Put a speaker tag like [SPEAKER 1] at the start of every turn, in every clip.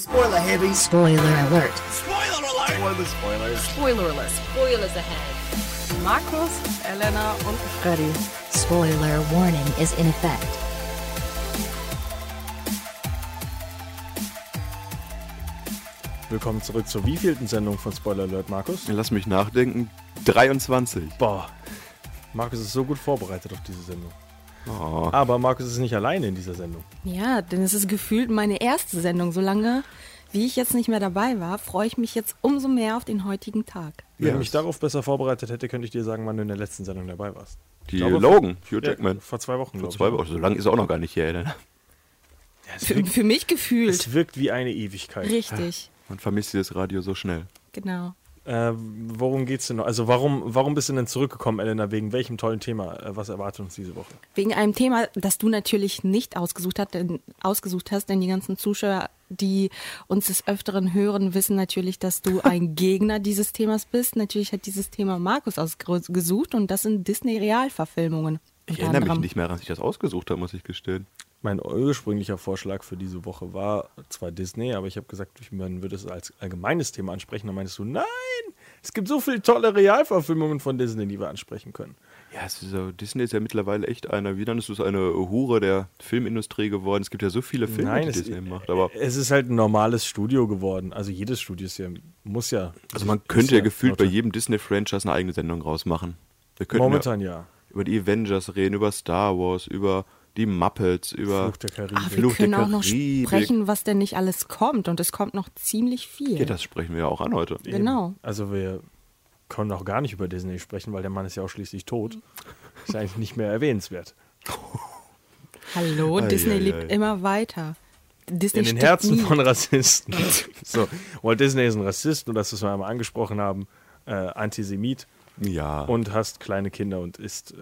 [SPEAKER 1] Spoiler heavy.
[SPEAKER 2] Spoiler alert.
[SPEAKER 1] Spoiler alert. Spoiler,
[SPEAKER 3] Spoiler alert. Spoilers ahead.
[SPEAKER 4] Markus, Elena und Freddy.
[SPEAKER 2] Spoiler warning is in effect.
[SPEAKER 5] Willkommen zurück zur wievielten Sendung von Spoiler Alert, Markus?
[SPEAKER 6] Lass mich nachdenken. 23.
[SPEAKER 5] Boah. Markus ist so gut vorbereitet auf diese Sendung.
[SPEAKER 6] Oh.
[SPEAKER 5] Aber Markus ist nicht alleine in dieser Sendung.
[SPEAKER 4] Ja, denn es ist gefühlt meine erste Sendung. Solange wie ich jetzt nicht mehr dabei war, freue ich mich jetzt umso mehr auf den heutigen Tag.
[SPEAKER 5] Wenn ich mich darauf besser vorbereitet hätte, könnte ich dir sagen, wann du in der letzten Sendung dabei warst.
[SPEAKER 6] Die
[SPEAKER 5] Ich glaube,
[SPEAKER 6] Logan,
[SPEAKER 5] vor-
[SPEAKER 6] Hugh Jackman.
[SPEAKER 5] Ja, vor zwei Wochen,
[SPEAKER 6] Vor
[SPEAKER 5] glaube ich.
[SPEAKER 6] zwei Wochen. So lange ist er auch noch gar nicht hier, Elena.
[SPEAKER 5] Ja, es,
[SPEAKER 4] Für,
[SPEAKER 5] wirkt,
[SPEAKER 4] für mich gefühlt.
[SPEAKER 5] es wirkt wie eine Ewigkeit.
[SPEAKER 4] Richtig,
[SPEAKER 6] Man vermisst dieses Radio so schnell.
[SPEAKER 4] genau.
[SPEAKER 5] Äh, worum geht's denn noch? Also warum, warum bist du denn zurückgekommen, Elena? Wegen welchem tollen Thema? Äh, was erwartet uns diese Woche?
[SPEAKER 4] Wegen einem Thema, das du natürlich nicht ausgesucht hast, denn, ausgesucht hast, denn die ganzen Zuschauer, die uns des Öfteren hören, wissen natürlich, dass du ein Gegner dieses Themas bist. Natürlich hat dieses Thema Markus ausgesucht und das sind Disney-Realverfilmungen.
[SPEAKER 6] Ich
[SPEAKER 4] unter
[SPEAKER 6] erinnere mich
[SPEAKER 4] anderem.
[SPEAKER 6] nicht mehr, dass ich das ausgesucht habe, muss ich gestehen.
[SPEAKER 5] Mein ursprünglicher Vorschlag für diese Woche war zwar Disney, aber ich habe gesagt, ich- man würde es als allgemeines Thema ansprechen. Da meinst du, nein, es gibt so viele tolle Realverfilmungen von Disney, die wir ansprechen können.
[SPEAKER 6] Ja, es ist so, Disney ist ja mittlerweile echt einer, wie nanntest du es, eine Hure der Filmindustrie geworden. Es gibt ja so viele Filme,
[SPEAKER 5] nein,
[SPEAKER 6] die
[SPEAKER 5] es,
[SPEAKER 6] Disney macht, aber
[SPEAKER 5] es ist halt ein normales Studio geworden. Also jedes Studio ist ja, muss ja.
[SPEAKER 6] also man könnte ja
[SPEAKER 5] ist
[SPEAKER 6] gefühlt bei
[SPEAKER 5] Leute,
[SPEAKER 6] jedem Disney-Franchise eine eigene Sendung rausmachen. Wir könnten
[SPEAKER 5] Momentan ja.
[SPEAKER 6] ja über die Avengers reden, über Star Wars, über die Muppets, über
[SPEAKER 5] Fluch der Karibik.
[SPEAKER 4] Ach, Ah, wir
[SPEAKER 6] Fluch der
[SPEAKER 4] können auch noch
[SPEAKER 6] Karibik.
[SPEAKER 4] sprechen, was denn nicht alles kommt. Und es kommt noch ziemlich viel.
[SPEAKER 6] Ja, das sprechen wir ja auch an heute.
[SPEAKER 5] Eben.
[SPEAKER 4] Genau.
[SPEAKER 5] Also wir können auch gar nicht über Disney sprechen, weil der Mann ist ja auch schließlich tot. Ist eigentlich nicht mehr erwähnenswert.
[SPEAKER 4] Hallo,
[SPEAKER 6] Ei,
[SPEAKER 4] Disney
[SPEAKER 6] ei,
[SPEAKER 4] lebt
[SPEAKER 6] ei.
[SPEAKER 4] immer weiter. Disney
[SPEAKER 5] In den
[SPEAKER 4] stirbt
[SPEAKER 5] Herzen
[SPEAKER 4] nie.
[SPEAKER 5] von Rassisten. so, Walt Disney ist ein Rassist, nur dass wir es mal einmal angesprochen haben, äh, Antisemit
[SPEAKER 6] Ja.
[SPEAKER 5] und hasst kleine Kinder und ist äh,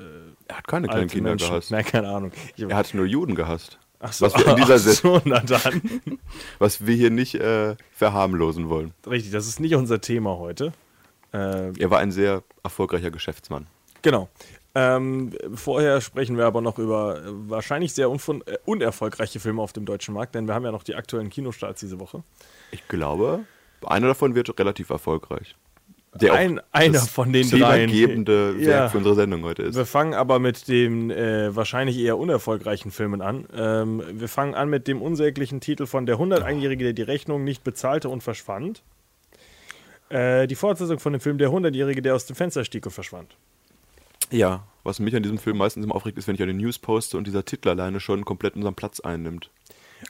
[SPEAKER 6] er hat keine kleinen
[SPEAKER 5] alte
[SPEAKER 6] Kinder
[SPEAKER 5] Menschen.
[SPEAKER 6] gehasst.
[SPEAKER 5] Nein, keine Ahnung. Ich,
[SPEAKER 6] Er hat nur Juden gehasst.
[SPEAKER 5] ach so,
[SPEAKER 6] was, wir in dieser
[SPEAKER 5] ach
[SPEAKER 6] Sendung,
[SPEAKER 5] so, na dann.
[SPEAKER 6] was wir hier nicht äh, verharmlosen wollen.
[SPEAKER 5] Richtig, das ist nicht unser Thema heute. Äh,
[SPEAKER 6] Er war ein sehr erfolgreicher Geschäftsmann.
[SPEAKER 5] Genau. Ähm, vorher sprechen wir aber noch über äh, wahrscheinlich sehr unfun- äh, unerfolgreiche Filme auf dem deutschen Markt, denn wir haben ja noch die aktuellen Kinostarts diese Woche.
[SPEAKER 6] Ich glaube, einer davon wird relativ erfolgreich. Der
[SPEAKER 5] Ein- einer
[SPEAKER 6] das
[SPEAKER 5] von den dreien.
[SPEAKER 6] titelgebende
[SPEAKER 5] Ja.
[SPEAKER 6] Werk für unsere Sendung heute ist.
[SPEAKER 5] Wir fangen aber mit den äh, wahrscheinlich eher unerfolgreichen Filmen an. Ähm, wir fangen an mit dem unsäglichen Titel von Der 101-Jährige, der die Rechnung nicht bezahlte und verschwand. Äh, die Fortsetzung von dem Film Der 100-Jährige, der aus dem Fenster stieg und verschwand.
[SPEAKER 6] Ja. Was mich an diesem Film meistens immer aufregt, ist, wenn ich eine News poste und dieser Titel alleine schon komplett unseren Platz einnimmt.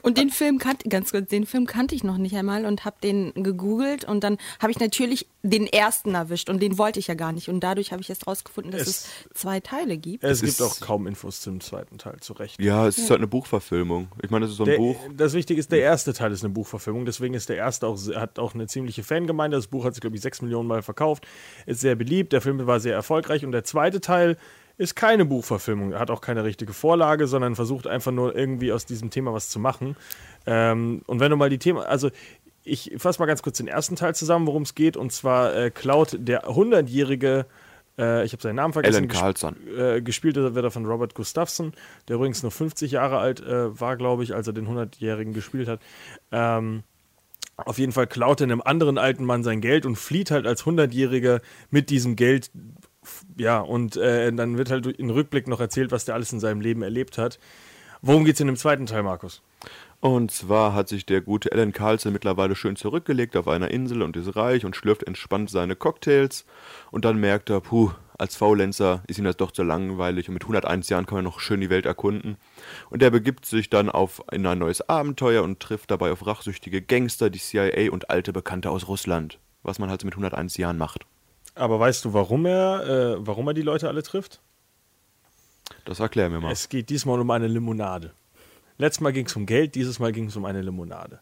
[SPEAKER 4] Und den Film kannte ganz kurz, den Film kannte ich noch nicht einmal und habe den gegoogelt und dann habe ich natürlich den ersten erwischt und den wollte ich ja gar nicht und dadurch habe ich erst rausgefunden, dass
[SPEAKER 5] Es-
[SPEAKER 4] es, zwei Teile gibt.
[SPEAKER 5] Es,
[SPEAKER 6] ist-
[SPEAKER 5] gibt auch kaum Infos zum zweiten Teil, zu Recht.
[SPEAKER 6] Ja, es ist halt eine Buchverfilmung. Ich meine, es ist so ein
[SPEAKER 5] Der,
[SPEAKER 6] Buch.
[SPEAKER 5] Das Wichtige ist, der erste Teil ist eine Buchverfilmung, deswegen ist der erste auch, hat auch eine ziemliche Fangemeinde. Das Buch hat sich, glaube ich, sechs Millionen Mal verkauft, ist sehr beliebt, der Film war sehr erfolgreich und der zweite Teil ist keine Buchverfilmung, hat auch keine richtige Vorlage, sondern versucht einfach nur irgendwie aus diesem Thema was zu machen. Ähm, und wenn du mal die Themen, also ich fasse mal ganz kurz den ersten Teil zusammen, worum es geht, und zwar äh, klaut der 100-jährige, äh, ich habe seinen Namen vergessen,
[SPEAKER 6] Alan Carlson.
[SPEAKER 5] äh, gespielt wird er von Robert Gustafsson, der übrigens nur 50 Jahre alt äh, war, glaube ich, als er den 100-Jährigen gespielt hat. Ähm, auf jeden Fall klaut er einem anderen alten Mann sein Geld und flieht halt als 100-Jähriger mit diesem Geld. f- Ja, und äh, dann wird halt im Rückblick noch erzählt, was der alles in seinem Leben erlebt hat. Worum geht's in dem zweiten Teil, Markus?
[SPEAKER 6] Und zwar hat sich der gute Alan Carlson mittlerweile schön zurückgelegt auf einer Insel und ist reich und schlürft entspannt seine Cocktails. Und dann merkt er, puh, als Faulenzer ist ihm das doch zu langweilig und mit 101 Jahren kann man noch schön die Welt erkunden. Und er begibt sich dann auf in ein neues Abenteuer und trifft dabei auf rachsüchtige Gangster, die CIA und alte Bekannte aus Russland. Was man halt so mit 101 Jahren macht.
[SPEAKER 5] Aber weißt du, warum er, äh, warum er die Leute alle trifft?
[SPEAKER 6] Das erklär mir mal.
[SPEAKER 5] Es geht diesmal um eine Limonade. Letztes Mal ging's um Geld, dieses Mal ging's um eine Limonade.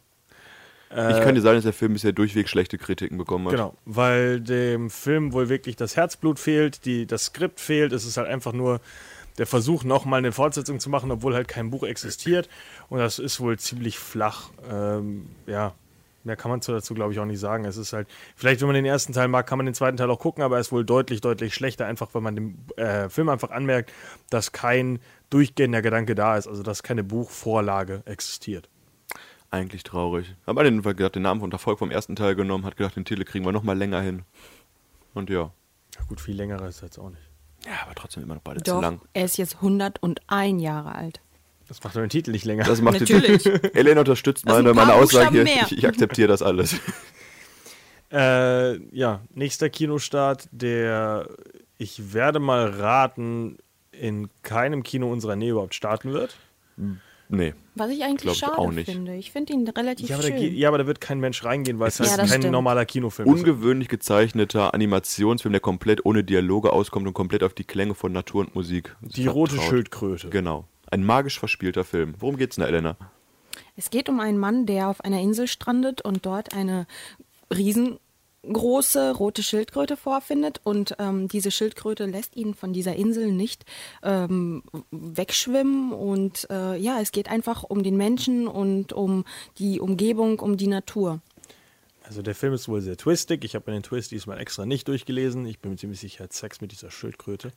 [SPEAKER 6] ich kann dir sagen, dass der Film bisher durchweg schlechte Kritiken bekommen hat.
[SPEAKER 5] Genau, weil dem Film wohl wirklich das Herzblut fehlt, die, das Skript fehlt. Es ist halt einfach nur der Versuch, nochmal eine Fortsetzung zu machen, obwohl halt kein Buch existiert. Und das ist wohl ziemlich flach. Ähm, ja, mehr kann man zu- dazu, glaube ich, auch nicht sagen. Es ist halt, vielleicht, wenn man den ersten Teil mag, kann man den zweiten Teil auch gucken, aber er ist wohl deutlich, deutlich schlechter, einfach weil man dem äh, Film einfach anmerkt, dass kein durchgehender Gedanke da ist, also dass keine Buchvorlage existiert.
[SPEAKER 6] Eigentlich traurig. Aber den Fall gesagt, den Namen vom Erfolg vom ersten Teil genommen, hat gedacht, den Titel kriegen wir nochmal länger hin. Und ja.
[SPEAKER 5] Ja, gut, viel längerer ist er jetzt auch nicht.
[SPEAKER 6] Ja, aber trotzdem immer noch beide zu
[SPEAKER 4] Doch,
[SPEAKER 6] lang.
[SPEAKER 4] er ist jetzt 101 Jahre alt.
[SPEAKER 5] Das macht doch den Titel nicht länger.
[SPEAKER 6] Das macht
[SPEAKER 3] Natürlich.
[SPEAKER 6] Den, Elaine unterstützt
[SPEAKER 3] Das sind
[SPEAKER 6] meine,
[SPEAKER 3] ein paar
[SPEAKER 6] meine Aussage hier.
[SPEAKER 3] Buchstaben mehr.
[SPEAKER 6] Ich, ich akzeptiere das alles.
[SPEAKER 5] Äh, ja, nächster Kinostart, der, ich werde mal raten, in keinem Kino unserer Nähe überhaupt starten wird.
[SPEAKER 6] Nee.
[SPEAKER 4] Was ich eigentlich
[SPEAKER 6] Glaub ich
[SPEAKER 4] schade
[SPEAKER 6] auch nicht.
[SPEAKER 4] finde. Ich finde ihn relativ
[SPEAKER 5] Ja aber, da,
[SPEAKER 4] schön.
[SPEAKER 5] ge- ja, aber da wird kein Mensch reingehen, weil es
[SPEAKER 4] Ja,
[SPEAKER 5] halt kein
[SPEAKER 4] das stimmt.
[SPEAKER 5] normaler Kinofilm ist.
[SPEAKER 6] Ungewöhnlich gezeichneter Animationsfilm, der komplett ohne Dialoge auskommt und komplett auf die Klänge von Natur und Musik.
[SPEAKER 5] Die rote
[SPEAKER 6] vertraut.
[SPEAKER 5] Schildkröte.
[SPEAKER 6] Genau. Ein magisch verspielter Film. Worum geht's denn, Elena?
[SPEAKER 4] Es geht um einen Mann, der auf einer Insel strandet und dort eine riesengroße rote Schildkröte vorfindet. Und ähm, diese Schildkröte lässt ihn von dieser Insel nicht ähm, wegschwimmen. Und äh, ja, es geht einfach um den Menschen und um die Umgebung, um die Natur.
[SPEAKER 5] Also der Film ist wohl sehr twistig. Ich habe mir den Twist diesmal extra nicht durchgelesen. Ich bin mir ziemlich sicher, er hat Sex mit dieser Schildkröte.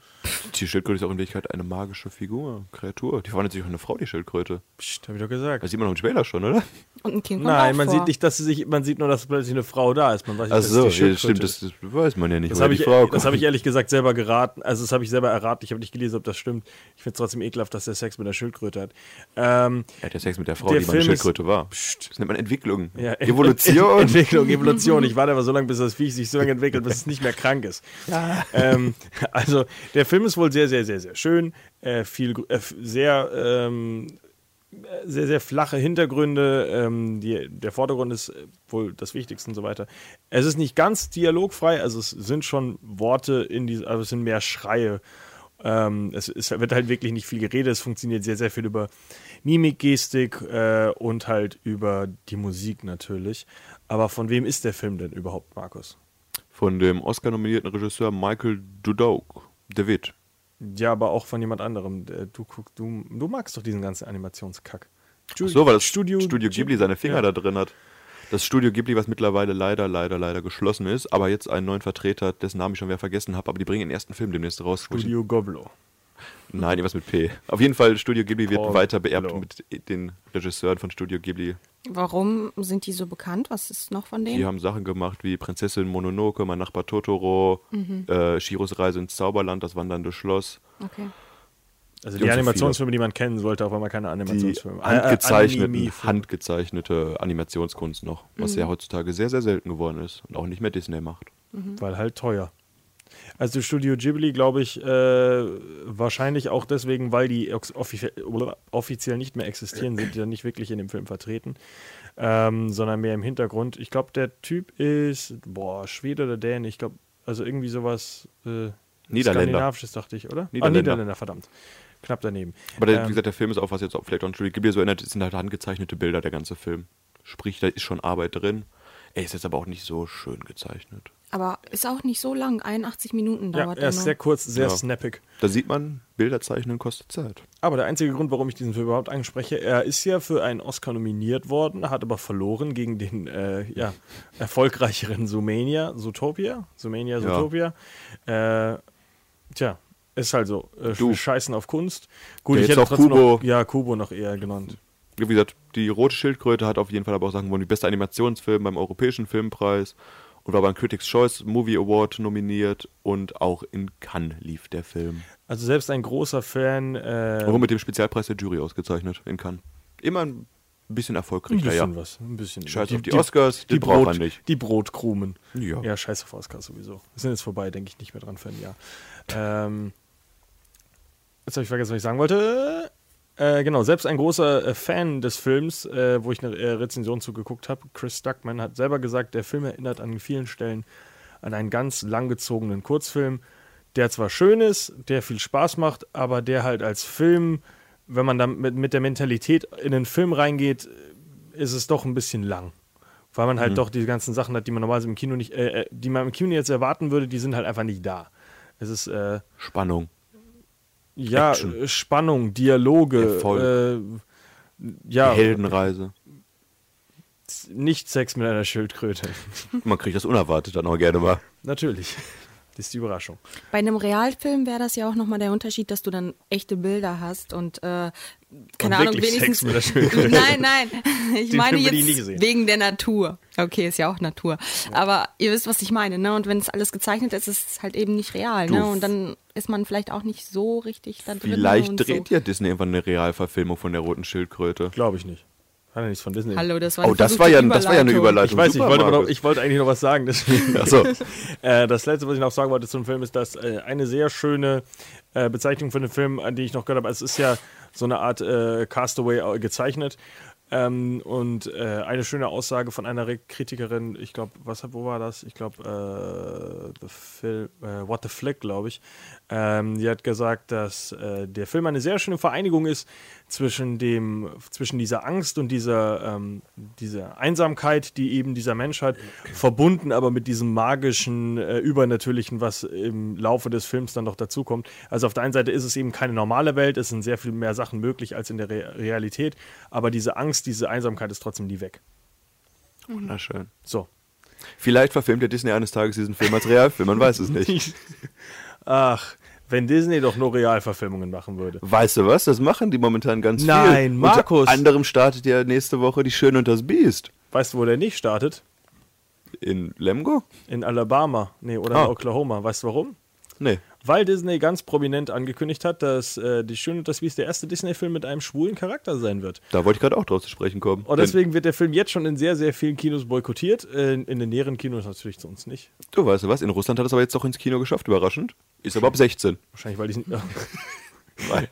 [SPEAKER 6] Die Schildkröte ist auch in Wirklichkeit eine magische Figur, Kreatur. Die verwandelt sich auch in eine Frau, die Schildkröte.
[SPEAKER 5] Psst, habe ich doch gesagt.
[SPEAKER 6] Das sieht man doch im Trailer schon, oder?
[SPEAKER 4] Und ein Kind kommt
[SPEAKER 5] Nein,
[SPEAKER 4] auch
[SPEAKER 5] man
[SPEAKER 4] vor.
[SPEAKER 5] sieht nicht, dass sie sich, man sieht nur, dass plötzlich eine Frau da ist. Man weiß nicht,
[SPEAKER 6] Ach
[SPEAKER 5] dass es
[SPEAKER 6] so,
[SPEAKER 5] die
[SPEAKER 6] ja,
[SPEAKER 5] Schildkröte
[SPEAKER 6] stimmt,
[SPEAKER 5] ist.
[SPEAKER 6] das, das weiß man ja nicht.
[SPEAKER 5] Das
[SPEAKER 6] woher
[SPEAKER 5] habe
[SPEAKER 6] die
[SPEAKER 5] ich, e-
[SPEAKER 6] Frau
[SPEAKER 5] das hab
[SPEAKER 6] kommt.
[SPEAKER 5] ich ehrlich gesagt selber geraten. Also das habe ich selber erraten. Ich habe nicht gelesen, ob das stimmt. Ich finde es trotzdem ekelhaft, dass der Sex mit der Schildkröte hat. Ähm,
[SPEAKER 6] Er hat ja Sex mit der Frau,
[SPEAKER 5] Der
[SPEAKER 6] die meine
[SPEAKER 5] Film ist-
[SPEAKER 6] Schildkröte war. Das nennt man Entwicklung.
[SPEAKER 5] ja, Ent- Ent-
[SPEAKER 6] Evolution.
[SPEAKER 5] Entwicklung, Evolution. Ich warte aber so lange, bis das Viech sich so lange entwickelt, bis es nicht mehr krank ist. Ähm, also der Film ist wohl sehr, sehr, sehr, sehr schön. Äh, viel, gr- äh, f- sehr ähm, sehr, sehr flache Hintergründe. Ähm, die, der Vordergrund ist äh, wohl das Wichtigste und so weiter. Es ist nicht ganz dialogfrei, also es sind schon Worte in diesem, also es sind mehr Schreie. Ähm, es, es wird halt wirklich nicht viel geredet, es funktioniert sehr, sehr viel über Mimik, Gestik äh, und halt über die Musik natürlich. Aber von wem ist der Film denn überhaupt, Markus?
[SPEAKER 6] Von dem Oscar-nominierten Regisseur Michael Dudok. David.
[SPEAKER 5] Ja, aber auch von jemand anderem. Äh, Du, guck, du, du magst doch diesen ganzen Animationskack.
[SPEAKER 6] Ach so, weil das Studio,
[SPEAKER 5] Ghibli-
[SPEAKER 6] Ghibli seine Finger
[SPEAKER 5] Ja.
[SPEAKER 6] da drin hat. Das Studio Ghibli, was mittlerweile leider, leider, leider geschlossen ist, aber jetzt einen neuen Vertreter, hat, dessen Namen ich schon wieder vergessen habe, aber die bringen den ersten Film demnächst raus. wo ich-
[SPEAKER 5] Studio Goblo.
[SPEAKER 6] Nein, irgendwas mit P. Auf jeden Fall, Studio Ghibli wird
[SPEAKER 5] Paul
[SPEAKER 6] weiter beerbt
[SPEAKER 5] Lowe.
[SPEAKER 6] mit den Regisseuren von Studio Ghibli.
[SPEAKER 4] Warum sind die so bekannt? Was ist noch von denen?
[SPEAKER 6] Die haben Sachen gemacht wie Prinzessin Mononoke, Mein Nachbar Totoro, äh, Shiros Reise ins Zauberland, Das wandernde Schloss.
[SPEAKER 4] Okay.
[SPEAKER 5] Also
[SPEAKER 6] Und
[SPEAKER 5] die
[SPEAKER 6] so
[SPEAKER 5] Animationsfilme, die man kennen sollte, auch wenn man keine
[SPEAKER 6] Die
[SPEAKER 5] Animationsfilme. Äh, äh,
[SPEAKER 6] handgezeichneten,
[SPEAKER 5] Anime-Filme.
[SPEAKER 6] handgezeichnete Animationskunst noch, was ja heutzutage sehr, sehr selten geworden ist und auch nicht mehr Disney macht.
[SPEAKER 5] Weil halt teuer. Also Studio Ghibli, glaube ich, äh, wahrscheinlich auch deswegen, weil die ox- offizie- oder offiziell nicht mehr existieren, sind die dann nicht wirklich in dem Film vertreten, ähm, sondern mehr im Hintergrund. Ich glaube, der Typ ist, boah, Schwede oder Däne, ich glaube, also irgendwie sowas äh,
[SPEAKER 6] Niederländer.
[SPEAKER 5] Skandinavisches, dachte ich, oder?
[SPEAKER 6] Niederländer.
[SPEAKER 5] Ah, Niederländer, verdammt. Knapp daneben.
[SPEAKER 6] Aber der,
[SPEAKER 5] Ähm,
[SPEAKER 6] wie gesagt, der Film ist auch, was jetzt auch vielleicht auch an Studio Ghibli so erinnert, es sind halt handgezeichnete Bilder, der ganze Film. Sprich, da ist schon Arbeit drin. Er ist jetzt aber auch nicht so schön gezeichnet.
[SPEAKER 4] Aber ist auch nicht so lang, 81 Minuten
[SPEAKER 5] ja,
[SPEAKER 4] dauert
[SPEAKER 5] er ist
[SPEAKER 4] nur.
[SPEAKER 5] sehr kurz, sehr
[SPEAKER 6] Ja.
[SPEAKER 5] snappig.
[SPEAKER 6] Da sieht man, Bilder zeichnen kostet Zeit.
[SPEAKER 5] Aber der einzige Grund, warum ich diesen Film überhaupt anspreche, er ist ja für einen Oscar nominiert worden, hat aber verloren gegen den äh, ja, erfolgreicheren Sumania, Zootopia, Sumania,
[SPEAKER 6] Ja.
[SPEAKER 5] Zootopia. Äh, tja, ist halt so. Äh,
[SPEAKER 6] Du.
[SPEAKER 5] wir Scheißen auf Kunst. Gut,
[SPEAKER 6] Ja,
[SPEAKER 5] ich
[SPEAKER 6] jetzt
[SPEAKER 5] hätte
[SPEAKER 6] auch
[SPEAKER 5] trotzdem
[SPEAKER 6] Kubo.
[SPEAKER 5] noch ja, Kubo noch eher genannt.
[SPEAKER 6] Wie gesagt, die rote Schildkröte hat auf jeden Fall aber auch Sachen gewonnen. Die beste Animationsfilm beim Europäischen Filmpreis und war beim Critics' Choice Movie Award nominiert und auch in Cannes lief der Film.
[SPEAKER 5] Also selbst ein großer Fan. Äh,
[SPEAKER 6] Und wurde mit dem Spezialpreis der Jury ausgezeichnet in Cannes. Immer ein bisschen
[SPEAKER 5] ein
[SPEAKER 6] erfolgreicher,
[SPEAKER 5] bisschen
[SPEAKER 6] ja.
[SPEAKER 5] was. Ein bisschen.
[SPEAKER 6] Scheiß auf die Oscars,
[SPEAKER 5] die,
[SPEAKER 6] die braucht
[SPEAKER 5] Brot,
[SPEAKER 6] man nicht.
[SPEAKER 5] die Brotkrumen.
[SPEAKER 6] Ja.
[SPEAKER 5] ja, scheiß auf Oscars sowieso. Wir sind jetzt vorbei, denke ich nicht mehr dran für ein Jahr. Ähm, jetzt habe ich vergessen, was ich sagen wollte. Äh, genau, selbst ein großer äh, Fan des Films, äh, wo ich eine äh, Rezension zugeguckt habe, Chris Duckman, hat selber gesagt, der Film erinnert an vielen Stellen an einen ganz langgezogenen Kurzfilm, der zwar schön ist, der viel Spaß macht, aber der halt als Film, wenn man dann mit, mit der Mentalität in den Film reingeht, ist es doch ein bisschen lang. Weil man halt
[SPEAKER 6] Mhm.
[SPEAKER 5] doch die ganzen Sachen hat, die man normalerweise im Kino nicht, äh, äh, die man im Kino jetzt erwarten würde, die sind halt einfach nicht da. Es ist äh,
[SPEAKER 6] Spannung.
[SPEAKER 5] ja
[SPEAKER 6] Action.
[SPEAKER 5] äh, Spannung, Dialoge,
[SPEAKER 6] Erfolg.
[SPEAKER 5] äh, ja
[SPEAKER 6] Die Heldenreise.
[SPEAKER 5] nicht Sex mit einer Schildkröte.
[SPEAKER 6] Man kriegt das unerwartet dann auch gerne mal.
[SPEAKER 5] Natürlich. Das ist die Überraschung.
[SPEAKER 4] Bei einem Realfilm wäre das ja auch nochmal der Unterschied, dass du dann echte Bilder hast und äh, keine Ahnung,
[SPEAKER 5] wirklich Sex
[SPEAKER 4] wenigstens.
[SPEAKER 5] mit der Schwägerin.
[SPEAKER 4] Nein, nein. Ich
[SPEAKER 5] Den
[SPEAKER 4] meine
[SPEAKER 5] Film will
[SPEAKER 4] jetzt
[SPEAKER 5] ich nicht sehen.
[SPEAKER 4] wegen der Natur. Okay, ist ja auch Natur. Aber ihr wisst, was ich meine, ne? Und wenn es alles gezeichnet ist, ist es halt eben nicht real, ne?
[SPEAKER 6] Du-
[SPEAKER 4] Und dann ist man vielleicht auch nicht so richtig da drin. ne?
[SPEAKER 6] Vielleicht
[SPEAKER 4] und so.
[SPEAKER 6] dreht ja Disney irgendwann eine Realverfilmung von der roten Schildkröte.
[SPEAKER 5] Glaube ich nicht. Hat er nichts von Disney.
[SPEAKER 4] Hallo, das war,
[SPEAKER 6] Oh,
[SPEAKER 4] eine
[SPEAKER 6] das war,
[SPEAKER 4] versuchte
[SPEAKER 6] ja, das war ja eine Überleitung.
[SPEAKER 5] Ich weiß nicht, ich
[SPEAKER 6] Super,
[SPEAKER 5] wollte, aber noch,
[SPEAKER 6] Markus.
[SPEAKER 5] ich wollte eigentlich noch was sagen. Deswegen.
[SPEAKER 6] Ach so.
[SPEAKER 5] äh, das letzte, was ich noch sagen wollte zum Film, ist, dass äh, eine sehr schöne äh, Bezeichnung für den Film, an die ich noch gehört habe, Also es ist ja so eine Art äh, Castaway äh, gezeichnet. Ähm, und äh, eine schöne Aussage von einer Re- Kritikerin, ich glaube, was wo war das? Ich glaube, äh, The Fil- äh, What the Flick, glaube ich. Ähm, die hat gesagt, dass äh, der Film eine sehr schöne Vereinigung ist zwischen dem, zwischen dieser Angst und dieser, ähm, dieser Einsamkeit, die eben dieser Mensch hat, verbunden aber mit diesem magischen, äh, übernatürlichen, was im Laufe des Films dann noch dazukommt. Also auf der einen Seite ist es eben keine normale Welt, es sind sehr viel mehr Sachen möglich als in der Re Realität, aber diese Angst, diese Einsamkeit ist trotzdem nie weg.
[SPEAKER 6] Wunderschön.
[SPEAKER 5] So.
[SPEAKER 6] Vielleicht verfilmt der Disney eines Tages diesen Film als Realfilm, man weiß es nicht.
[SPEAKER 5] Ach, wenn Disney doch nur Realverfilmungen machen würde.
[SPEAKER 6] Weißt du was? Das machen die momentan ganz viel.
[SPEAKER 5] Nein, Markus.
[SPEAKER 6] Unter anderem startet ja nächste Woche die Schöne und das Biest.
[SPEAKER 5] Weißt du, wo der nicht startet?
[SPEAKER 6] In Lemgo?
[SPEAKER 5] In Alabama, nee, oder
[SPEAKER 6] Ah.
[SPEAKER 5] in Oklahoma. Weißt du warum?
[SPEAKER 6] Nee.
[SPEAKER 5] Weil Disney ganz prominent angekündigt hat, dass äh, Die Schöne und das Biest der erste Disney-Film mit einem schwulen Charakter sein wird.
[SPEAKER 6] Da wollte ich gerade auch drauf zu sprechen kommen.
[SPEAKER 5] Und deswegen wird der Film jetzt schon in sehr, sehr vielen Kinos boykottiert. Äh, in den näheren Kinos natürlich zu uns nicht.
[SPEAKER 6] Denn, du weißt du was? In Russland hat es aber jetzt doch ins Kino geschafft, überraschend. Ist aber ab 16.
[SPEAKER 5] Wahrscheinlich, weil die, äh,
[SPEAKER 6] Weil,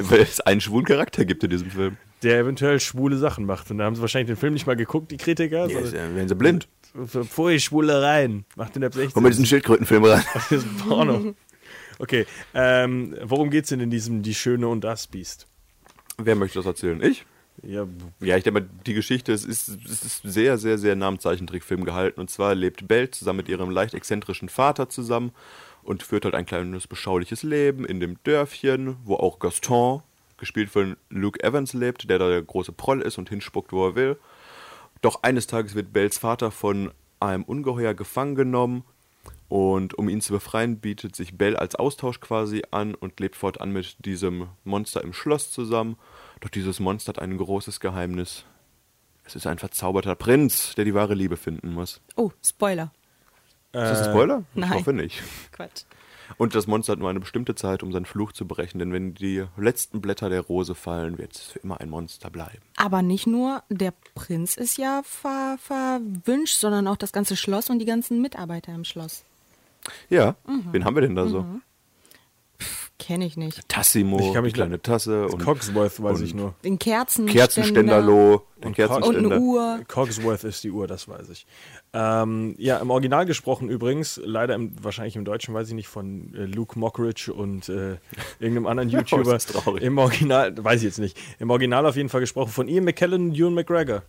[SPEAKER 6] weil es einen schwulen Charakter gibt in diesem Film.
[SPEAKER 5] der eventuell schwule Sachen macht. Und da haben sie wahrscheinlich den Film nicht mal geguckt, die Kritiker. Also,
[SPEAKER 6] Ja,
[SPEAKER 5] sondern-
[SPEAKER 6] werden sie blind.
[SPEAKER 5] Pfui, Schwulereien. Macht den ab 16.
[SPEAKER 6] Hol mal diesen Schildkrötenfilm rein.
[SPEAKER 5] Das ist Porno. Okay, ähm, worum geht's denn in diesem Die Schöne und das Biest?
[SPEAKER 6] Wer möchte das erzählen? Ich?
[SPEAKER 5] Ja,
[SPEAKER 6] Ja, ich denke mal, die Geschichte es ist, es ist sehr, sehr, sehr nah am Zeichentrickfilm gehalten. Und zwar lebt Belle zusammen mit ihrem leicht exzentrischen Vater zusammen und führt halt ein kleines beschauliches Leben in dem Dörfchen, wo auch Gaston, gespielt von Luke Evans, lebt, der da der große Proll ist und hinspuckt, wo er will. Doch eines Tages wird Bells Vater von einem Ungeheuer gefangen genommen und um ihn zu befreien, bietet sich Bell als Austausch quasi an und lebt fortan mit diesem Monster im Schloss zusammen. Doch dieses Monster hat ein großes Geheimnis. Es ist ein verzauberter Prinz, der die wahre Liebe finden muss.
[SPEAKER 4] Oh, Spoiler.
[SPEAKER 6] Ist das ein
[SPEAKER 5] Äh,
[SPEAKER 6] Spoiler?
[SPEAKER 4] nein.
[SPEAKER 6] Ich hoffe nicht.
[SPEAKER 4] Quatsch.
[SPEAKER 6] Und das Monster hat nur eine bestimmte Zeit, um seinen Fluch zu brechen, denn wenn die letzten Blätter der Rose fallen, wird es für immer ein Monster bleiben.
[SPEAKER 4] Aber nicht nur der Prinz ist ja ver verwünscht, sondern auch das ganze Schloss und die ganzen Mitarbeiter im Schloss.
[SPEAKER 6] Ja,
[SPEAKER 4] Mhm.
[SPEAKER 6] wen haben wir denn da so?
[SPEAKER 4] Kenne ich nicht.
[SPEAKER 6] Tassimo,
[SPEAKER 5] Ich kann
[SPEAKER 6] die
[SPEAKER 5] mich
[SPEAKER 6] kleine Tasse und
[SPEAKER 5] Cogsworth weiß ich
[SPEAKER 6] und-
[SPEAKER 5] nur.
[SPEAKER 4] Den Kerzen
[SPEAKER 6] Kerzenständerlo, den
[SPEAKER 4] und
[SPEAKER 6] Kerzenständer.
[SPEAKER 4] eine Uhr.
[SPEAKER 5] Cogsworth ist die Uhr, das weiß ich. Ähm, ja, im Original gesprochen übrigens, leider im, wahrscheinlich im Deutschen, weiß ich nicht, von äh, Luke Mockridge und äh, irgendeinem anderen YouTuber.
[SPEAKER 6] Oh, ist traurig.
[SPEAKER 5] Im Original, weiß ich jetzt nicht. Im Original auf jeden Fall gesprochen von Ian McKellen und Ewan McGregor.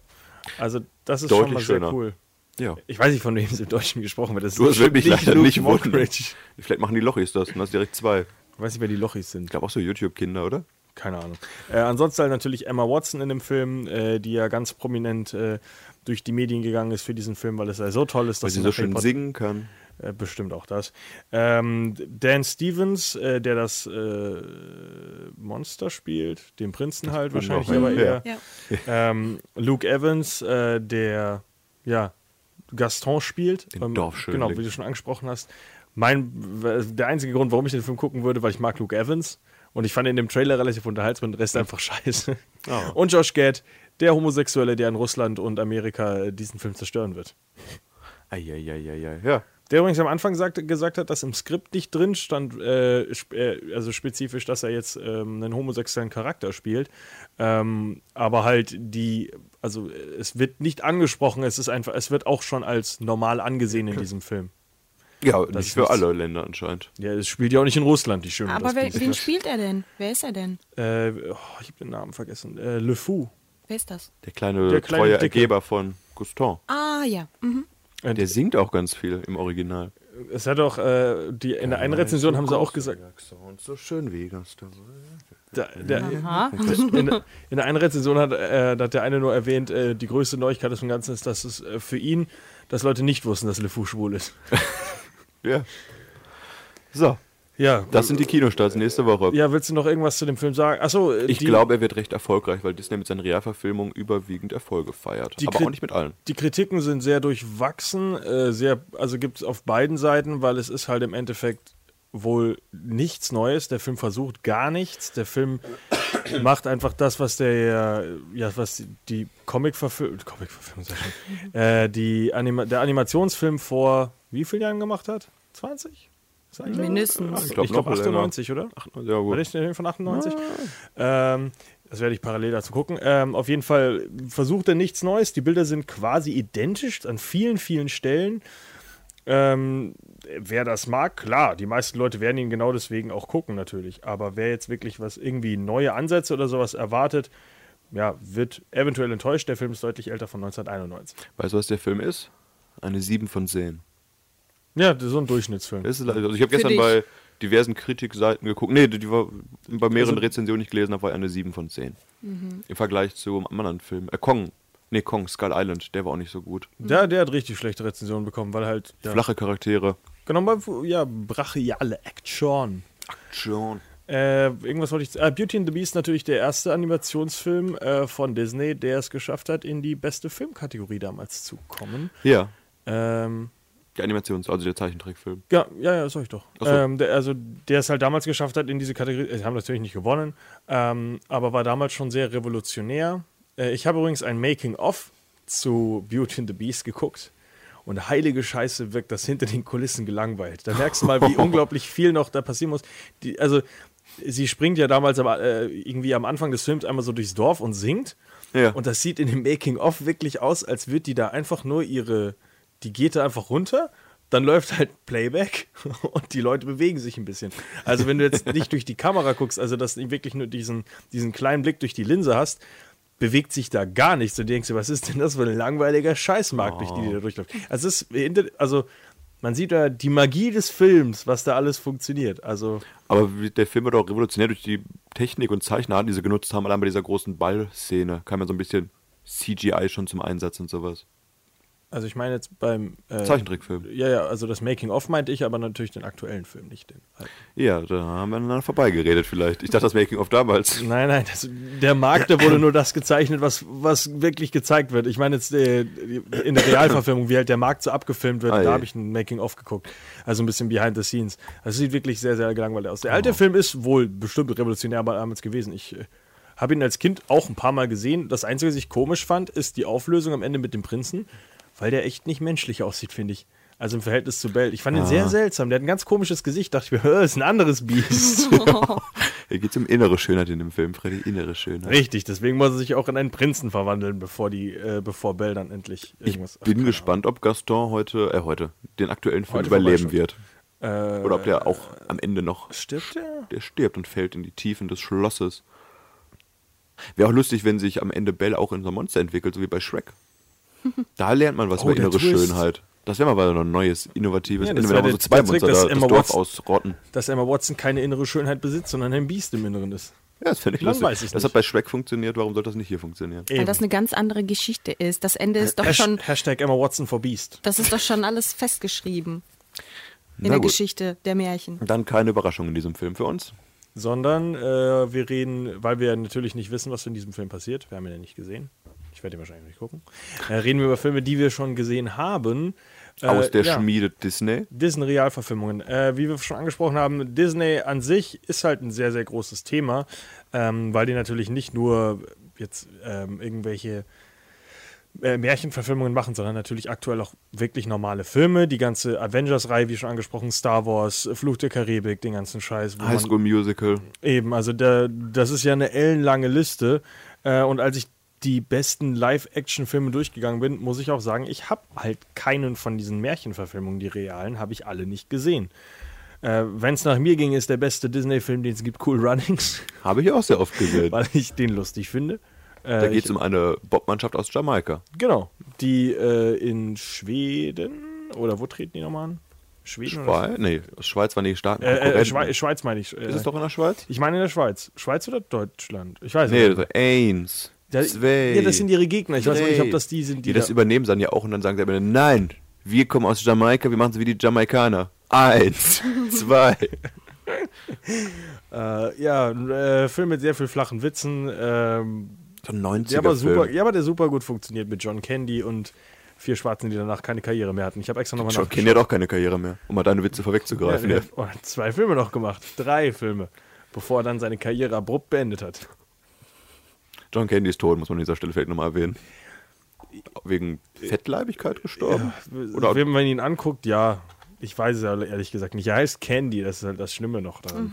[SPEAKER 5] Also das ist schon
[SPEAKER 6] Deutlich
[SPEAKER 5] mal
[SPEAKER 6] schöner.
[SPEAKER 5] sehr cool.
[SPEAKER 6] Ja.
[SPEAKER 5] Ich weiß nicht, von wem es im Deutschen gesprochen wird. Das
[SPEAKER 6] Du hast
[SPEAKER 5] bestimmt
[SPEAKER 6] wirklich leider
[SPEAKER 5] Luke
[SPEAKER 6] nicht wundern.
[SPEAKER 5] Mockridge.
[SPEAKER 6] Vielleicht machen die Lochis das und hast direkt zwei. Ich
[SPEAKER 5] Ich weiß nicht, wer die Lochis sind.
[SPEAKER 6] glaube auch so YouTube-Kinder, oder?
[SPEAKER 5] keine Ahnung. Äh, ansonsten halt natürlich Emma Watson in dem Film, äh, die ja ganz prominent äh, durch die Medien gegangen ist für diesen Film, weil es ja so toll ist,
[SPEAKER 6] Weil
[SPEAKER 5] dass
[SPEAKER 6] sie so
[SPEAKER 5] nach
[SPEAKER 6] schön
[SPEAKER 5] Harry Potter-
[SPEAKER 6] singen kann.
[SPEAKER 5] Äh, bestimmt auch das. Ähm, Dan Stevens, äh, der das äh, Monster spielt, den Prinzen halt wahrscheinlich,
[SPEAKER 6] auch, ja.
[SPEAKER 5] aber eher.
[SPEAKER 4] Ja.
[SPEAKER 5] Ähm, Luke Evans, äh, der ja Gaston spielt.
[SPEAKER 6] Den Dorfschönling.
[SPEAKER 5] Genau, wie du schon angesprochen hast. Mein, der einzige Grund, warum ich den Film gucken würde, weil ich mag Luke Evans und ich fand ihn im Trailer relativ unterhaltsam und den Rest einfach scheiße. Und Josh Gad, der Homosexuelle, der in Russland und Amerika äh, diesen Film zerstören wird.
[SPEAKER 6] Eieieiei. Ja.
[SPEAKER 5] Der übrigens am Anfang sagt, gesagt hat, dass im Skript nicht drin stand, äh, sp äh, also spezifisch, dass er jetzt ähm, einen homosexuellen Charakter spielt. Ähm, aber halt die, also äh, es wird nicht angesprochen, es ist einfach, es wird auch schon als normal angesehen in diesem Film.
[SPEAKER 6] Ja,
[SPEAKER 5] ist
[SPEAKER 6] nicht für
[SPEAKER 5] nichts.
[SPEAKER 6] alle Länder anscheinend.
[SPEAKER 5] Ja, es spielt ja auch nicht in Russland, die schöne.
[SPEAKER 4] Aber
[SPEAKER 5] das
[SPEAKER 4] wer,
[SPEAKER 5] Biest.
[SPEAKER 4] wen spielt er denn? Wer ist er denn?
[SPEAKER 5] äh, oh, ich habe den Namen vergessen. Äh, Le Fou.
[SPEAKER 4] Wer ist das?
[SPEAKER 6] Der kleine,
[SPEAKER 5] Der kleine
[SPEAKER 6] treue
[SPEAKER 5] Dicke.
[SPEAKER 6] Ergeber von Gaston.
[SPEAKER 4] Ah ja. Mhm.
[SPEAKER 5] Äh,
[SPEAKER 6] Der singt auch ganz viel im Original.
[SPEAKER 5] es hat auch, äh, die, in der einen Rezension haben sie auch gesagt,
[SPEAKER 6] So schön wie Gaston.
[SPEAKER 5] da, der,
[SPEAKER 4] Aha.
[SPEAKER 5] In, in der einen Rezension hat, äh, da hat der eine nur erwähnt, äh, die größte Neuigkeit des Ganzen ist, dass es äh, für ihn, dass Leute nicht wussten, dass LeFou schwul ist.
[SPEAKER 6] Ja. So,
[SPEAKER 5] Ja,
[SPEAKER 6] das sind die Kinostarts nächste Woche.
[SPEAKER 5] ja, willst du noch irgendwas zu dem Film sagen? Achso, äh,
[SPEAKER 6] Ich
[SPEAKER 5] die-
[SPEAKER 6] glaube, er wird recht erfolgreich, weil Disney mit seinen Realverfilmungen überwiegend Erfolge feiert.
[SPEAKER 5] Die
[SPEAKER 6] Aber
[SPEAKER 5] Kri-
[SPEAKER 6] auch nicht mit allen.
[SPEAKER 5] Die Kritiken sind sehr durchwachsen, äh, sehr, also gibt es auf beiden Seiten, weil es ist halt im Endeffekt wohl nichts Neues. Der Film versucht gar nichts. Der Film macht einfach das, was der, äh, ja, was die Comic-Verfilmung, Comic-Verfilmung, sehr schön, äh, die Anima der Animationsfilm vor wie vielen Jahren gemacht hat? 20? Ist eigentlich-
[SPEAKER 4] Mindestens.
[SPEAKER 5] Ich
[SPEAKER 6] glaub,
[SPEAKER 5] glaube glaub
[SPEAKER 6] noch länger.
[SPEAKER 5] 98, oder?
[SPEAKER 6] Ja,
[SPEAKER 5] War
[SPEAKER 6] gut.
[SPEAKER 5] das nicht von 98? Ähm, das werde ich parallel dazu gucken. Ähm, auf jeden Fall versucht er nichts Neues. Die Bilder sind quasi identisch an vielen, vielen Stellen. Ähm, wer das mag, klar, die meisten Leute werden ihn genau deswegen auch gucken, natürlich. Aber wer jetzt wirklich was irgendwie neue Ansätze oder sowas erwartet, ja, wird eventuell enttäuscht. Der Film ist deutlich älter von 1991.
[SPEAKER 6] Weißt du, was der Film ist? Eine 7 von 10.
[SPEAKER 5] Ja, das ist so ein Durchschnittsfilm.
[SPEAKER 6] Das ist, leider- also ich habe gestern
[SPEAKER 3] dich.
[SPEAKER 6] bei diversen Kritikseiten geguckt. Nee, die die war bei mehreren
[SPEAKER 5] Also-
[SPEAKER 6] Rezensionen, die ich gelesen habe, war eine 7 von 10. Im Vergleich zu einem anderen Film. Äh, Kong. Nee, Kong, Skull Island, der war auch nicht so gut.
[SPEAKER 5] ja, der hat richtig schlechte Rezensionen bekommen, weil halt. Ja,
[SPEAKER 6] Flache Charaktere.
[SPEAKER 5] Genau, mal, ja, brachiale Action.
[SPEAKER 6] Schon.
[SPEAKER 5] Äh, irgendwas wollte ich. Äh, Beauty and the Beast natürlich der erste Animationsfilm äh, von Disney, der es geschafft hat, in die beste Filmkategorie damals zu kommen.
[SPEAKER 6] Ja,
[SPEAKER 5] Ähm,
[SPEAKER 6] die Animations-, also der Zeichentrickfilm.
[SPEAKER 5] ja, ja, ja, sag ich doch.
[SPEAKER 6] Ach so.
[SPEAKER 5] Ähm, der, also, der es halt damals geschafft hat, in diese Kategorie. äh, Sie haben natürlich nicht gewonnen, ähm, aber war damals schon sehr revolutionär. Äh, ich habe übrigens ein Making-of zu Beauty and the Beast geguckt. Und heilige Scheiße wirkt das hinter den Kulissen gelangweilt. Da merkst du mal, wie unglaublich viel noch da passieren muss. Die, also, sie springt ja damals aber äh, irgendwie am Anfang des Films einmal so durchs Dorf und singt.
[SPEAKER 6] Ja.
[SPEAKER 5] Und das sieht in dem Making-of wirklich aus, als würde die da einfach nur ihre. Die geht da einfach runter, dann läuft halt Playback und die Leute bewegen sich ein bisschen. Also, wenn du jetzt nicht durch die Kamera guckst, also dass du wirklich nur diesen, diesen kleinen Blick durch die Linse hast, bewegt sich da gar nichts. Und du denkst dir, was ist denn das für ein langweiliger Scheißmarkt, durch die die da durchläuft? Also, es ist, also man sieht da die Magie des Films, was da alles funktioniert. Also,
[SPEAKER 6] Aber wie- der Film wird auch revolutionär durch die Technik und Zeichenarten, die sie genutzt haben. Allein bei dieser großen Ballszene kam ja so ein bisschen CGI schon zum Einsatz und sowas.
[SPEAKER 5] also ich meine jetzt beim äh,
[SPEAKER 6] Zeichentrickfilm.
[SPEAKER 5] Ja, ja, also das Making-of meinte ich, aber natürlich den aktuellen Film, nicht den. alten.
[SPEAKER 6] Ja, da haben wir aneinander vorbeigeredet vielleicht. Ich dachte, das Making-of damals.
[SPEAKER 5] Nein, nein, das, der Markt, da wurde nur das gezeichnet, was, was wirklich gezeigt wird. Ich meine jetzt äh, in der Realverfilmung, wie halt der Markt so abgefilmt wird,
[SPEAKER 6] Ah, je.
[SPEAKER 5] da habe ich ein Making-of geguckt. Also ein bisschen behind the scenes. Das sieht wirklich sehr, sehr gelangweilt aus. Der alte Film ist wohl bestimmt revolutionär bei damals gewesen. Ich äh, habe ihn als Kind auch ein paar Mal gesehen. Das Einzige, was ich komisch fand, ist die Auflösung am Ende mit dem Prinzen, weil der echt nicht menschlich aussieht, finde ich. Also im Verhältnis zu Bell. Ich fand ihn sehr seltsam. Der hat ein ganz komisches Gesicht. Dachte ich mir, "Hä, ist ein anderes Biest.
[SPEAKER 6] Genau. Hier geht es um innere Schönheit in dem Film, Freddy, innere Schönheit.
[SPEAKER 5] Richtig, deswegen muss er sich auch in einen Prinzen verwandeln, bevor die, äh, bevor Bell dann endlich
[SPEAKER 6] Ich
[SPEAKER 5] irgendwas.
[SPEAKER 6] bin gespannt, ob Gaston heute, äh, heute, den aktuellen Film
[SPEAKER 5] Heute
[SPEAKER 6] überleben
[SPEAKER 5] vorbeischaut.
[SPEAKER 6] wird.
[SPEAKER 5] Äh,
[SPEAKER 6] Oder ob der auch am Ende noch
[SPEAKER 5] stirbt der?
[SPEAKER 6] der stirbt und fällt in die Tiefen des Schlosses. Wäre auch lustig, wenn sich am Ende Belle auch in so ein Monster entwickelt, so wie bei Shrek. Da lernt man was
[SPEAKER 5] Oh,
[SPEAKER 6] über
[SPEAKER 5] der
[SPEAKER 6] innere
[SPEAKER 5] Twist.
[SPEAKER 6] Schönheit. Das wäre mal wieder ein neues, innovatives
[SPEAKER 5] Ja, das
[SPEAKER 6] Ende, wenn
[SPEAKER 5] wär
[SPEAKER 6] man so
[SPEAKER 5] der-
[SPEAKER 6] zwei
[SPEAKER 5] der Trick,
[SPEAKER 6] Monster
[SPEAKER 5] dass
[SPEAKER 6] da das
[SPEAKER 5] Emma
[SPEAKER 6] Dorf
[SPEAKER 5] Watson-
[SPEAKER 6] ausrotten.
[SPEAKER 5] Dass Emma Watson keine innere Schönheit besitzt, sondern ein Biest im Inneren ist.
[SPEAKER 6] Ja, das fände ich
[SPEAKER 5] Dann
[SPEAKER 6] lustig.
[SPEAKER 5] weiß ich's
[SPEAKER 6] das
[SPEAKER 5] nicht.
[SPEAKER 6] hat bei Shrek funktioniert, warum sollte das nicht hier funktionieren?
[SPEAKER 4] Weil das eine ganz andere Geschichte ist. Das Ende ist doch
[SPEAKER 5] Hash-
[SPEAKER 4] schon,
[SPEAKER 5] Hashtag Emma Watson for Beast.
[SPEAKER 4] das ist doch schon alles festgeschrieben in
[SPEAKER 6] Na
[SPEAKER 4] der
[SPEAKER 6] gut.
[SPEAKER 4] Geschichte der Märchen.
[SPEAKER 6] Dann keine Überraschung in diesem Film für uns.
[SPEAKER 5] Sondern äh, wir reden, weil wir natürlich nicht wissen, was in diesem Film passiert. Wir haben ihn ja nicht gesehen. Ich werde ihn wahrscheinlich nicht gucken. Äh, reden wir über Filme, die wir schon gesehen haben. Äh,
[SPEAKER 6] Aus der
[SPEAKER 5] ja.
[SPEAKER 6] Schmiede Disney.
[SPEAKER 5] Disney-Realverfilmungen. Äh, wie wir schon angesprochen haben, Disney an sich ist halt ein sehr, sehr großes Thema, ähm, weil die natürlich nicht nur jetzt ähm, irgendwelche äh, Märchenverfilmungen machen, sondern natürlich aktuell auch wirklich normale Filme. Die ganze Avengers-Reihe, wie schon angesprochen, Star Wars, Fluch der Karibik, den ganzen Scheiß. wo man-
[SPEAKER 6] High School Musical.
[SPEAKER 5] Eben, also da, das ist ja eine ellenlange Liste. Äh, und als ich die besten Live-Action-Filme durchgegangen bin, muss ich auch sagen, ich habe halt keinen von diesen Märchenverfilmungen, die realen, habe ich alle nicht gesehen. Äh, Wenn es nach mir ging, ist der beste Disney-Film, den es gibt, Cool Runnings,
[SPEAKER 6] Habe ich auch sehr oft gesehen.
[SPEAKER 5] weil ich den lustig finde. Äh,
[SPEAKER 6] Da geht es
[SPEAKER 5] ich,
[SPEAKER 6] um eine Bobmannschaft aus Jamaika.
[SPEAKER 5] Genau, die äh, in Schweden, oder wo treten die nochmal an? Schweden? Oder?
[SPEAKER 6] Schweiz? Nee, Schweiz war nicht stark.
[SPEAKER 5] Äh, äh, Schweiz, Schweiz meine ich. Äh,
[SPEAKER 6] Ist es doch in der Schweiz?
[SPEAKER 5] ich meine in der Schweiz. Schweiz oder Deutschland? Ich weiß
[SPEAKER 6] Nee,
[SPEAKER 5] nicht.
[SPEAKER 6] das war eins,
[SPEAKER 5] Ja,
[SPEAKER 6] zwei.
[SPEAKER 5] ja, das sind ihre Gegner. Ich weiß auch nicht,
[SPEAKER 6] drei.
[SPEAKER 5] ob das die sind, die
[SPEAKER 6] das
[SPEAKER 5] da-
[SPEAKER 6] übernehmen sie dann ja auch und dann sagen sie aber, nein, wir kommen aus Jamaika, wir machen es wie die Jamaikaner. Eins, zwei.
[SPEAKER 5] Äh, ja, ein äh, Film mit sehr viel flachen Witzen. Ähm,
[SPEAKER 6] So ein 90er
[SPEAKER 5] der aber super,
[SPEAKER 6] Film.
[SPEAKER 5] ja, aber der super gut funktioniert mit John Candy und vier Schwarzen, die danach keine Karriere mehr hatten. Ich habe extra nochmal
[SPEAKER 6] John Candy hat auch keine Karriere mehr, um mal deine Witze vorwegzugreifen.
[SPEAKER 5] Ja,
[SPEAKER 6] Ja,
[SPEAKER 5] der hat- oh, hat zwei Filme noch gemacht. Drei Filme. Bevor er dann seine Karriere abrupt beendet hat.
[SPEAKER 6] John Candy ist tot, muss man an dieser Stelle vielleicht nochmal erwähnen. Wegen Fettleibigkeit gestorben? Oder
[SPEAKER 5] Wenn man ihn anguckt, ja. Ich weiß es ja ehrlich gesagt nicht. Er heißt Candy, das ist halt das Schlimme noch dran.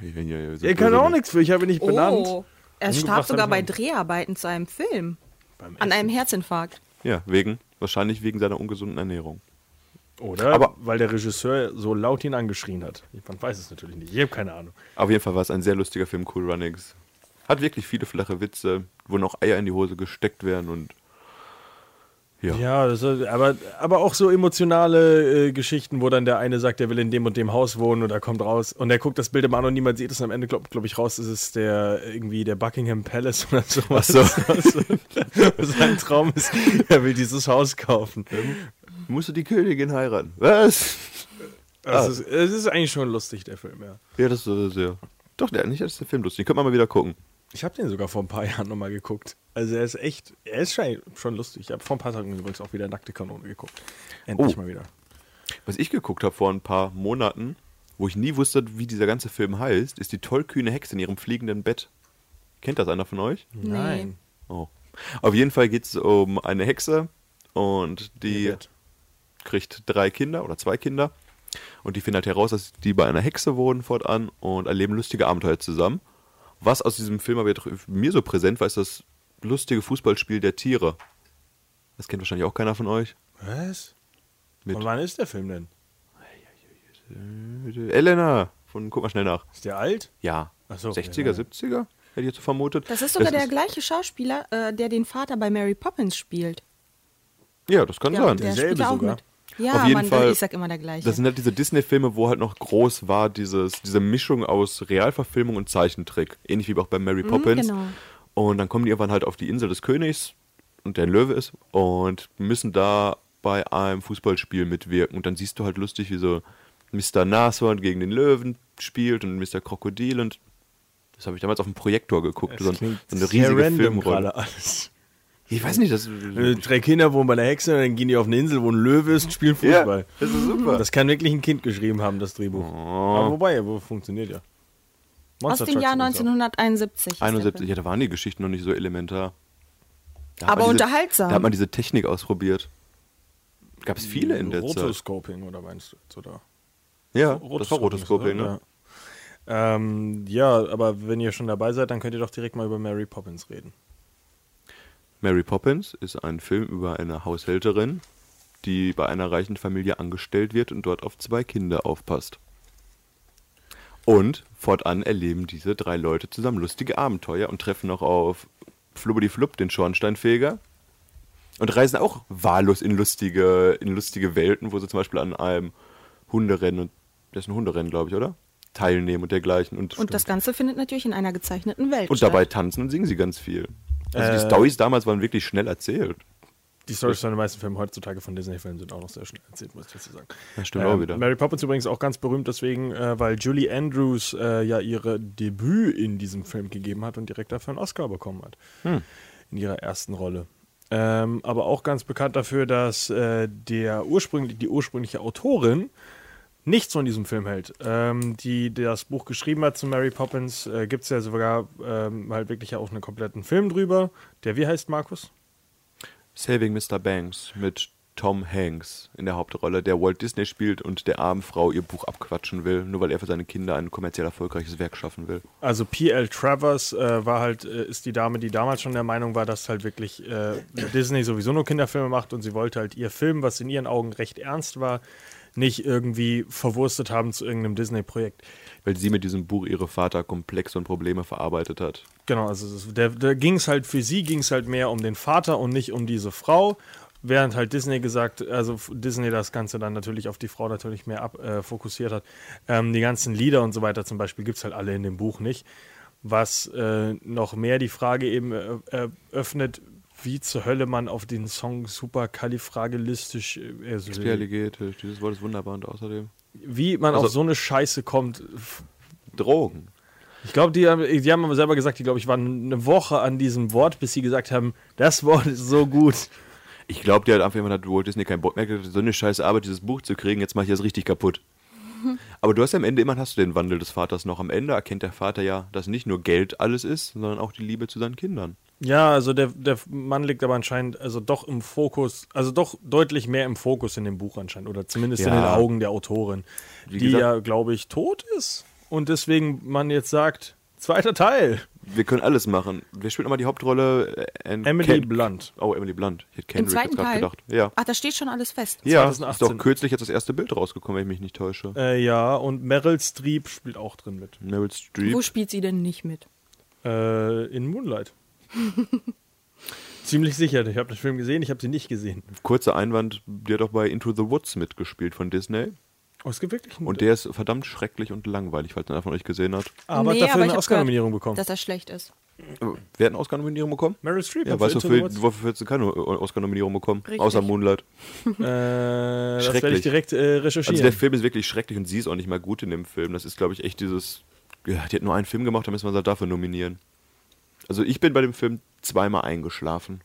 [SPEAKER 5] Er
[SPEAKER 6] Er
[SPEAKER 5] kann auch nichts für, ich habe ihn nicht benannt.
[SPEAKER 4] Oh, er
[SPEAKER 5] Umgebracht hab
[SPEAKER 4] starb sogar
[SPEAKER 5] ich
[SPEAKER 4] bei
[SPEAKER 5] ihn.
[SPEAKER 4] Dreharbeiten zu einem Film.
[SPEAKER 5] Beim
[SPEAKER 4] An
[SPEAKER 5] Essen.
[SPEAKER 4] einem Herzinfarkt.
[SPEAKER 6] Ja, wegen, wahrscheinlich wegen seiner ungesunden Ernährung.
[SPEAKER 5] Oder
[SPEAKER 6] Aber-
[SPEAKER 5] weil der Regisseur so laut ihn angeschrien hat. Man weiß es natürlich nicht. Ich habe keine Ahnung.
[SPEAKER 6] Auf jeden Fall war es ein sehr lustiger Film, Cool Runnings. Hat wirklich viele flache Witze, wo noch Eier in die Hose gesteckt werden und ja.
[SPEAKER 5] Ja, das ist, aber, aber auch so emotionale äh, Geschichten, wo dann der eine sagt, er will in dem und dem Haus wohnen und er kommt raus und er guckt das Bild immer an und niemand sieht es und am Ende glaube glaub ich raus, ist es der irgendwie der Buckingham Palace oder sowas.
[SPEAKER 6] so.
[SPEAKER 5] Sein Traum ist, er will dieses Haus kaufen.
[SPEAKER 6] Mhm. Musst du die Königin heiraten? Was? Ah.
[SPEAKER 5] Das ist, es ist eigentlich schon lustig, der Film, ja.
[SPEAKER 6] Ja, das ist sehr. Doch, der, nicht, das ist der Film lustig. Den können wir mal wieder gucken.
[SPEAKER 5] Ich habe den sogar vor ein paar Jahren nochmal geguckt. Also er ist echt, er ist schon, schon lustig. Ich habe vor ein paar Tagen übrigens auch wieder Nackte Kanone geguckt. Endlich
[SPEAKER 6] Oh.
[SPEAKER 5] mal wieder.
[SPEAKER 6] Was ich geguckt habe vor ein paar Monaten, wo ich nie wusste, wie dieser ganze Film heißt, ist die tollkühne Hexe in ihrem fliegenden Bett. Kennt das einer von euch?
[SPEAKER 5] Nein.
[SPEAKER 6] Oh. Auf jeden Fall geht es um eine Hexe und die
[SPEAKER 5] Ihr Bett.
[SPEAKER 6] kriegt drei Kinder oder zwei Kinder. Und die finden halt heraus, dass die bei einer Hexe wohnen fortan und erleben lustige Abenteuer zusammen. Was aus diesem Film aber jetzt mir so präsent war, ist das lustige Fußballspiel der Tiere. Das kennt wahrscheinlich auch keiner von euch.
[SPEAKER 5] Was?
[SPEAKER 6] Mit-
[SPEAKER 5] Und wann ist der Film denn?
[SPEAKER 6] Äh, Elena, von guck mal schnell nach.
[SPEAKER 5] Ist der alt?
[SPEAKER 6] Ja,
[SPEAKER 5] Ach so,
[SPEAKER 6] 60er,
[SPEAKER 5] ja, ja.
[SPEAKER 6] 70er, hätte ich jetzt so vermutet.
[SPEAKER 4] Das ist sogar der
[SPEAKER 6] ist-
[SPEAKER 4] gleiche Schauspieler, äh, der den Vater bei Mary Poppins spielt.
[SPEAKER 6] Ja, das kann sein.
[SPEAKER 4] der
[SPEAKER 5] derselbe
[SPEAKER 4] spielt da auch
[SPEAKER 5] sogar.
[SPEAKER 4] mit. Ja,
[SPEAKER 6] Auf jeden
[SPEAKER 4] Mann,
[SPEAKER 6] Fall.
[SPEAKER 4] ich sag immer der gleiche.
[SPEAKER 6] Das sind halt diese Disney-Filme, wo halt noch groß war, dieses, diese Mischung aus Realverfilmung und Zeichentrick. Ähnlich wie auch bei Mary Poppins.
[SPEAKER 4] genau.
[SPEAKER 6] Und dann kommen die irgendwann halt auf die Insel des Königs und der ein Löwe ist und müssen da bei einem Fußballspiel mitwirken. Und dann siehst du halt lustig, wie so Mr. Nashorn gegen den Löwen spielt und Mr. Krokodil und das habe ich damals auf dem Projektor geguckt. So, ein, so eine riesige Filmrolle.
[SPEAKER 5] alles.
[SPEAKER 6] Ich weiß nicht, das
[SPEAKER 5] Äh, Drei Kinder wohnen bei der Hexe, dann gehen die auf eine Insel, wo ein Löwe ist und spielen Fußball.
[SPEAKER 6] Ja, das ist super. Oh.
[SPEAKER 5] Das kann wirklich ein Kind geschrieben haben, das Drehbuch. Aber wobei, wo funktioniert ja.
[SPEAKER 4] Aus
[SPEAKER 5] Monster
[SPEAKER 4] dem
[SPEAKER 5] Trucks
[SPEAKER 4] Jahr
[SPEAKER 5] und so.
[SPEAKER 4] 1971. ist der
[SPEAKER 6] 71,
[SPEAKER 4] Film.
[SPEAKER 6] ja, da waren die Geschichten noch nicht so elementar. Da hat
[SPEAKER 4] Aber
[SPEAKER 6] man diese,
[SPEAKER 4] unterhaltsam.
[SPEAKER 6] Da hat man diese Technik ausprobiert. Gab es viele in der Zeit.
[SPEAKER 5] Rotoscoping, oder meinst du jetzt? Oder?
[SPEAKER 6] Ja, das war Rotoscoping,
[SPEAKER 5] ist,
[SPEAKER 6] ne?
[SPEAKER 5] Ja. Ähm, ja, aber wenn ihr schon dabei seid, dann könnt ihr doch direkt mal über Mary Poppins reden.
[SPEAKER 6] Mary Poppins ist ein Film über eine Haushälterin, die bei einer reichen Familie angestellt wird und dort auf zwei Kinder aufpasst. Und fortan erleben diese drei Leute zusammen lustige Abenteuer und treffen noch auf Flubbidi-Flupp, den Schornsteinfeger. Und reisen auch wahllos in lustige, in lustige Welten, wo sie zum Beispiel an einem Hunderennen, und das ist ein Hunderennen, glaube ich, oder? Teilnehmen und dergleichen. Und,
[SPEAKER 4] Und das Ganze findet natürlich in einer gezeichneten Welt
[SPEAKER 6] und
[SPEAKER 4] statt.
[SPEAKER 6] dabei tanzen und singen sie ganz viel. Also
[SPEAKER 5] Äh,
[SPEAKER 6] die Storys damals waren wirklich schnell erzählt.
[SPEAKER 5] Die Storys von den meisten Filmen heutzutage von Disney-Filmen sind auch noch sehr schnell erzählt, muss ich dazu sagen. Ähm,
[SPEAKER 6] Ja, stimmt auch wieder.
[SPEAKER 5] Mary Poppins übrigens auch ganz berühmt deswegen, äh, weil Julie Andrews äh, ja ihre Debüt in diesem Film gegeben hat und direkt dafür einen Oscar bekommen hat.
[SPEAKER 6] Hm.
[SPEAKER 5] In ihrer ersten Rolle. Ähm, aber auch ganz bekannt dafür, dass äh, der ursprünglich, die ursprüngliche Autorin nichts von diesem Film hält. Ähm, die, die das Buch geschrieben hat zu Mary Poppins, äh, gibt es ja sogar ähm, halt wirklich auch einen kompletten Film drüber. Der wie heißt Markus?
[SPEAKER 6] Saving Mr. Banks mit Tom Hanks in der Hauptrolle, der Walt Disney spielt und der armen Frau ihr Buch abquatschen will, nur weil er für seine Kinder ein kommerziell erfolgreiches Werk schaffen will.
[SPEAKER 5] Also P.L. Travers äh, war halt, äh, ist die Dame, die damals schon der Meinung war, dass halt wirklich äh, Disney sowieso nur Kinderfilme macht und sie wollte halt ihr Film, was in ihren Augen recht ernst war, nicht irgendwie verwurstet haben zu irgendeinem Disney-Projekt.
[SPEAKER 6] Weil sie mit diesem Buch ihre Vater komplexe und Probleme verarbeitet hat.
[SPEAKER 5] Genau, also das, der, der ging es halt für sie ging es halt mehr um den Vater und nicht um diese Frau, während halt Disney gesagt, also f- Disney das Ganze dann natürlich auf die Frau natürlich mehr ab, äh, fokussiert hat. Ähm, die ganzen Lieder und so weiter zum Beispiel gibt es halt alle in dem Buch nicht, was äh, noch mehr die Frage eben äh, äh, öffnet, wie zur Hölle man auf den Song superkalifragilistisch äh, also,
[SPEAKER 6] Expialigetisch, dieses Wort ist wunderbar und außerdem.
[SPEAKER 5] wie man auf so eine Scheiße kommt.
[SPEAKER 6] Drogen.
[SPEAKER 5] Ich glaube, die, haben- die haben aber selber gesagt, die glaube ich waren eine Woche an diesem Wort, bis sie gesagt haben, das Wort ist so gut.
[SPEAKER 6] Ich glaube, der hat einfach jemand hat Walt Disney keinen Bock mehr, gehabt, so eine scheiße Arbeit, dieses Buch zu kriegen, jetzt mache ich das richtig kaputt. Aber du hast ja am Ende immer hast du den Wandel des Vaters noch. Am Ende erkennt der Vater ja, dass nicht nur Geld alles ist, sondern auch die Liebe zu seinen Kindern.
[SPEAKER 5] Ja, also der, der Mann liegt aber anscheinend also doch im Fokus, also doch deutlich mehr im Fokus in dem Buch anscheinend oder zumindest in den
[SPEAKER 6] Ja.
[SPEAKER 5] Augen der Autorin,
[SPEAKER 6] Wie
[SPEAKER 5] die
[SPEAKER 6] gesagt-
[SPEAKER 5] ja, glaube ich, tot ist und deswegen man jetzt sagt, zweiter Teil,
[SPEAKER 6] Wir können alles machen. Wir spielen nochmal die Hauptrolle. äh, Anne
[SPEAKER 5] Emily
[SPEAKER 6] Ken-
[SPEAKER 5] Blunt.
[SPEAKER 6] Oh, Emily Blunt. Ich hätte
[SPEAKER 4] Im
[SPEAKER 6] Kendrick jetzt
[SPEAKER 4] zweiten
[SPEAKER 6] gerade
[SPEAKER 4] Teil.
[SPEAKER 6] gedacht. Ja.
[SPEAKER 4] Ach, da steht schon alles fest.
[SPEAKER 6] Ja, ist
[SPEAKER 5] 2018.
[SPEAKER 6] doch kürzlich jetzt das erste Bild rausgekommen, wenn ich mich nicht täusche.
[SPEAKER 5] Äh, ja, und Meryl Streep spielt auch drin mit.
[SPEAKER 6] Meryl Streep.
[SPEAKER 4] Wo spielt sie denn nicht mit?
[SPEAKER 5] Äh, in Moonlight. Ziemlich sicher. Ich habe den Film gesehen, ich habe sie nicht gesehen.
[SPEAKER 6] Kurzer Einwand, die hat auch bei Into the Woods mitgespielt von Disney.
[SPEAKER 5] Oh, es gibt wirklich einen.
[SPEAKER 6] Und der ist verdammt schrecklich und langweilig, falls einer von euch gesehen hat.
[SPEAKER 5] aber
[SPEAKER 4] Nee,
[SPEAKER 5] dafür
[SPEAKER 4] ich
[SPEAKER 5] eine
[SPEAKER 4] hab
[SPEAKER 5] Oscar-Nominierung
[SPEAKER 4] gehört,
[SPEAKER 5] bekommen.
[SPEAKER 4] Dass das schlecht ist.
[SPEAKER 6] Wer hat eine Oscar-Nominierung bekommen?
[SPEAKER 5] Meryl Streep
[SPEAKER 6] Ja,
[SPEAKER 5] hat
[SPEAKER 6] weißt
[SPEAKER 5] für
[SPEAKER 6] du,
[SPEAKER 5] Into the
[SPEAKER 6] für,
[SPEAKER 5] Woods-
[SPEAKER 6] wofür hat sie keine O- Oscar-Nominierung bekommen?
[SPEAKER 4] Richtig.
[SPEAKER 6] Außer Moonlight.
[SPEAKER 5] Äh, das werde ich
[SPEAKER 6] Schrecklich.
[SPEAKER 5] direkt äh, recherchieren.
[SPEAKER 6] Also der Film ist wirklich schrecklich und sie ist auch nicht mal gut in dem Film. Das ist, glaube ich, echt dieses. Ja, die hat nur einen Film gemacht, da müssen wir sie dafür nominieren. Also ich bin bei dem Film zweimal eingeschlafen.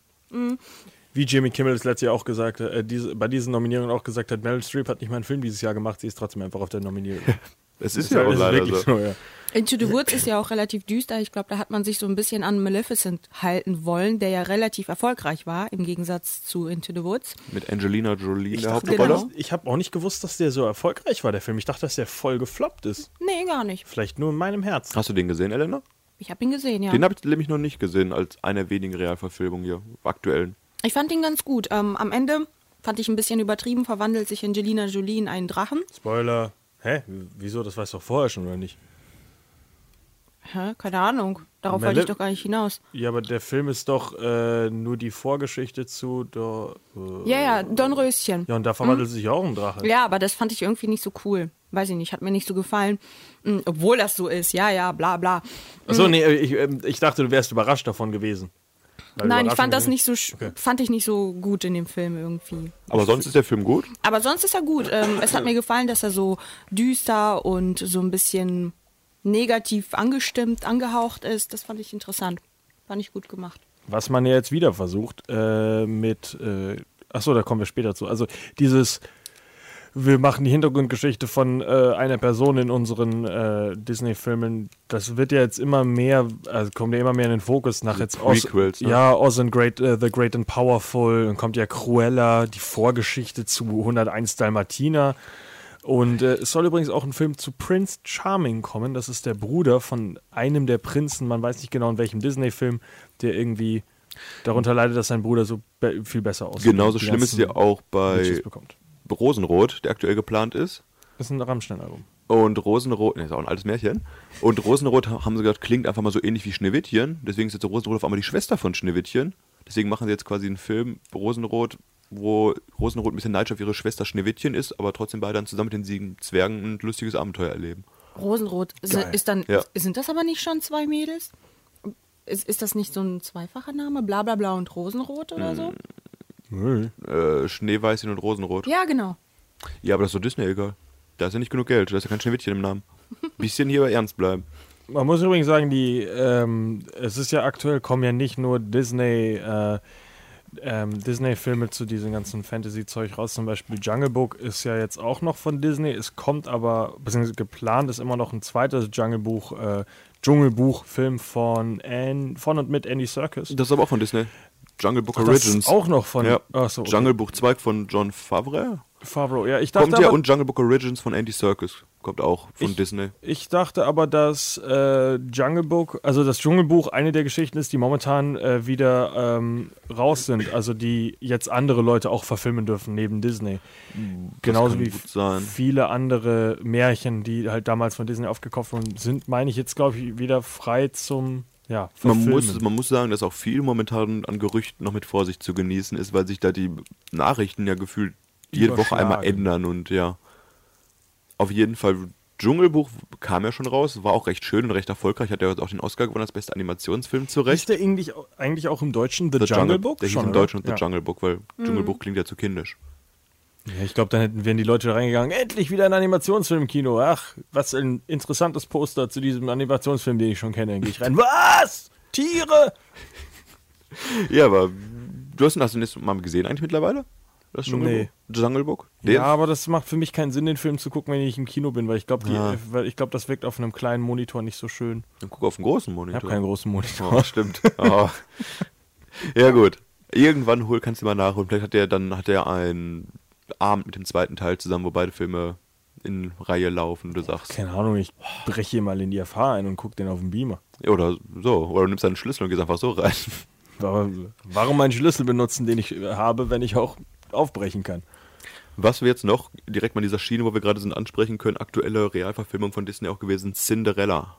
[SPEAKER 5] Wie Jimmy Kimmel es letztes Jahr auch gesagt hat, äh, diese, bei diesen Nominierungen auch gesagt hat, Meryl Streep hat nicht mal einen Film dieses Jahr gemacht, sie ist trotzdem einfach auf der Nominierung.
[SPEAKER 6] Es ist
[SPEAKER 5] Das
[SPEAKER 6] ja auch
[SPEAKER 5] ist halt
[SPEAKER 6] leider
[SPEAKER 5] wirklich
[SPEAKER 6] so.
[SPEAKER 5] so, ja.
[SPEAKER 4] Into the Woods ist ja auch relativ düster. Ich glaube, da hat man sich so ein bisschen an Maleficent halten wollen, der ja relativ erfolgreich war, im Gegensatz zu Into the Woods.
[SPEAKER 6] Mit Angelina Jolie in der
[SPEAKER 5] dachte,
[SPEAKER 6] Hauptrolle.
[SPEAKER 4] Genau.
[SPEAKER 5] Ich habe auch nicht gewusst, dass der so erfolgreich war, der Film. Ich dachte, dass der voll gefloppt ist.
[SPEAKER 4] Nee, gar nicht.
[SPEAKER 5] Vielleicht nur in meinem Herzen.
[SPEAKER 6] Hast du den gesehen, Elena?
[SPEAKER 4] Ich habe ihn gesehen, ja.
[SPEAKER 6] Den habe ich nämlich noch nicht gesehen, als einer der wenigen Realverfilmungen hier, aktuellen.
[SPEAKER 4] Ich fand ihn ganz gut. Ähm, am Ende fand ich ein bisschen übertrieben, verwandelt sich Angelina Jolie in einen Drachen.
[SPEAKER 5] Spoiler. Hä? W- Wieso? Das weißt du doch vorher schon, oder nicht?
[SPEAKER 4] Hä? Keine Ahnung. Darauf
[SPEAKER 5] Male-
[SPEAKER 4] wollte ich doch gar nicht hinaus.
[SPEAKER 5] Ja, aber der Film ist doch äh, nur die Vorgeschichte zu. Der, äh,
[SPEAKER 4] Ja, ja, Dornröschen.
[SPEAKER 5] ja, und da verwandelt sich ja auch ein Drache.
[SPEAKER 4] Hm. Ja, aber das fand ich irgendwie nicht so cool. Weiß ich nicht, hat mir nicht so gefallen. Mm, Obwohl das so ist, ja, ja, bla, bla. Hm.
[SPEAKER 5] Achso, nee, ich, ähm, ich dachte, du wärst überrascht davon gewesen. Weil
[SPEAKER 4] Nein, ich
[SPEAKER 5] Überraschung-
[SPEAKER 4] fand das nicht so, sch-
[SPEAKER 5] Okay.
[SPEAKER 4] fand ich nicht so gut in dem Film irgendwie.
[SPEAKER 6] Aber sonst ist der Film gut.
[SPEAKER 4] Aber sonst ist er gut. Ähm, es hat mir gefallen, dass er so düster und so ein bisschen negativ angestimmt, angehaucht ist. Das fand ich interessant. Fand ich gut gemacht.
[SPEAKER 5] Was man ja jetzt wieder versucht, äh, mit, äh, achso, da kommen wir später zu. Also dieses, wir machen die Hintergrundgeschichte von äh, einer Person in unseren äh, Disney-Filmen, das wird ja jetzt immer mehr, also kommt ja immer mehr in den Fokus nach jetzt
[SPEAKER 6] Prequels, ne?
[SPEAKER 5] Ja, Oz and Great, äh, The Great and Powerful, dann kommt ja Cruella, die Vorgeschichte zu 101 Dalmatiner. Und äh, es soll übrigens auch ein Film zu Prince Charming kommen. Das ist der Bruder von einem der Prinzen, man weiß nicht genau in welchem Disney-Film, der irgendwie darunter leidet, dass sein Bruder so be viel besser aussieht.
[SPEAKER 6] Genauso
[SPEAKER 5] Die
[SPEAKER 6] schlimm ist es
[SPEAKER 5] ganzen
[SPEAKER 6] ja auch
[SPEAKER 5] Bitches
[SPEAKER 6] bei
[SPEAKER 5] bekommt.
[SPEAKER 6] Rosenrot, der aktuell geplant ist.
[SPEAKER 5] Das ist ein Rammstein-Album.
[SPEAKER 6] Und Rosenrot, ne, ist auch ein altes Märchen. Und Rosenrot ha- haben sie gesagt, klingt einfach mal so ähnlich wie Schneewittchen. Deswegen ist jetzt Rosenrot auf einmal die Schwester von Schneewittchen. Deswegen machen sie jetzt quasi einen Film Rosenrot, wo Rosenrot ein bisschen neidisch auf ihre Schwester Schneewittchen ist, aber trotzdem beide dann zusammen mit den sieben Zwergen ein lustiges Abenteuer erleben.
[SPEAKER 4] Rosenrot, si- ist dann,
[SPEAKER 6] Ja.
[SPEAKER 4] sind das aber nicht schon zwei Mädels? Ist, ist das nicht so ein zweifacher Name? Bla bla bla und Rosenrot oder so?
[SPEAKER 5] Hm.
[SPEAKER 6] Äh, Schneeweißchen und Rosenrot. Ja.
[SPEAKER 4] Ja, genau.
[SPEAKER 6] aber das ist so Disney egal. Da ist ja nicht genug Geld, da ist ja kein Schneewittchen im Namen. Bisschen hier bei ernst bleiben.
[SPEAKER 5] Man muss übrigens sagen, die, ähm, es ist ja aktuell, kommen ja nicht nur Disney, äh, ähm, Disney-Filme zu diesem ganzen Fantasy-Zeug raus. Zum Beispiel Jungle Book ist ja jetzt auch noch von Disney. Es kommt aber, beziehungsweise geplant ist immer noch ein zweites Jungle Buch, äh, Dschungelbuch-Film von, An- von und mit Andy Serkis.
[SPEAKER 6] Das ist aber auch von Disney. Jungle Book
[SPEAKER 5] Das
[SPEAKER 6] Origins.
[SPEAKER 5] ist auch noch von
[SPEAKER 6] ja.
[SPEAKER 5] ach so, okay.
[SPEAKER 6] Jungle Buch 2 von John Favre.
[SPEAKER 5] Favreau. Ja, ich dachte
[SPEAKER 6] Kommt ja
[SPEAKER 5] aber,
[SPEAKER 6] und Jungle Book Origins von Andy Serkis. Kommt auch von
[SPEAKER 5] Ich-
[SPEAKER 6] Disney.
[SPEAKER 5] Ich dachte aber, dass äh, Jungle Book, also das Dschungelbuch eine der Geschichten ist, die momentan äh, wieder ähm, raus sind, also die jetzt andere Leute auch verfilmen dürfen neben Disney. Genauso
[SPEAKER 6] kann
[SPEAKER 5] wie
[SPEAKER 6] gut sein.
[SPEAKER 5] viele andere Märchen, die halt damals von Disney aufgekauft wurden, sind, meine ich jetzt, glaube ich, wieder frei zum ja,
[SPEAKER 6] Man
[SPEAKER 5] Verfilmen.
[SPEAKER 6] muss, man muss sagen, dass auch viel momentan an Gerüchten noch mit Vorsicht zu genießen ist, weil sich da die Nachrichten ja gefühlt jede Woche
[SPEAKER 5] Überschlagen.
[SPEAKER 6] einmal ändern und ja. Auf jeden Fall Dschungelbuch kam ja schon raus, war auch recht schön und recht erfolgreich, hat ja auch den Oscar gewonnen als bester Animationsfilm
[SPEAKER 5] Ist
[SPEAKER 6] zurecht.
[SPEAKER 5] der eigentlich, eigentlich auch im Deutschen The, Jungle, Book?
[SPEAKER 6] Der hieß im
[SPEAKER 5] oder?
[SPEAKER 6] Deutschen The
[SPEAKER 5] ja. Mm.
[SPEAKER 6] Jungle Book, weil Dschungelbuch klingt ja zu kindisch.
[SPEAKER 5] Ja, ich glaube, dann hätten, wären die Leute da reingegangen, endlich wieder ein Animationsfilm im Kino. Ach, was ein interessantes Poster zu diesem Animationsfilm, den ich schon kenne. Dann gehe ich rein. Was? Tiere?
[SPEAKER 6] Ja, aber du hast ihn hast du ihn jetzt mal gesehen eigentlich mittlerweile? Das Dschungelbuch? The Jungle Book? Den?
[SPEAKER 5] Ja, aber das macht für mich keinen Sinn, den Film zu gucken, wenn ich im Kino bin, weil ich glaube,
[SPEAKER 6] Ja.
[SPEAKER 5] ich glaub, das wirkt auf einem kleinen Monitor nicht so schön.
[SPEAKER 6] Dann guck auf den großen
[SPEAKER 5] Ich
[SPEAKER 6] Monitor.
[SPEAKER 5] habe keinen großen Monitor.
[SPEAKER 6] Oh, stimmt. Oh. Ja, gut. Irgendwann hol, kannst du mal nachholen. Vielleicht hat er dann hat er einen Abend mit dem zweiten Teil zusammen, wo beide Filme in Reihe laufen, du sagst.
[SPEAKER 5] Keine Ahnung, ich breche hier mal in die FH ein und gucke den auf dem Beamer.
[SPEAKER 6] Oder so. Oder du nimmst einen Schlüssel und gehst einfach so rein.
[SPEAKER 5] Aber warum meinen Schlüssel benutzen, den ich äh, habe, wenn ich auch aufbrechen kann?
[SPEAKER 6] Was wir jetzt noch direkt mal in dieser Schiene, wo wir gerade sind, ansprechen können, aktuelle Realverfilmung von Disney auch gewesen, Cinderella.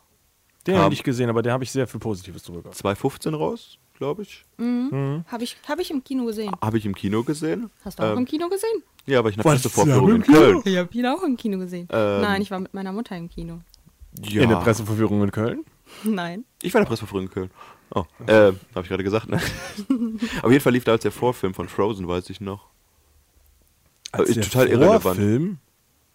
[SPEAKER 5] Den
[SPEAKER 6] Kam-
[SPEAKER 5] habe ich gesehen, aber den habe ich sehr viel Positives zurückgehört.
[SPEAKER 6] 2015 raus, glaube ich.
[SPEAKER 4] Habe ich, hab ich im Kino gesehen.
[SPEAKER 6] Habe ich im Kino gesehen. Ähm,
[SPEAKER 4] Hast du auch im Kino gesehen?
[SPEAKER 6] Ja, aber ich
[SPEAKER 5] Was?
[SPEAKER 6] habe eine
[SPEAKER 5] Ja,
[SPEAKER 6] Vorführung
[SPEAKER 5] im
[SPEAKER 6] in
[SPEAKER 5] Kino?
[SPEAKER 6] Köln.
[SPEAKER 4] Ich habe ihn auch im Kino gesehen.
[SPEAKER 6] Ähm.
[SPEAKER 4] Nein, ich war mit meiner Mutter im Kino.
[SPEAKER 6] Ja.
[SPEAKER 5] In der Presseverführung in Köln?
[SPEAKER 4] Nein.
[SPEAKER 6] Ich war in der Presseverführung in Köln. Oh, äh, habe ich gerade gesagt, ne? Auf jeden Fall lief da als der Vorfilm von Frozen, weiß ich noch. Als der Äh, total irrelevant.
[SPEAKER 5] Vorfilm?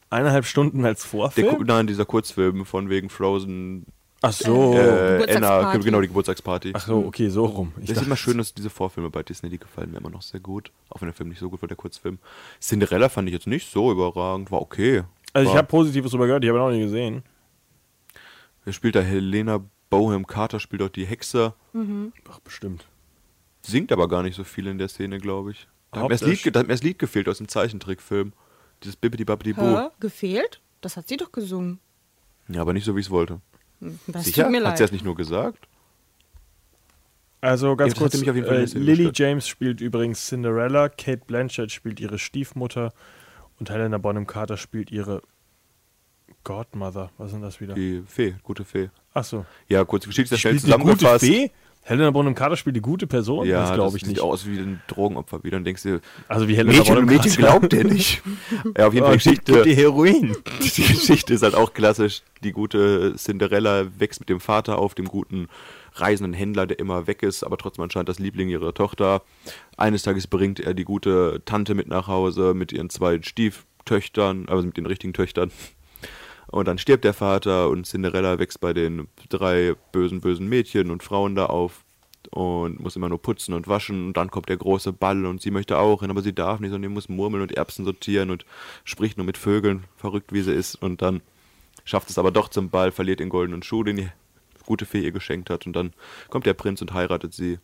[SPEAKER 5] Eineinhalb Stunden als
[SPEAKER 6] Der, Ku-
[SPEAKER 5] Vorfilm?
[SPEAKER 6] nein, dieser Kurzfilm von wegen Frozen,
[SPEAKER 5] Ach so.
[SPEAKER 6] äh, Anna,
[SPEAKER 4] Oh, Geburtstagsparty.
[SPEAKER 6] genau, die Geburtstagsparty.
[SPEAKER 5] Ach so, okay, so rum. Ich
[SPEAKER 6] Es ist
[SPEAKER 5] dachte-
[SPEAKER 6] immer schön, dass diese Vorfilme bei Disney, die gefallen mir immer noch sehr gut. Auch wenn der Film nicht so gut war, der Kurzfilm. Cinderella fand ich jetzt nicht so überragend, war okay.
[SPEAKER 5] Also ich
[SPEAKER 6] War-
[SPEAKER 5] habe Positives drüber gehört, ich habe ihn auch nie gesehen.
[SPEAKER 6] Wer spielt da? Helena Bohem Carter spielt dort die Hexe.
[SPEAKER 5] Ach, bestimmt.
[SPEAKER 6] Singt aber gar nicht so viel in der Szene, glaube ich. Da hat, mir das
[SPEAKER 5] Hauptdarst-
[SPEAKER 6] Lied, ge- da hat mir das Lied gefehlt aus dem Zeichentrickfilm. Dieses Bibbidi Babbidi Boo.
[SPEAKER 4] Hä? Gefehlt? Das hat sie doch gesungen.
[SPEAKER 6] Ja, aber nicht so, wie ich es wollte.
[SPEAKER 4] Das
[SPEAKER 6] Sicher?
[SPEAKER 4] tut mir
[SPEAKER 6] Hat sie
[SPEAKER 4] leid.
[SPEAKER 6] das nicht nur gesagt?
[SPEAKER 5] Also ganz
[SPEAKER 6] Ja, das
[SPEAKER 5] kurz,
[SPEAKER 6] hätte mich auf jeden Fall
[SPEAKER 5] äh,
[SPEAKER 6] interessiert.
[SPEAKER 5] Lily James spielt übrigens Cinderella, Kate Blanchett spielt ihre Stiefmutter und Helena Bonham Carter spielt ihre Godmother. Was sind das wieder?
[SPEAKER 6] Die Fee, gute Fee.
[SPEAKER 5] Achso.
[SPEAKER 6] Ja, kurz die Geschichte ist schnell
[SPEAKER 5] Spielt eine gute
[SPEAKER 6] zusammengefasst.
[SPEAKER 5] Fee? Helena Bonham Carter spielt die gute Person?
[SPEAKER 6] Ja,
[SPEAKER 5] das glaube ich
[SPEAKER 6] sieht
[SPEAKER 5] nicht. Oh,
[SPEAKER 6] aus wie ein Drogenopfer wieder und denkst dir,
[SPEAKER 5] Also wie Helena
[SPEAKER 6] Mädchen,
[SPEAKER 5] Bonham
[SPEAKER 6] Mädchen
[SPEAKER 5] Carter. Ah,
[SPEAKER 6] glaubt der nicht. ja, auf jeden Fall, die Geschichte,
[SPEAKER 5] die Heroin.
[SPEAKER 6] die Geschichte ist halt auch klassisch. Die gute Cinderella wächst mit dem Vater auf, dem guten reisenden Händler, der immer weg ist, aber trotzdem anscheinend das Liebling ihrer Tochter. Eines Tages bringt er die gute Tante mit nach Hause mit ihren zwei Stieftöchtern, also mit den richtigen Töchtern. Und dann stirbt der Vater und Cinderella wächst bei den drei bösen, bösen Mädchen und Frauen da auf und muss immer nur putzen und waschen. Und dann kommt der große Ball und sie möchte auch hin, aber sie darf nicht, sondern sie muss murmeln und Erbsen sortieren und spricht nur mit Vögeln, verrückt wie sie ist. Und dann schafft es aber doch zum Ball, verliert den goldenen Schuh, den die gute Fee ihr geschenkt hat. Und dann kommt der Prinz und heiratet sie.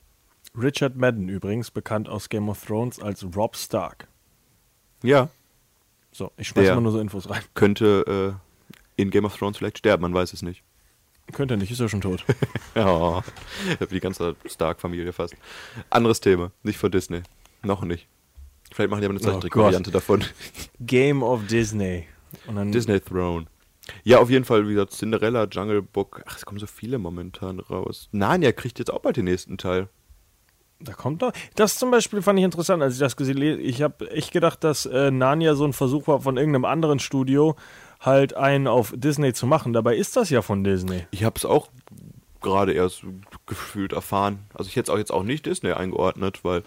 [SPEAKER 5] Richard Madden übrigens, bekannt aus Game of Thrones als Rob Stark.
[SPEAKER 6] Ja,
[SPEAKER 5] So, ich schmeiß
[SPEAKER 6] Der.
[SPEAKER 5] mal nur so Infos rein.
[SPEAKER 6] könnte äh, in Game of Thrones vielleicht sterben, man weiß es nicht.
[SPEAKER 5] Könnte er nicht, ist er schon tot.
[SPEAKER 6] Ja, für die ganze Stark-Familie fast. Anderes Thema, nicht von Disney. Noch nicht. Vielleicht machen die aber eine Zeichentrick-Variante davon.
[SPEAKER 5] Hm. Game of Disney. Und dann
[SPEAKER 6] Disney Throne. Ja, auf jeden Fall, wie gesagt, Cinderella, Jungle Book. Ach, es kommen so viele momentan raus. Narnia kriegt jetzt auch bald den nächsten Teil.
[SPEAKER 5] Da kommt doch. Das zum Beispiel fand ich interessant, als ich das gesehen habe. Ich habe echt gedacht, dass äh, Narnia so ein Versuch war von irgendeinem anderen Studio, halt einen auf Disney zu machen. Dabei ist das ja von Disney.
[SPEAKER 6] Ich habe es auch gerade erst gefühlt erfahren. Also ich hätte es auch jetzt auch nicht Disney eingeordnet, weil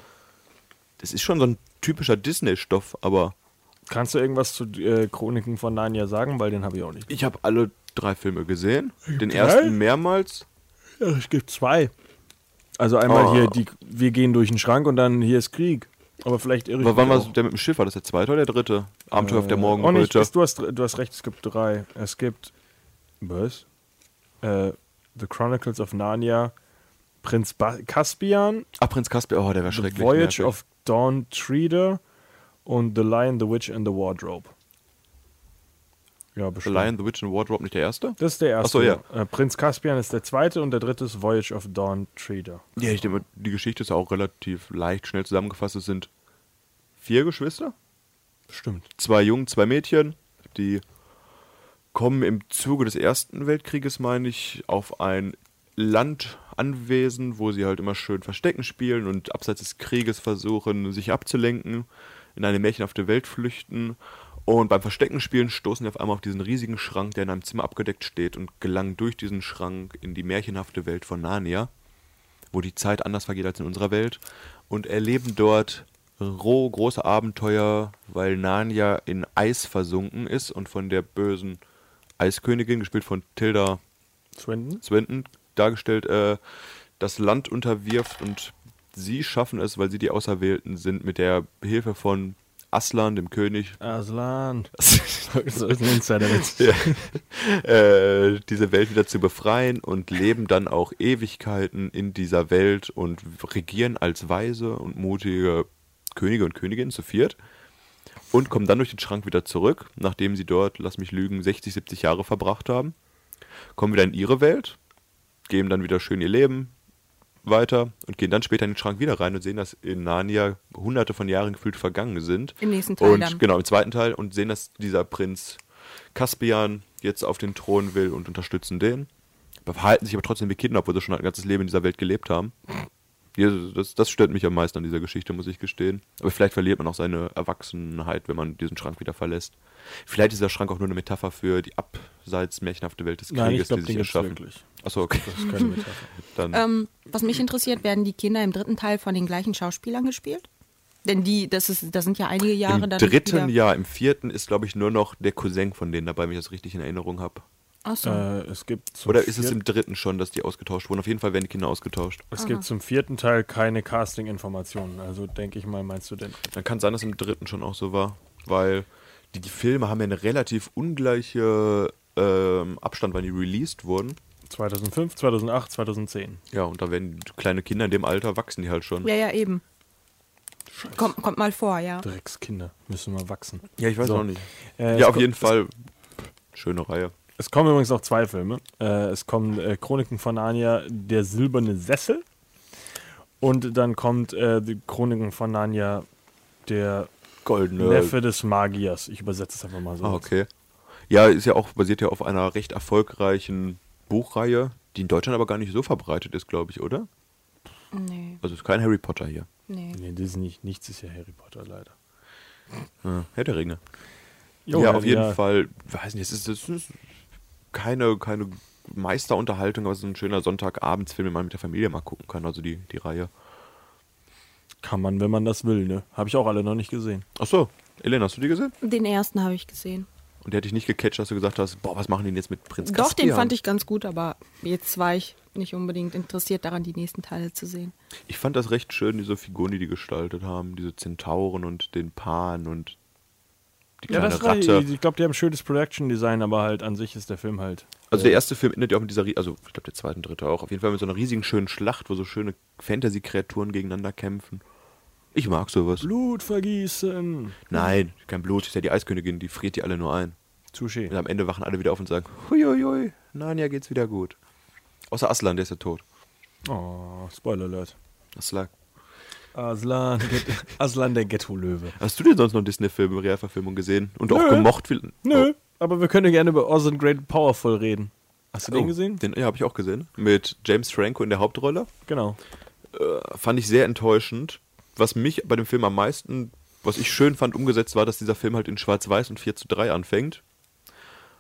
[SPEAKER 6] das ist schon so ein typischer Disney-Stoff, aber
[SPEAKER 5] Kannst du irgendwas zu äh, Chroniken von Narnia sagen? Weil den habe ich auch nicht.
[SPEAKER 6] ich habe alle drei Filme gesehen. Den
[SPEAKER 5] Drei?
[SPEAKER 6] ersten mehrmals.
[SPEAKER 5] es gibt zwei. Also einmal
[SPEAKER 6] Oh.
[SPEAKER 5] hier, die, wir gehen durch den Schrank und dann hier ist Krieg. Aber vielleicht irre ich
[SPEAKER 6] Aber wann
[SPEAKER 5] mich
[SPEAKER 6] war
[SPEAKER 5] auch.
[SPEAKER 6] der mit dem Schiff? War das der zweite oder der dritte? Abenteuer auf der
[SPEAKER 5] Äh, auch nicht,
[SPEAKER 6] Morgenröte.
[SPEAKER 5] bist- du, hast, du hast recht, es gibt drei. Es gibt. Was? Äh, The Chronicles of Narnia, Prinz ba Caspian,
[SPEAKER 6] Ach, Prinz Kasper, oh, der war
[SPEAKER 5] The
[SPEAKER 6] schrecklich.
[SPEAKER 5] Voyage
[SPEAKER 6] nervig.
[SPEAKER 5] of Dawn Treader und The Lion, the Witch and the Wardrobe. Ja,
[SPEAKER 6] The
[SPEAKER 5] bestimmt.
[SPEAKER 6] Lion, The Witch and Wardrobe, nicht der erste?
[SPEAKER 5] Das ist der erste.
[SPEAKER 6] Ach so, ja.
[SPEAKER 5] äh, Prinz Caspian ist der zweite und der dritte ist Voyage of Dawn Treader.
[SPEAKER 6] Ja, ich denke, mal, die Geschichte ist auch relativ leicht, schnell zusammengefasst. Es sind vier Geschwister,
[SPEAKER 5] Bestimmt.
[SPEAKER 6] zwei Jungen, zwei Mädchen, die kommen im Zuge des Ersten Weltkrieges, meine ich, auf ein Landanwesen, wo sie halt immer schön Verstecken spielen und abseits des Krieges versuchen, sich abzulenken, in eine märchenhafte Welt flüchten Und beim Verstecken spielen stoßen wir auf einmal auf diesen riesigen Schrank, der in einem Zimmer abgedeckt steht und gelangen durch diesen Schrank in die märchenhafte Welt von Narnia, wo die Zeit anders vergeht als in unserer Welt und erleben dort roh große Abenteuer, weil Narnia in Eis versunken ist und von der bösen Eiskönigin, gespielt von Tilda
[SPEAKER 5] Swinton,
[SPEAKER 6] Swinton dargestellt, äh, das Land unterwirft und sie schaffen es, weil sie die Auserwählten sind, mit der Hilfe von Aslan, dem König.
[SPEAKER 5] Aslan. so ist ein Insiderwitz.
[SPEAKER 6] Ja. Äh, diese Welt wieder zu befreien und leben dann auch Ewigkeiten in dieser Welt und regieren als weise und mutige Könige und Königinnen zu viert und kommen dann durch den Schrank wieder zurück, nachdem sie dort, lass mich lügen, 60, 70 Jahre verbracht haben, kommen wieder in ihre Welt, geben dann wieder schön ihr Leben, weiter und gehen dann später in den Schrank wieder rein und sehen, dass in Narnia hunderte von Jahren gefühlt vergangen sind.
[SPEAKER 4] Im nächsten Teil.
[SPEAKER 6] Und
[SPEAKER 4] dann.
[SPEAKER 6] genau, im zweiten Teil und sehen, dass dieser Prinz Caspian jetzt auf den Thron will und unterstützen den. Verhalten sich aber trotzdem wie Kinder, obwohl sie schon ein ganzes Leben in dieser Welt gelebt haben. Das, das stört mich am meisten an dieser Geschichte, muss ich gestehen. Aber vielleicht verliert man auch seine Erwachsenheit, wenn man diesen Schrank wieder verlässt. Vielleicht ist der Schrank auch nur eine Metapher für die abseits märchenhafte Welt des Krieges,
[SPEAKER 5] Nein, ich glaub, den
[SPEAKER 6] die sich
[SPEAKER 5] gibt's
[SPEAKER 6] erschaffen.
[SPEAKER 5] wirklich.
[SPEAKER 6] Achso, okay.
[SPEAKER 5] Das ist keine Metapher.
[SPEAKER 6] Dann,
[SPEAKER 4] Ähm, was mich interessiert, werden die Kinder im dritten Teil von den gleichen Schauspielern gespielt? Denn die, das ist, da sind ja einige Jahre
[SPEAKER 6] Im
[SPEAKER 4] dann.
[SPEAKER 6] dritten
[SPEAKER 4] wieder-
[SPEAKER 6] Jahr, im vierten ist, glaube ich, nur noch der Cousin von denen dabei, wenn ich das richtig in Erinnerung habe.
[SPEAKER 4] Ach so.
[SPEAKER 5] Äh, es gibt zum
[SPEAKER 6] Oder ist es
[SPEAKER 5] vierten-
[SPEAKER 6] im dritten schon, dass die ausgetauscht wurden? Auf jeden Fall werden die Kinder ausgetauscht.
[SPEAKER 5] es gibt zum vierten Teil keine Casting-Informationen. Also denke ich mal, meinst du denn?
[SPEAKER 6] Dann kann es sein, dass im dritten schon auch so war, weil die, die Filme haben ja eine relativ ungleiche ähm, Abstand, wann die released wurden.
[SPEAKER 5] 2005, 2008, 2010.
[SPEAKER 6] Ja, und da werden kleine Kinder in dem Alter wachsen die halt schon.
[SPEAKER 4] ja, ja, eben. Kommt, kommt mal vor, ja.
[SPEAKER 5] Dreckskinder müssen mal wachsen.
[SPEAKER 6] Ja, ich weiß
[SPEAKER 5] So.
[SPEAKER 6] auch nicht.
[SPEAKER 5] Äh, es
[SPEAKER 6] ja, auf
[SPEAKER 5] ko-
[SPEAKER 6] jeden Fall. Schöne Reihe.
[SPEAKER 5] Es kommen übrigens noch zwei Filme. Äh, es kommen äh, Chroniken von Narnia, Der silberne Sessel. Und dann kommt äh, die Chroniken von Narnia, der
[SPEAKER 6] Goldene.
[SPEAKER 5] Neffe des Magiers. Ich übersetze es einfach mal so.
[SPEAKER 6] Ah, okay. Ja, ist ja auch, basiert ja auf einer recht erfolgreichen Buchreihe, die in Deutschland aber gar nicht so verbreitet ist, glaube ich, oder?
[SPEAKER 4] Nee,
[SPEAKER 6] Also ist kein Harry Potter hier.
[SPEAKER 4] nee.
[SPEAKER 5] Nee, das ist nicht, nichts ist ja Harry Potter leider.
[SPEAKER 6] Ja, Herr der Ringe.
[SPEAKER 5] Jo, also
[SPEAKER 6] ja, auf jeden
[SPEAKER 5] ja.
[SPEAKER 6] Fall, weiß nicht, es ist, es ist keine, keine Meisterunterhaltung, aber es ist ein schöner Sonntagabendsfilm, den man mit der Familie mal gucken kann, also die, die Reihe.
[SPEAKER 5] Kann man, wenn man das will, ne? Habe ich auch alle noch nicht gesehen.
[SPEAKER 6] Achso, Elena, hast du die gesehen?
[SPEAKER 4] Den ersten habe ich gesehen.
[SPEAKER 6] Und der hätte ich nicht gecatcht, dass du gesagt hast, boah, was machen die denn jetzt mit Prinz
[SPEAKER 4] Doch, den
[SPEAKER 6] Caspian?
[SPEAKER 4] fand ich ganz gut, aber jetzt war ich nicht unbedingt interessiert daran, die nächsten Teile zu sehen.
[SPEAKER 6] Ich fand das recht schön, diese Figuren, die die gestaltet haben, diese Zentauren und den Pan und die
[SPEAKER 5] Ja,
[SPEAKER 6] kleine
[SPEAKER 5] das war,
[SPEAKER 6] Ratte.
[SPEAKER 5] ich glaube, die haben schönes Production Design, aber halt an sich ist der Film halt.
[SPEAKER 6] Also der erste Film endet ja auch mit dieser, rie- also ich glaube der zweite und dritte auch, auf jeden Fall mit so einer riesigen schönen Schlacht, wo so schöne Fantasy-Kreaturen gegeneinander kämpfen. Ich mag sowas.
[SPEAKER 5] Blut vergießen.
[SPEAKER 6] Nein, kein Blut, ist ja die Eiskönigin, die friert die alle nur ein.
[SPEAKER 5] Touché.
[SPEAKER 6] Und am Ende wachen alle wieder auf und sagen, huiuiui, Narnia geht's wieder gut. Außer Aslan, der ist ja tot.
[SPEAKER 5] Oh, Spoiler Alert.
[SPEAKER 6] Aslan.
[SPEAKER 5] Aslan, Aslan der Ghetto-Löwe.
[SPEAKER 6] Hast du denn sonst noch Disney-Filme, Realverfilmung gesehen? Und auch
[SPEAKER 5] Nö.
[SPEAKER 6] gemocht? Viel? Oh.
[SPEAKER 5] Nö, Oh. aber wir können gerne über Oz and Great and Powerful reden. Hast du
[SPEAKER 6] Oh,
[SPEAKER 5] den gesehen?
[SPEAKER 6] Den, ja, habe ich auch gesehen. Mit James Franco in der Hauptrolle.
[SPEAKER 5] Genau.
[SPEAKER 6] fand ich sehr enttäuschend. Was mich bei dem Film am meisten, was ich schön fand, umgesetzt war, dass dieser Film halt in Schwarz-Weiß und 4 zu 3 anfängt.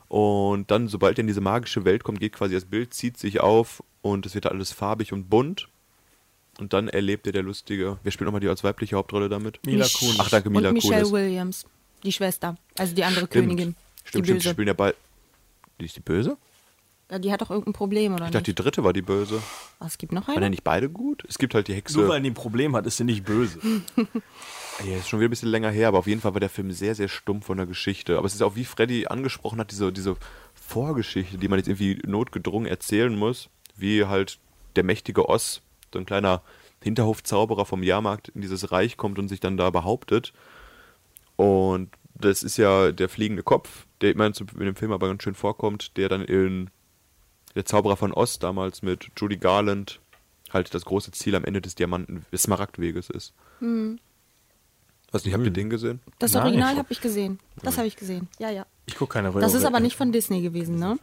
[SPEAKER 6] Und dann, sobald er in diese magische Welt kommt, geht quasi das Bild, zieht sich auf und es wird alles farbig und bunt. Und dann erlebt er der lustige. Wer spielt nochmal die als weibliche Hauptrolle damit?
[SPEAKER 5] Mila
[SPEAKER 4] Mich-
[SPEAKER 5] Kunis.
[SPEAKER 6] Ach, danke, Mila
[SPEAKER 4] Und Michelle
[SPEAKER 6] Kunis.
[SPEAKER 4] Williams, die Schwester, also die andere
[SPEAKER 6] Stimmt.
[SPEAKER 4] Königin.
[SPEAKER 6] Stimmt,
[SPEAKER 4] die
[SPEAKER 6] stimmt, die
[SPEAKER 4] Böse.
[SPEAKER 6] spielen ja beide. Die ist die böse?
[SPEAKER 4] Ja, die hat doch irgendein Problem, oder
[SPEAKER 6] Ich
[SPEAKER 4] nicht?
[SPEAKER 6] dachte, die dritte war die böse.
[SPEAKER 4] Ah, es gibt noch
[SPEAKER 6] Waren ja
[SPEAKER 4] eine?
[SPEAKER 6] nicht beide gut? Es gibt halt die Hexe.
[SPEAKER 5] Nur weil die ein Problem hat, ist sie nicht böse.
[SPEAKER 6] Ja, ist schon wieder ein bisschen länger her, aber auf jeden Fall war der Film sehr, sehr stumpf von der Geschichte. Aber es ist auch, wie Freddy angesprochen hat, diese, diese Vorgeschichte, die man jetzt irgendwie notgedrungen erzählen muss, wie halt der mächtige Oss, so ein kleiner Hinterhofzauberer vom Jahrmarkt, in dieses Reich kommt und sich dann da behauptet. Und das ist ja der fliegende Kopf, der immer in dem Film aber ganz schön vorkommt, der dann in der Zauberer von Oz damals mit Judy Garland halt das große Ziel am Ende des Diamanten, des Smaragdweges ist. Hast du nicht, habt ihr den gesehen?
[SPEAKER 4] Das
[SPEAKER 5] Nein.
[SPEAKER 4] Original habe ich gesehen. Das habe ich gesehen. Ja, ja.
[SPEAKER 5] Ich gucke keine
[SPEAKER 4] Das ist aber nicht von Disney gewesen, ne?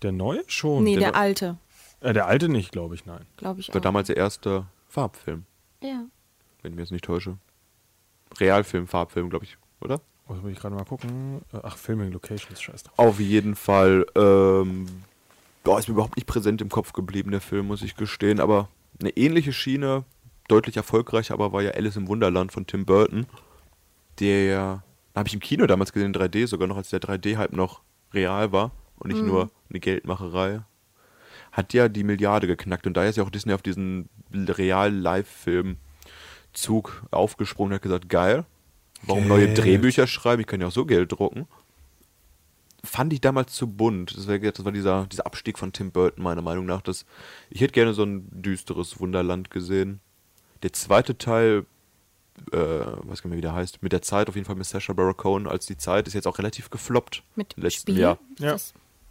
[SPEAKER 5] Der neue schon?
[SPEAKER 4] Nee,
[SPEAKER 5] der,
[SPEAKER 4] der alte,
[SPEAKER 5] äh, der alte nicht, glaube ich, nein.
[SPEAKER 4] glaube ich
[SPEAKER 6] War
[SPEAKER 4] auch.
[SPEAKER 6] damals der erste Farbfilm,
[SPEAKER 4] Ja.
[SPEAKER 6] wenn ich mich jetzt nicht täusche. Realfilm, Farbfilm, glaube ich, oder?
[SPEAKER 5] Was will Oh, ich gerade mal gucken? Äh, Ach, Filming Locations, scheiß drauf.
[SPEAKER 6] Auf jeden Fall. Ähm, boah, ist mir überhaupt nicht präsent im Kopf geblieben, der Film, muss ich gestehen. Aber eine ähnliche Schiene, deutlich erfolgreicher, aber war ja Alice im Wunderland von Tim Burton. Der habe ich im Kino damals gesehen, in 3D, sogar noch als der 3D-Hype noch real war und nicht mhm. nur eine Geldmacherei. Hat ja die Milliarde geknackt und daher ist ja auch Disney auf diesen Real-Live-Film-Zug aufgesprungen und hat gesagt, geil, Warum neue Drehbücher schreiben? Ich kann ja auch so Geld drucken. Fand ich damals zu bunt. Das war, das war dieser, dieser Abstieg von Tim Burton, meiner Meinung nach. Das, ich hätte gerne so ein düsteres Wunderland gesehen. Der zweite Teil, äh, weiß gar nicht mehr, wie der heißt, mit der Zeit, auf jeden Fall mit Sasha Baron Cohen als die Zeit, ist jetzt auch relativ gefloppt.
[SPEAKER 4] Mit
[SPEAKER 6] im
[SPEAKER 4] letzten Spiegel?
[SPEAKER 6] Jahr.
[SPEAKER 4] Ja.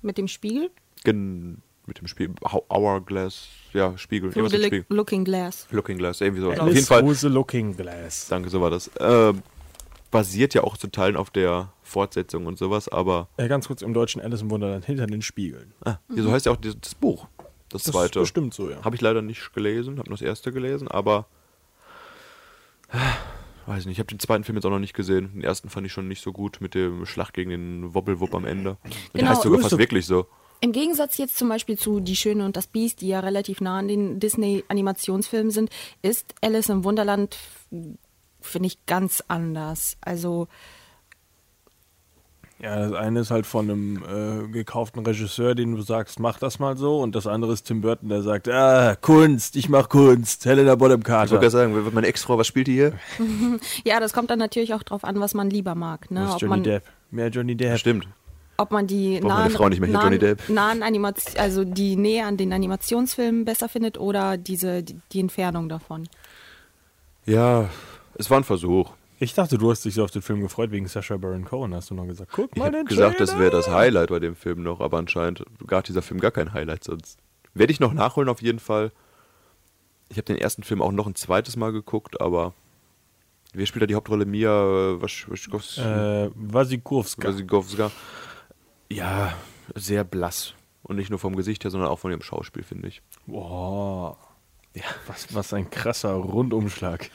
[SPEAKER 4] Mit dem Spiegel?
[SPEAKER 6] Gen mit dem Spiel Hourglass, ja, Spiegel.
[SPEAKER 4] So irgendwas Spiegel. Looking Glass.
[SPEAKER 6] Looking Glass, irgendwie sowas.
[SPEAKER 5] Auf jeden Fall. Looking Glass.
[SPEAKER 6] Danke, so war das. Äh, basiert ja auch zu Teilen auf der Fortsetzung und sowas, aber.
[SPEAKER 5] Ja, Äh, ganz kurz im Deutschen Alice im Wunderland hinter den Spiegeln.
[SPEAKER 6] Ah, mhm. so heißt ja auch das, das Buch. Das, das zweite. Das
[SPEAKER 5] stimmt so, ja.
[SPEAKER 6] Habe ich leider nicht gelesen, habe nur das erste gelesen, aber. äh, Weiß nicht, ich habe den zweiten Film jetzt auch noch nicht gesehen. Den ersten fand ich schon nicht so gut mit dem Schlacht gegen den Wobbelwupp am Ende. Genau. Der heißt sogar fast wirklich so.
[SPEAKER 4] Im Gegensatz jetzt zum Beispiel zu Die Schöne und das Biest, die ja relativ nah an den Disney-Animationsfilmen sind, ist Alice im Wunderland finde ich ganz anders. Also
[SPEAKER 5] ja, das eine ist halt von einem äh, gekauften Regisseur, den du sagst, mach das mal so, und das andere ist Tim Burton, der sagt, ah, Kunst, ich mach Kunst, Helena Bonham Carter. Ich
[SPEAKER 6] wollte sagen, meine Ex-Frau, was spielt die hier?
[SPEAKER 4] ja, das kommt dann natürlich auch drauf an, was man lieber mag. Ne?
[SPEAKER 5] Ob Johnny man, Depp. Mehr Johnny Depp.
[SPEAKER 6] Stimmt.
[SPEAKER 4] Ob man die
[SPEAKER 6] Brauch nahen, Frau nicht mehr hier,
[SPEAKER 4] nahen,
[SPEAKER 6] Johnny Depp.
[SPEAKER 4] nahen Animation, also die Nähe an den Animationsfilmen besser findet oder diese, die, die Entfernung davon.
[SPEAKER 6] Ja, es war ein Versuch.
[SPEAKER 5] Ich dachte, du hast dich so auf den Film gefreut wegen Sasha Baron Cohen. Hast du noch gesagt, guck mal
[SPEAKER 6] Ich habe gesagt, Trailer. das wäre das Highlight bei dem Film noch, aber anscheinend gab dieser Film gar kein Highlight sonst. Werde ich noch nachholen auf jeden Fall. Ich habe den ersten Film auch noch ein zweites Mal geguckt, aber wer spielt da die Hauptrolle? Mia Wasikowska?
[SPEAKER 5] Äh, Wasikowska.
[SPEAKER 6] Wasikowska. Ja, sehr blass. Und nicht nur vom Gesicht her, sondern auch von ihrem Schauspiel, finde ich.
[SPEAKER 5] Boah. Ja, was, was ein krasser Rundumschlag.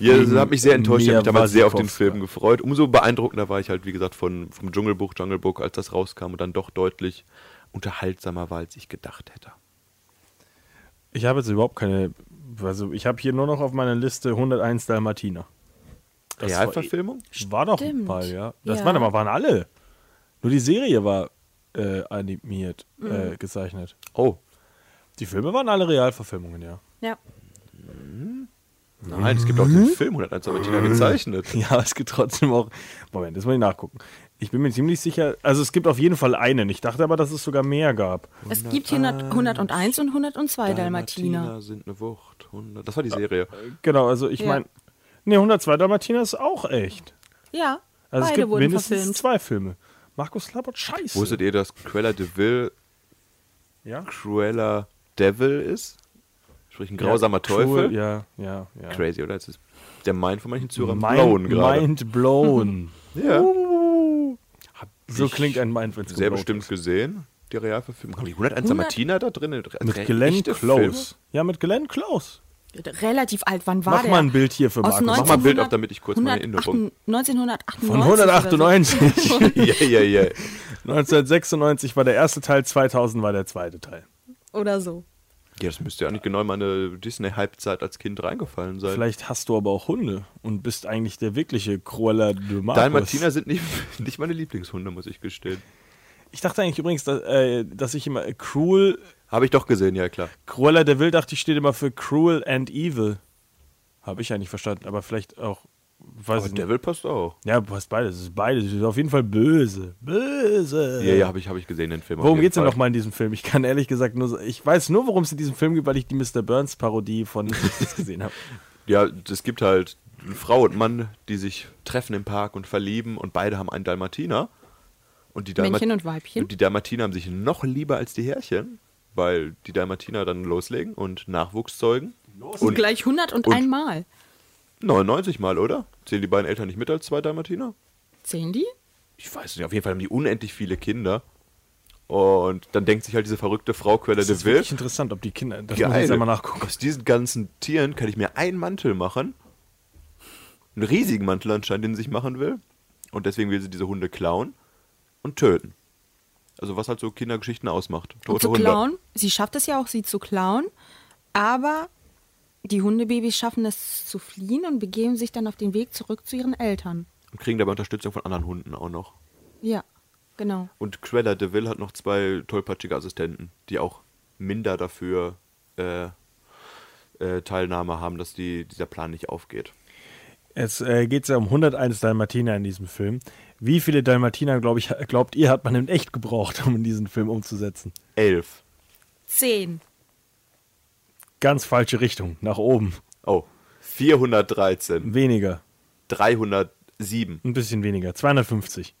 [SPEAKER 6] Ja, das hat mich sehr enttäuscht. Ich habe mich damals sehr auf den Film gefreut. Umso beeindruckender war ich halt, wie gesagt, von, vom Dschungelbuch, Jungle Book, als das rauskam und dann doch deutlich unterhaltsamer war, als ich gedacht hätte.
[SPEAKER 5] Ich habe jetzt überhaupt keine. Also, ich habe hier nur noch auf meiner Liste 101 Dalmatiner.
[SPEAKER 6] Das eh- Realverfilmung?
[SPEAKER 5] War, war doch ein paar, ja. Das ja. waren aber waren alle. Nur die Serie war äh, animiert, mhm. äh, gezeichnet.
[SPEAKER 6] Oh.
[SPEAKER 5] Die Filme waren alle Realverfilmungen, ja.
[SPEAKER 4] Ja.
[SPEAKER 6] Nein, es gibt auch den Film 101 Dalmatiner gezeichnet.
[SPEAKER 5] Ja, es gibt trotzdem auch. Moment, das muss ich nachgucken. Ich bin mir ziemlich sicher, also es gibt auf jeden Fall einen. Ich dachte aber, dass es sogar mehr gab.
[SPEAKER 4] Es gibt hier 101 und 102 Dalmatiner. Dalmatiner
[SPEAKER 6] sind eine Wucht. 100, das war die Serie.
[SPEAKER 5] Genau, also ich ja. meine, ne, 102 Dalmatiner ist auch echt.
[SPEAKER 4] Ja,
[SPEAKER 5] also es gibt mindestens verfilmt. zwei Filme. Markus Labbert, scheiße.
[SPEAKER 6] Wusstet ihr, dass Cruella de Vil
[SPEAKER 5] ja?
[SPEAKER 6] Cruella Devil ist? Sprich, ein grausamer ja, Teufel. Cool,
[SPEAKER 5] ja, ja, ja.
[SPEAKER 6] Crazy, oder? Jetzt ist der Mind von manchen Zuhörern
[SPEAKER 5] mind, blown gerade. Mind blown.
[SPEAKER 6] ja. Uh,
[SPEAKER 5] so klingt ein Mind, wenn es
[SPEAKER 6] Sehr bestimmt ist. gesehen, die Realverfilmung. Haben die 101 100? Martina da drin?
[SPEAKER 5] Mit Glenn Close. Ja, mit Glenn Close.
[SPEAKER 4] Relativ alt, wann war
[SPEAKER 5] Mach
[SPEAKER 4] der?
[SPEAKER 5] Mach mal ein Bild hier für
[SPEAKER 6] Markus. Mach mal ein Bild auf, damit ich kurz
[SPEAKER 4] 108, meine Erinnerung... 1998.
[SPEAKER 5] Von 198.
[SPEAKER 6] ja, ja, ja.
[SPEAKER 5] 1996 war der erste Teil, 2000 war der zweite Teil.
[SPEAKER 4] Oder so.
[SPEAKER 6] Ja, das müsste ja nicht genau in meine Disney-Halbzeit als Kind reingefallen sein.
[SPEAKER 5] Vielleicht hast du aber auch Hunde und bist eigentlich der wirkliche Cruella de Marcus.
[SPEAKER 6] Dalmatiner sind nicht, nicht meine Lieblingshunde, muss ich gestehen.
[SPEAKER 5] Ich dachte eigentlich übrigens, dass, äh, dass ich immer äh, Cruel.
[SPEAKER 6] Habe ich doch gesehen, ja klar.
[SPEAKER 5] Cruella de Vil dachte ich steht immer für Cruel and Evil. Habe ich ja nicht verstanden, aber vielleicht auch.
[SPEAKER 6] Weiß
[SPEAKER 5] Also
[SPEAKER 6] aber Devil nicht. passt auch.
[SPEAKER 5] Ja, passt beides. Es ist beides. Es ist auf jeden Fall böse. Böse.
[SPEAKER 6] Ja, ja, habe ich, hab ich gesehen, den Film.
[SPEAKER 5] Äh, Worum geht's Fall. denn nochmal in diesem Film? Ich kann ehrlich gesagt nur. Ich weiß nur, worum es in diesem Film geht, weil ich die Mr. Burns-Parodie von gesehen habe.
[SPEAKER 6] Ja, es gibt halt eine Frau und Mann, die sich treffen im Park und verlieben und beide haben einen Dalmatiner. Und die
[SPEAKER 4] Dalmat Männchen und Weibchen.
[SPEAKER 6] Und die Dalmatiner haben sich noch lieber als die Härchen, weil die Dalmatiner dann loslegen und Nachwuchs zeugen.
[SPEAKER 4] Los. Und, und gleich 101 und Mal.
[SPEAKER 6] 99 Mal, oder? Zählen die beiden Eltern nicht mit als zwei Dalmatiner?
[SPEAKER 4] Zählen die?
[SPEAKER 6] Ich weiß nicht, auf jeden Fall haben die unendlich viele Kinder. Und dann denkt sich halt diese verrückte Frau Quelle de Vil. Das
[SPEAKER 5] ist interessant, ob die Kinder. Das Geil. muss ich jetzt einmal nachgucken.
[SPEAKER 6] Aus diesen ganzen Tieren kann ich mir einen Mantel machen. Einen riesigen Mantel anscheinend, den sie sich machen will. Und deswegen will sie diese Hunde klauen und töten. Also was halt so Kindergeschichten ausmacht.
[SPEAKER 4] Und zu
[SPEAKER 6] Hunde.
[SPEAKER 4] klauen, sie schafft es ja auch, sie zu klauen, aber die Hundebabys schaffen es zu fliehen und begeben sich dann auf den Weg zurück zu ihren Eltern.
[SPEAKER 6] Und kriegen dabei Unterstützung von anderen Hunden auch noch.
[SPEAKER 4] Ja, genau.
[SPEAKER 6] Und Cruella de Vil hat noch zwei tollpatschige Assistenten, die auch minder dafür äh, äh, Teilnahme haben, dass die, dieser Plan nicht aufgeht.
[SPEAKER 5] Es äh, geht ja um 101 Dalmatiner in diesem Film. Wie viele Dalmatiner, glaub ich, glaubt ihr, hat man in echt gebraucht, um diesen Film umzusetzen?
[SPEAKER 6] Elf.
[SPEAKER 4] Zehn.
[SPEAKER 5] Ganz falsche Richtung, nach oben.
[SPEAKER 6] Oh, 413.
[SPEAKER 5] Weniger.
[SPEAKER 6] 307.
[SPEAKER 5] Ein bisschen weniger, 250.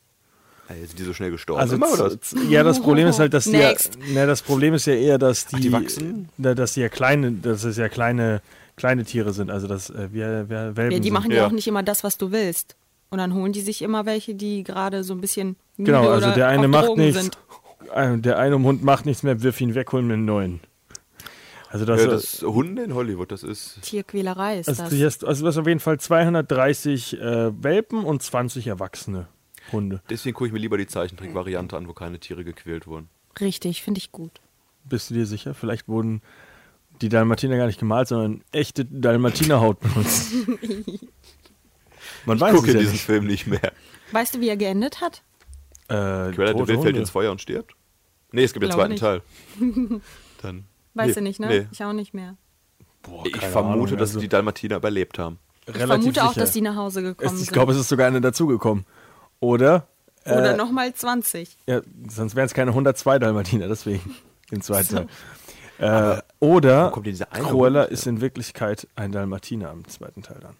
[SPEAKER 6] Also sind die so schnell gestorben?
[SPEAKER 5] Also
[SPEAKER 6] immer,
[SPEAKER 5] z- z- ja, das Problem ist halt, dass die, ja,
[SPEAKER 4] Next.
[SPEAKER 5] na, das Problem ist ja eher, dass die,
[SPEAKER 6] die wachsen?
[SPEAKER 5] Na, dass die ja kleine, dass es ja kleine, kleine Tiere sind. Also das, äh, wir, wir Welpen
[SPEAKER 4] Ja, die
[SPEAKER 5] sind.
[SPEAKER 4] machen ja.
[SPEAKER 6] Ja.
[SPEAKER 4] auch nicht immer das, was du willst. Und dann holen die sich immer welche, die gerade so ein bisschen müde
[SPEAKER 5] Genau, also
[SPEAKER 4] oder
[SPEAKER 5] der eine
[SPEAKER 4] auf
[SPEAKER 5] macht
[SPEAKER 4] Drogen
[SPEAKER 5] nichts,
[SPEAKER 4] sind.
[SPEAKER 5] äh, der eine Hund macht nichts mehr, wirf ihn weg, hol mir einen neuen. Also das,
[SPEAKER 6] ja, das Hunde in Hollywood, das ist.
[SPEAKER 4] Tierquälerei ist
[SPEAKER 5] also,
[SPEAKER 4] das.
[SPEAKER 5] du hast, also du hast auf jeden Fall 230 äh, Welpen und 20 erwachsene Hunde.
[SPEAKER 6] Deswegen gucke ich mir lieber die Zeichentrickvariante an, wo keine Tiere gequält wurden.
[SPEAKER 4] Richtig, finde ich gut.
[SPEAKER 5] Bist du dir sicher? Vielleicht wurden die Dalmatiner gar nicht gemalt, sondern echte Dalmatinerhaut benutzt. Man
[SPEAKER 6] Ich
[SPEAKER 5] weiß es
[SPEAKER 6] gucke
[SPEAKER 5] ja
[SPEAKER 6] diesen
[SPEAKER 5] nicht.
[SPEAKER 6] Film nicht mehr.
[SPEAKER 4] Weißt du, wie er geendet hat?
[SPEAKER 5] Äh,
[SPEAKER 6] Cruella de
[SPEAKER 5] tote
[SPEAKER 6] Vil fällt
[SPEAKER 5] Hunde.
[SPEAKER 6] ins Feuer und stirbt? Nee, es gibt den
[SPEAKER 4] Glaube
[SPEAKER 6] zweiten
[SPEAKER 4] nicht.
[SPEAKER 6] Teil. Dann.
[SPEAKER 4] Weißt
[SPEAKER 6] Nee,
[SPEAKER 4] du nicht, ne?
[SPEAKER 6] nee.
[SPEAKER 4] Ich auch nicht mehr.
[SPEAKER 5] Boah,
[SPEAKER 6] Ich
[SPEAKER 5] keine
[SPEAKER 6] vermute,
[SPEAKER 5] Ahnung,
[SPEAKER 6] dass
[SPEAKER 5] also
[SPEAKER 6] die Dalmatiner überlebt haben.
[SPEAKER 4] Ich
[SPEAKER 5] relativ
[SPEAKER 4] vermute auch,
[SPEAKER 5] sicher.
[SPEAKER 4] dass die nach Hause gekommen
[SPEAKER 5] Es, ich
[SPEAKER 4] sind.
[SPEAKER 5] glaube, es ist sogar eine dazugekommen. Oder? Äh,
[SPEAKER 4] Oder nochmal 20.
[SPEAKER 5] Ja, sonst wären es keine 102 Dalmatiner, deswegen im zweiten Teil. Äh, oder
[SPEAKER 6] kommt denn diese eine
[SPEAKER 5] Cruella
[SPEAKER 6] Hund her?
[SPEAKER 5] ist in Wirklichkeit ein Dalmatiner im zweiten Teil dann.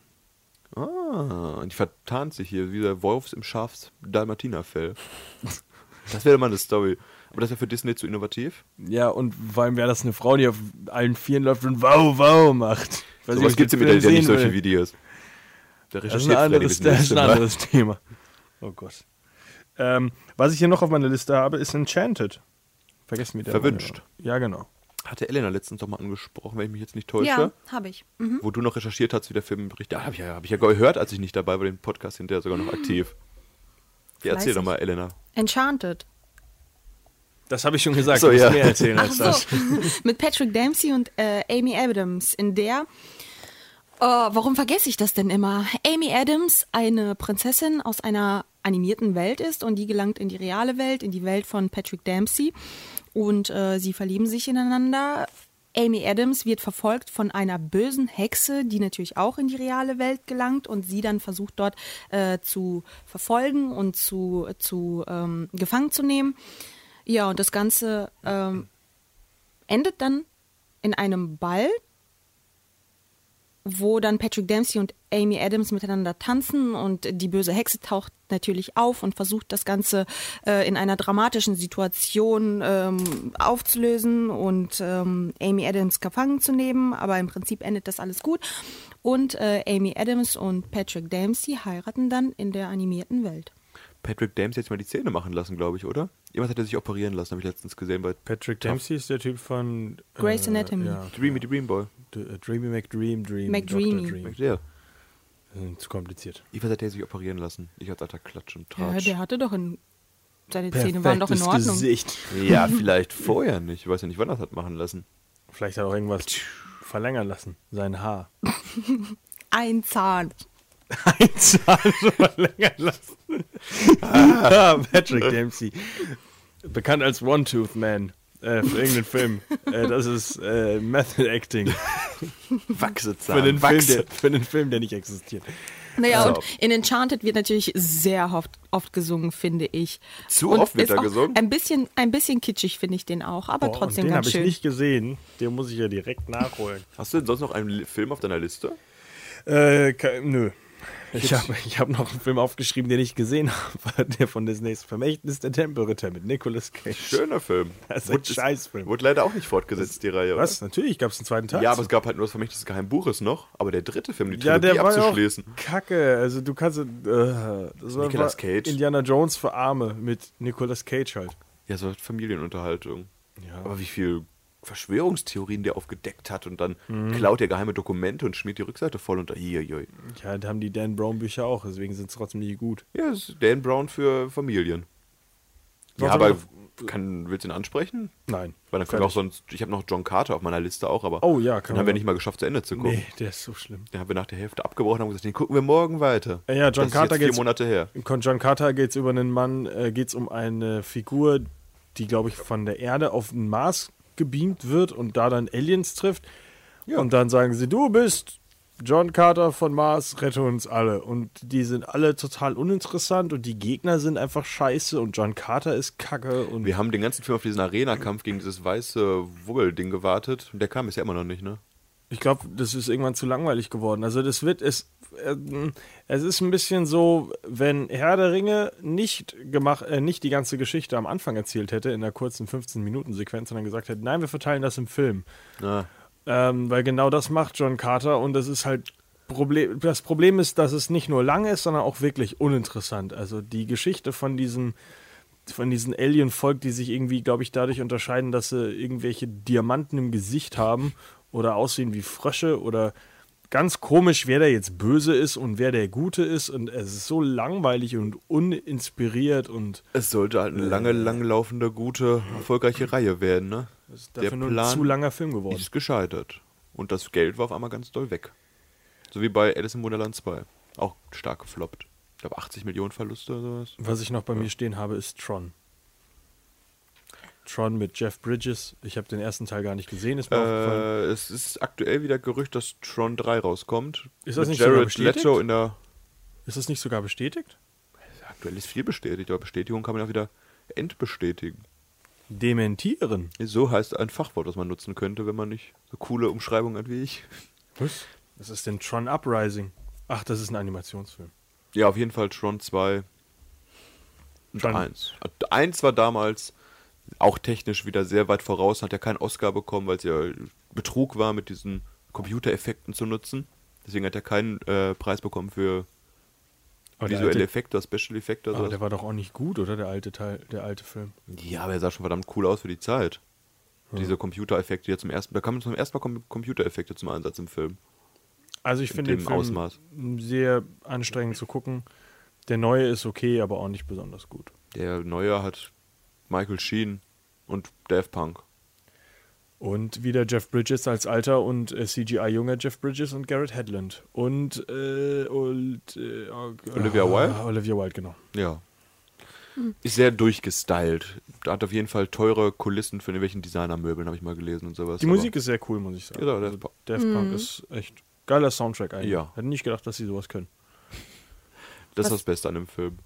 [SPEAKER 6] Ah, und die vertarnt sich hier, wie der Wolfs im Schafs Dalmatinerfell. Das wäre mal eine Story. Aber das wäre für Disney zu innovativ.
[SPEAKER 5] Ja, und vor allem wäre das eine Frau, die auf allen Vieren läuft und wow, wow macht. Weiß
[SPEAKER 6] Sowas
[SPEAKER 5] nicht, ob ich
[SPEAKER 6] gibt es
[SPEAKER 5] den
[SPEAKER 6] im Internet ja
[SPEAKER 5] Film sehen
[SPEAKER 6] nicht solche
[SPEAKER 5] will.
[SPEAKER 6] Videos. Der
[SPEAKER 5] Das ist ein anderes, das ist ein
[SPEAKER 6] Mal.
[SPEAKER 5] anderes Thema. Oh Gott. Ähm, was ich hier noch auf meiner Liste habe, ist Enchanted. Vergessen wir den
[SPEAKER 6] Verwünscht.
[SPEAKER 5] Namen. Ja, genau.
[SPEAKER 6] Hatte Elena letztens doch mal angesprochen, wenn ich mich jetzt nicht täusche.
[SPEAKER 4] Ja, habe ich. Mhm.
[SPEAKER 6] Wo du noch recherchiert hast, wie der Film berichtet. Ah, habe ich, ja, hab ich ja gehört, als ich nicht dabei war. Den Podcast hinterher sogar
[SPEAKER 5] Mhm.
[SPEAKER 6] noch aktiv. Ja, erzähl
[SPEAKER 4] Fleißig.
[SPEAKER 6] doch mal, Elena.
[SPEAKER 4] Enchanted.
[SPEAKER 5] Das habe ich schon gesagt.
[SPEAKER 6] So,
[SPEAKER 5] du musst
[SPEAKER 6] ja.
[SPEAKER 5] mehr erzählen
[SPEAKER 4] Ach
[SPEAKER 5] als
[SPEAKER 4] so,
[SPEAKER 5] das.
[SPEAKER 4] mit Patrick Dempsey und äh, Amy Adams, in der, oh, warum vergesse ich das denn immer? Amy Adams eine Prinzessin aus einer animierten Welt ist und die gelangt in die reale Welt, in die Welt von Patrick Dempsey und äh, sie verlieben sich ineinander. Amy Adams wird verfolgt von einer bösen Hexe, die natürlich auch in die reale Welt gelangt und sie dann versucht dort äh, zu verfolgen und zu, zu ähm, gefangen zu nehmen. Ja, und das Ganze ähm, endet dann in einem Ball, wo dann Patrick Dempsey und Amy Adams miteinander tanzen und die böse Hexe taucht natürlich auf und versucht das Ganze äh, in einer dramatischen Situation ähm, aufzulösen und ähm, Amy Adams gefangen zu nehmen. Aber im Prinzip endet das alles gut. Und äh, Amy Adams und Patrick Dempsey heiraten dann in der animierten Welt.
[SPEAKER 6] Patrick Dempsey hat sich mal die Zähne machen lassen, glaube ich, oder? Jemand hat er sich operieren lassen, habe ich letztens gesehen bei
[SPEAKER 5] Patrick Dempsey ist der Typ von äh,
[SPEAKER 4] Grey's Anatomy.
[SPEAKER 5] Ja,
[SPEAKER 6] Dreamy Dreamboy.
[SPEAKER 5] D- äh, Dreamy McDream, Dream,
[SPEAKER 4] McDreamy.
[SPEAKER 5] Dr. Dream.
[SPEAKER 6] Ja.
[SPEAKER 5] Hm, Zu kompliziert.
[SPEAKER 6] Ich weiß, hat er sich operieren lassen. Ich als alter Klatsch und
[SPEAKER 4] Ja,
[SPEAKER 6] Tratsch.
[SPEAKER 4] der hatte doch in. Seine Zähne waren doch in
[SPEAKER 5] Perfektes
[SPEAKER 4] Ordnung.
[SPEAKER 5] Gesicht.
[SPEAKER 6] Ja, vielleicht vorher nicht. Ich weiß ja nicht, wann er das hat machen lassen.
[SPEAKER 5] Vielleicht hat er auch irgendwas verlängern lassen. Sein Haar.
[SPEAKER 4] Ein Zahn.
[SPEAKER 5] Ein Zahn schon verlängern lassen. ah, Patrick Dempsey. Bekannt als One-Tooth Man. Äh, für irgendeinen Film. Äh, das ist äh, Method Acting.
[SPEAKER 6] Wachse Zahn.
[SPEAKER 5] Für einen, Film,
[SPEAKER 6] Wachse.
[SPEAKER 5] der, für einen Film, der nicht existiert.
[SPEAKER 4] Naja,
[SPEAKER 6] Also.
[SPEAKER 4] und in Enchanted wird natürlich sehr oft, oft gesungen, finde ich.
[SPEAKER 6] Zu
[SPEAKER 4] und
[SPEAKER 6] oft
[SPEAKER 4] ist
[SPEAKER 6] wird da
[SPEAKER 4] auch
[SPEAKER 6] gesungen?
[SPEAKER 4] Ein bisschen, ein bisschen kitschig finde ich den auch, aber
[SPEAKER 5] Boah,
[SPEAKER 4] Oh, trotzdem
[SPEAKER 5] und den
[SPEAKER 4] ganz
[SPEAKER 5] habe ich
[SPEAKER 4] schön.
[SPEAKER 5] nicht gesehen. Den muss ich ja direkt nachholen.
[SPEAKER 6] Hast du denn sonst noch einen Li- Film auf deiner Liste?
[SPEAKER 5] Äh, ke- nö. Ich habe ich hab noch einen Film aufgeschrieben, den ich gesehen habe, der von Disneys Vermächtnis der Tempelritter mit Nicolas Cage.
[SPEAKER 6] Schöner Film.
[SPEAKER 5] Das ist ein Scheißfilm.
[SPEAKER 6] Wurde leider auch nicht fortgesetzt, die Reihe.
[SPEAKER 5] Was? Natürlich gab es einen zweiten Teil.
[SPEAKER 6] Oder? Ja, aber es gab halt nur das Vermächtnis des Geheimbuches noch. Aber der dritte Film, die
[SPEAKER 5] ja,
[SPEAKER 6] Trilogie
[SPEAKER 5] der war ja auch
[SPEAKER 6] abzuschließen.
[SPEAKER 5] Kacke. Also du kannst äh, das war-
[SPEAKER 6] Nicolas
[SPEAKER 5] war
[SPEAKER 6] Cage.
[SPEAKER 5] Indiana Jones für Arme mit Nicolas Cage halt.
[SPEAKER 6] Ja, so Familienunterhaltung.
[SPEAKER 5] Ja.
[SPEAKER 6] Aber wie viel Verschwörungstheorien, die er aufgedeckt hat und dann
[SPEAKER 5] Mhm.
[SPEAKER 6] klaut er geheime Dokumente und schmiert die Rückseite voll unter hier, hier.
[SPEAKER 5] Ja, da haben die Dan Brown Bücher auch, deswegen sind es trotzdem nie gut.
[SPEAKER 6] Ja, das ist Dan Brown für Familien. Ja,
[SPEAKER 5] Sonst
[SPEAKER 6] aber
[SPEAKER 5] haben
[SPEAKER 6] kann, willst du ihn ansprechen?
[SPEAKER 5] Nein.
[SPEAKER 6] Weil dann können wir auch sonst, ich habe noch John Carter auf meiner Liste auch, aber
[SPEAKER 5] Oh ja,
[SPEAKER 6] dann
[SPEAKER 5] können
[SPEAKER 6] haben
[SPEAKER 5] wir-
[SPEAKER 6] wir nicht mal geschafft zu Ende zu gucken.
[SPEAKER 5] Nee, der ist so schlimm.
[SPEAKER 6] Den haben wir nach der Hälfte abgebrochen und haben gesagt, den gucken wir morgen weiter.
[SPEAKER 5] Äh, Ja, ja, John
[SPEAKER 6] das ist
[SPEAKER 5] Carter
[SPEAKER 6] jetzt vier
[SPEAKER 5] geht's-
[SPEAKER 6] Monate her.
[SPEAKER 5] In Con John Carter geht es über einen Mann, äh, geht es um eine Figur, die, glaube ich, von der Erde auf den Mars gebeamt wird und da dann Aliens trifft. Und dann sagen sie, du bist John Carter von Mars, rette uns alle. Und die sind alle total uninteressant und die Gegner sind einfach scheiße und John Carter ist kacke. Und
[SPEAKER 6] Wir haben den ganzen Film auf diesen Arena-Kampf gegen dieses weiße Wuggelding gewartet und der kam bisher immer noch nicht, ne?
[SPEAKER 5] Ich glaube, das ist irgendwann zu langweilig geworden. Also das wird es. ähm, Es ist ein bisschen so, wenn Herr der Ringe nicht gemacht, äh, nicht die ganze Geschichte am Anfang erzählt hätte in der kurzen 15-Minuten-Sequenz, sondern gesagt hätte, nein, wir verteilen das im Film,
[SPEAKER 6] Ah,
[SPEAKER 5] ähm, weil genau das macht John Carter und das ist halt Problem. Das Problem ist, dass es nicht nur lang ist, sondern auch wirklich uninteressant. Also die Geschichte von diesem von diesen Alien-Volk, die sich irgendwie, glaube ich, dadurch unterscheiden, dass sie irgendwelche Diamanten im Gesicht haben oder aussehen wie Frösche oder ganz komisch, wer der jetzt böse ist und wer der Gute ist. Und es ist so langweilig und uninspiriert und
[SPEAKER 6] es sollte halt eine lange, langlaufende, gute, erfolgreiche Reihe werden, ne?
[SPEAKER 5] es ist dafür nur ein zu langer Film geworden.
[SPEAKER 6] ist gescheitert. Und das Geld war auf einmal ganz doll weg. So wie bei Alice im Wunderland 2. Auch stark gefloppt. Ich glaube 80 Millionen Verluste oder sowas.
[SPEAKER 5] Was ich noch bei mir stehen habe, ist Tron. Tron mit Jeff Bridges. Ich habe den ersten Teil gar nicht gesehen, ist mir aufgefallen.
[SPEAKER 6] Äh, es ist aktuell wieder Gerücht, dass Tron 3 rauskommt.
[SPEAKER 5] Ist das
[SPEAKER 6] Mit
[SPEAKER 5] nicht sogar
[SPEAKER 6] Jared
[SPEAKER 5] bestätigt?
[SPEAKER 6] Leto in der
[SPEAKER 5] Ist das nicht sogar bestätigt?
[SPEAKER 6] Aktuell ist viel bestätigt, aber Bestätigung kann man auch wieder entbestätigen.
[SPEAKER 5] Dementieren.
[SPEAKER 6] So heißt ein Fachwort, das man nutzen könnte, wenn man nicht so coole Umschreibungen hat wie ich.
[SPEAKER 5] Was? Das ist denn Tron Uprising. Ach, das ist ein Animationsfilm.
[SPEAKER 6] Ja, auf jeden Fall Tron 2 und
[SPEAKER 5] Tron.
[SPEAKER 6] 1. 1 war damals auch technisch wieder sehr weit voraus, hat ja keinen Oscar bekommen, weil es ja Betrug war, mit diesen Computereffekten zu nutzen. Deswegen hat er keinen äh, Preis bekommen für
[SPEAKER 5] Aber Oh, der,
[SPEAKER 6] visuelle
[SPEAKER 5] alte,
[SPEAKER 6] Effekte, Special Effekte. oder
[SPEAKER 5] aber
[SPEAKER 6] sowas.
[SPEAKER 5] der war doch auch nicht gut, oder? Der alte Teil, der alte Film.
[SPEAKER 6] Ja, aber er sah schon verdammt cool aus für die Zeit. Diese Computereffekte, die ja zum ersten, da kamen zum ersten Mal Com- Computereffekte zum Einsatz im Film.
[SPEAKER 5] Also ich finde den
[SPEAKER 6] dem
[SPEAKER 5] Film
[SPEAKER 6] Ausmaß.
[SPEAKER 5] sehr anstrengend zu gucken. Der neue ist okay, aber auch nicht besonders gut.
[SPEAKER 6] Der neue hat Michael Sheen und Daft Punk.
[SPEAKER 5] Und wieder Jeff Bridges als alter und äh, CGI-junger Jeff Bridges und Garrett Hedlund. Und, äh, und äh,
[SPEAKER 6] Olivia Wilde?
[SPEAKER 5] Olivia Wilde, genau.
[SPEAKER 6] Ja. Ist sehr durchgestylt. Da hat auf jeden Fall teure Kulissen für irgendwelchen Designermöbeln, habe ich mal gelesen und sowas.
[SPEAKER 5] Die
[SPEAKER 6] aber-
[SPEAKER 5] Musik ist sehr cool, muss ich sagen.
[SPEAKER 6] Ja, da- da-
[SPEAKER 5] Daft Punk ist echt geiler Soundtrack eigentlich.
[SPEAKER 6] Ja.
[SPEAKER 5] Hätte nicht gedacht, dass sie sowas können.
[SPEAKER 6] das ist
[SPEAKER 4] Was-
[SPEAKER 6] das Beste an dem Film.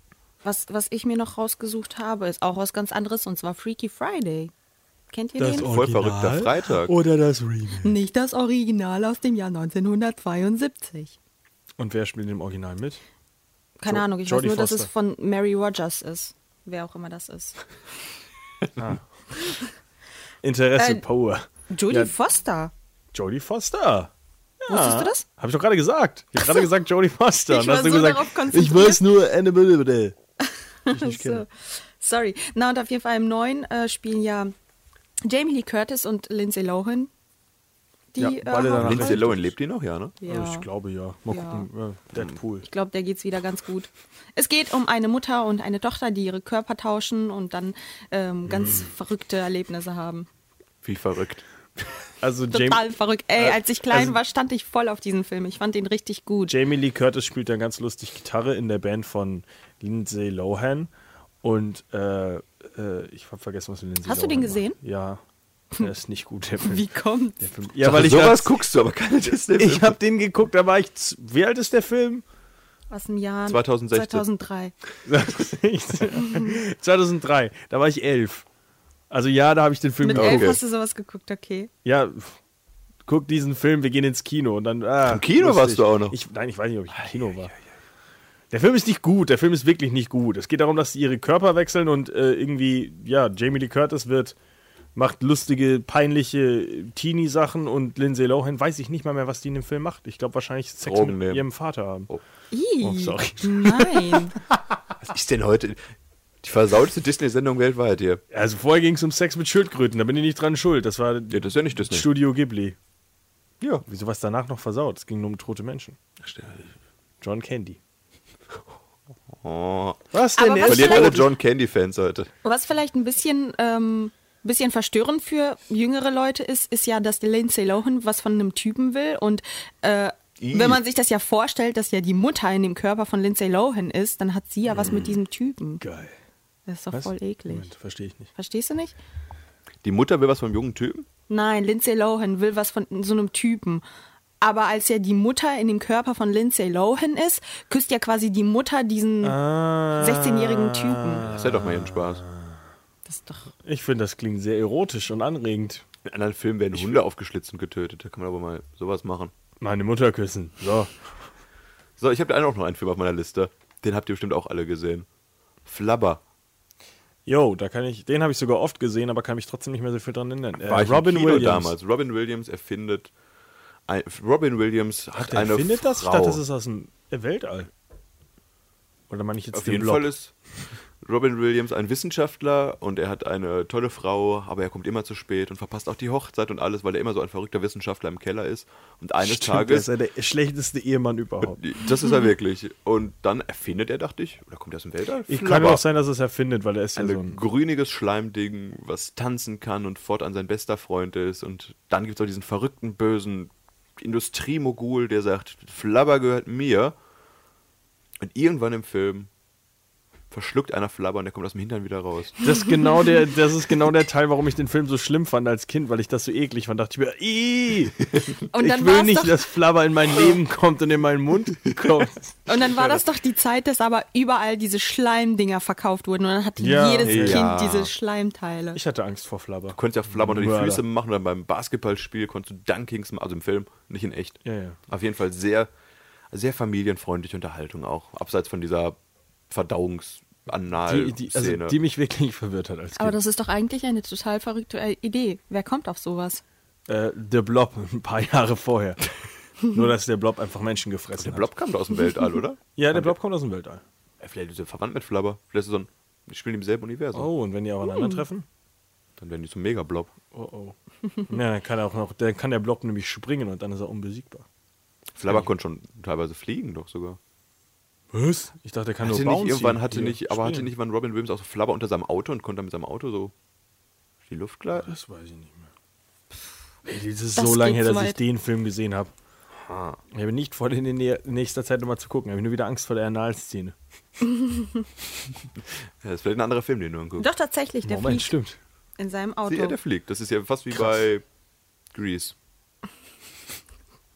[SPEAKER 3] Was, was ich mir noch rausgesucht habe, ist auch was ganz anderes und zwar Freaky Friday. Kennt ihr den?
[SPEAKER 6] Voll verrückter Freitag.
[SPEAKER 1] Oder das Remake.
[SPEAKER 3] Nicht das Original aus dem Jahr 1972.
[SPEAKER 5] Und wer spielt im Original mit?
[SPEAKER 3] Keine
[SPEAKER 5] Jo-
[SPEAKER 3] Ahnung, ich
[SPEAKER 5] Jodie
[SPEAKER 3] weiß nur, dass es
[SPEAKER 5] Foster.
[SPEAKER 3] von Mary Rogers ist. Wer auch immer das ist.
[SPEAKER 5] Interesse
[SPEAKER 3] Äh,
[SPEAKER 5] Power.
[SPEAKER 3] Jodie
[SPEAKER 5] Ja.
[SPEAKER 3] Foster.
[SPEAKER 5] Jodie Foster.
[SPEAKER 3] Wusstest du das?
[SPEAKER 5] Habe ich doch gerade gesagt. Ich habe gerade gesagt Jodie Foster.
[SPEAKER 3] Ich
[SPEAKER 5] Und hast
[SPEAKER 3] war
[SPEAKER 5] du
[SPEAKER 3] so
[SPEAKER 5] gesagt,
[SPEAKER 3] darauf
[SPEAKER 5] ich
[SPEAKER 3] konzentriert.
[SPEAKER 5] weiß nur Annabelle. Bell. Ich nicht kenne.
[SPEAKER 3] So. Sorry. Na, und auf jeden Fall im neuen äh, spielen ja Jamie Lee Curtis und Lindsay Lohan. Die,
[SPEAKER 5] Ja,
[SPEAKER 3] äh,
[SPEAKER 5] beide danach
[SPEAKER 3] Hauptrollen.
[SPEAKER 6] Lindsay Lohan lebt die noch, ja, ne?
[SPEAKER 3] Ja.
[SPEAKER 5] Also ich glaube ja. Mal
[SPEAKER 3] Ja.
[SPEAKER 5] gucken. Ja, Deadpool.
[SPEAKER 3] Ich glaube, der geht's wieder ganz gut. Es geht um eine Mutter und eine Tochter, die ihre Körper tauschen und dann ähm,
[SPEAKER 5] Mm.
[SPEAKER 3] ganz verrückte Erlebnisse haben.
[SPEAKER 6] Wie verrückt.
[SPEAKER 5] Also
[SPEAKER 3] Total
[SPEAKER 5] Jamie,
[SPEAKER 3] verrückt. Ey,
[SPEAKER 5] Äh,
[SPEAKER 3] als ich klein
[SPEAKER 5] also-
[SPEAKER 3] war, stand ich voll auf diesen Film. Ich fand den richtig gut.
[SPEAKER 5] Jamie Lee Curtis spielt dann ganz lustig Gitarre in der Band von Lindsay Lohan. Und äh, äh, ich habe vergessen, was Lindsay
[SPEAKER 3] Hast du
[SPEAKER 5] Lohan
[SPEAKER 3] den
[SPEAKER 5] macht.
[SPEAKER 3] gesehen?
[SPEAKER 5] Ja. Der ist nicht gut, der Film.
[SPEAKER 3] Wie kommt?
[SPEAKER 5] Der Film. Ja,
[SPEAKER 6] Weil
[SPEAKER 5] weil ich grad-
[SPEAKER 6] sowas guckst du, aber keine Disney-Filme.
[SPEAKER 5] ich habe den geguckt, da war ich. z- Wie alt ist der Film?
[SPEAKER 3] Aus dem Jahr
[SPEAKER 6] 2016.
[SPEAKER 3] 2003.
[SPEAKER 5] 2003, da war ich elf. Also ja, da habe ich den Film
[SPEAKER 3] Mit
[SPEAKER 5] geguckt.
[SPEAKER 3] elf
[SPEAKER 6] Okay.
[SPEAKER 3] hast du sowas geguckt, okay.
[SPEAKER 5] Ja, pff, guck diesen Film, wir gehen ins Kino und dann. Ah,
[SPEAKER 6] Im Kino
[SPEAKER 5] lustig.
[SPEAKER 6] warst du auch noch?
[SPEAKER 5] Ich, nein, ich weiß nicht, ob ich im Kino war. Der Film ist nicht gut, der Film ist wirklich nicht gut. Es geht darum, dass sie ihre Körper wechseln und äh, irgendwie, ja, Jamie Lee Curtis wird, macht lustige, peinliche Teenie-Sachen und Lindsay Lohan weiß ich nicht mal mehr, was die in dem Film macht. Ich glaube wahrscheinlich Sex mit
[SPEAKER 6] Drogen nehmen.
[SPEAKER 5] Oh. ihrem Vater haben.
[SPEAKER 3] Ih,
[SPEAKER 5] sorry.
[SPEAKER 3] nein.
[SPEAKER 6] Was ist denn heute? Die versauteste Disney-Sendung weltweit hier.
[SPEAKER 5] Also vorher ging es um Sex mit Schildkröten, da bin ich nicht dran schuld. Das war
[SPEAKER 6] Ja, das ist ja nicht Disney.
[SPEAKER 5] Studio Ghibli.
[SPEAKER 6] Ja.
[SPEAKER 5] Wieso was danach noch versaut? Es ging nur um tote Menschen. John Candy.
[SPEAKER 6] Oh.
[SPEAKER 5] Was
[SPEAKER 3] Aber
[SPEAKER 5] denn
[SPEAKER 3] was
[SPEAKER 5] jetzt?
[SPEAKER 6] Verliert
[SPEAKER 3] vielleicht-
[SPEAKER 6] alle John Candy-Fans heute.
[SPEAKER 3] Was vielleicht ein bisschen, ähm, bisschen verstörend für jüngere Leute ist, ist ja, dass Lindsay Lohan was von einem Typen will. Und äh,
[SPEAKER 6] Ih.
[SPEAKER 3] wenn man sich das ja vorstellt, dass ja die Mutter in dem Körper von Lindsay Lohan ist, dann hat sie ja was mit diesem Typen.
[SPEAKER 5] Geil.
[SPEAKER 3] Das ist doch
[SPEAKER 5] Mm. Was?
[SPEAKER 3] voll eklig.
[SPEAKER 5] Moment, verstehe ich nicht.
[SPEAKER 3] Verstehst du nicht?
[SPEAKER 6] Die Mutter will was vom jungen Typen?
[SPEAKER 3] Nein, Lindsay Lohan will was von so einem Typen. Aber als ja die Mutter in dem Körper von Lindsay Lohan ist, küsst ja quasi die Mutter diesen
[SPEAKER 5] Ah.
[SPEAKER 3] 16-jährigen Typen.
[SPEAKER 6] Das hat doch mal ihren Spaß.
[SPEAKER 3] Das ist doch.
[SPEAKER 5] Ich finde, das klingt sehr erotisch und anregend.
[SPEAKER 6] In anderen Filmen werden Hunde aufgeschlitzt und getötet. Da kann man aber mal sowas machen.
[SPEAKER 5] Meine Mutter küssen. So.
[SPEAKER 6] So, ich habe da auch noch einen Film auf meiner Liste. Den habt ihr bestimmt auch alle gesehen. Flabber.
[SPEAKER 5] Yo, da kann ich, den habe ich sogar oft gesehen, aber kann mich trotzdem nicht mehr so viel dran erinnern. Äh,
[SPEAKER 6] War ich im
[SPEAKER 5] Robin
[SPEAKER 6] Kino
[SPEAKER 5] Williams.
[SPEAKER 6] damals. Robin Williams erfindet. Ein, Robin Williams hat
[SPEAKER 5] Der
[SPEAKER 6] eine
[SPEAKER 5] findet
[SPEAKER 6] Frau.
[SPEAKER 5] das? Ich dachte, das ist aus dem Weltall. Oder meine ich jetzt
[SPEAKER 6] Auf
[SPEAKER 5] den
[SPEAKER 6] jeden
[SPEAKER 5] Blob?
[SPEAKER 6] Fall ist Robin Williams ein Wissenschaftler und er hat eine tolle Frau, aber er kommt immer zu spät und verpasst auch die Hochzeit und alles, weil er immer so ein verrückter Wissenschaftler im Keller ist. Und eines
[SPEAKER 5] Stimmt, der
[SPEAKER 6] Tages
[SPEAKER 5] ist ja der schlechteste Ehemann überhaupt.
[SPEAKER 6] Das ist er wirklich. Und dann erfindet er, dachte ich, oder kommt er aus dem Weltall?
[SPEAKER 5] Ich
[SPEAKER 6] Flabber.
[SPEAKER 5] kann auch sein, dass er es erfindet, weil er ist ja
[SPEAKER 6] Ein
[SPEAKER 5] so Also ein.
[SPEAKER 6] Also grüniges Schleimding, was tanzen kann und fortan sein bester Freund ist. Und dann gibt es auch diesen verrückten, bösen Industriemogul, der sagt, Flabber gehört mir. Und irgendwann im Film verschluckt einer Flabber und der kommt aus dem Hintern wieder raus.
[SPEAKER 5] Das ist, genau der, das ist genau der Teil, warum ich den Film so schlimm fand als Kind, weil ich das so eklig fand. Dachte ich mir, "Ih,
[SPEAKER 3] Und dann
[SPEAKER 5] ich
[SPEAKER 3] war's
[SPEAKER 5] will nicht,
[SPEAKER 3] doch-
[SPEAKER 5] dass Flabber in mein Leben kommt und in meinen Mund kommt.
[SPEAKER 3] Und dann war das doch die Zeit, dass aber überall diese Schleimdinger verkauft wurden. Und dann hatte
[SPEAKER 5] Ja.
[SPEAKER 3] jedes
[SPEAKER 6] Ja.
[SPEAKER 3] Kind diese Schleimteile.
[SPEAKER 5] Ich hatte Angst vor Flabber.
[SPEAKER 6] Du konntest ja Flabber unter die
[SPEAKER 5] Mörder.
[SPEAKER 6] Füße machen oder beim Basketballspiel konntest du Dunkings machen, also im Film, nicht in echt.
[SPEAKER 5] Ja, ja.
[SPEAKER 6] Auf jeden Fall sehr, sehr familienfreundliche Unterhaltung auch, abseits von dieser
[SPEAKER 5] Die, die, also,
[SPEAKER 6] Verdauungs-Anal-Szene.
[SPEAKER 5] die mich wirklich verwirrt hat als
[SPEAKER 3] aber
[SPEAKER 5] Kind.
[SPEAKER 3] das ist doch eigentlich eine total verrückte äh, Idee. Wer kommt auf sowas?
[SPEAKER 5] Äh, der Blob, ein paar Jahre vorher. Nur, dass der Blob einfach Menschen gefressen
[SPEAKER 6] Der
[SPEAKER 5] hat.
[SPEAKER 6] Blob kam doch aus dem Weltall, oder?
[SPEAKER 5] Ja, der Blob kommt aus dem Weltall.
[SPEAKER 6] Äh, Vielleicht ist er verwandt mit Flabber. Vielleicht ist er so ein, die spielen im selben Universum.
[SPEAKER 5] Oh, und wenn die aufeinandertreffen?
[SPEAKER 6] Dann werden die zum Mega-Blob.
[SPEAKER 5] Oh, oh. Na, dann kann, er auch noch, dann kann der Blob nämlich springen und dann ist er unbesiegbar.
[SPEAKER 6] Flabber konnte schon teilweise fliegen doch sogar.
[SPEAKER 5] Was? Ich dachte, der kann
[SPEAKER 6] Hatte
[SPEAKER 5] nur
[SPEAKER 6] nicht,
[SPEAKER 5] bouncy.
[SPEAKER 6] irgendwann hatte
[SPEAKER 5] hier
[SPEAKER 6] nicht, aber hatte
[SPEAKER 5] springen.
[SPEAKER 6] nicht, wann Robin Williams auch so Flabber unter seinem Auto und konnte mit seinem Auto so durch die Luft gleiten?
[SPEAKER 5] Das weiß ich nicht mehr. Ey, das ist
[SPEAKER 3] Das
[SPEAKER 5] so lange
[SPEAKER 3] geht
[SPEAKER 5] her,
[SPEAKER 3] zu
[SPEAKER 5] dass ich
[SPEAKER 3] weit.
[SPEAKER 5] den Film gesehen habe. Ich habe nicht vor, den in nä- nächster Zeit nochmal zu gucken. Ich habe nur wieder Angst vor der Analszene.
[SPEAKER 6] Ja, das ist vielleicht ein anderer Film, den du anguckst.
[SPEAKER 3] Doch tatsächlich, der
[SPEAKER 5] Moment,
[SPEAKER 3] fliegt
[SPEAKER 5] stimmt.
[SPEAKER 3] in seinem
[SPEAKER 6] Sie, ja,
[SPEAKER 3] Auto.
[SPEAKER 6] der fliegt. Das ist ja fast wie bei Grease.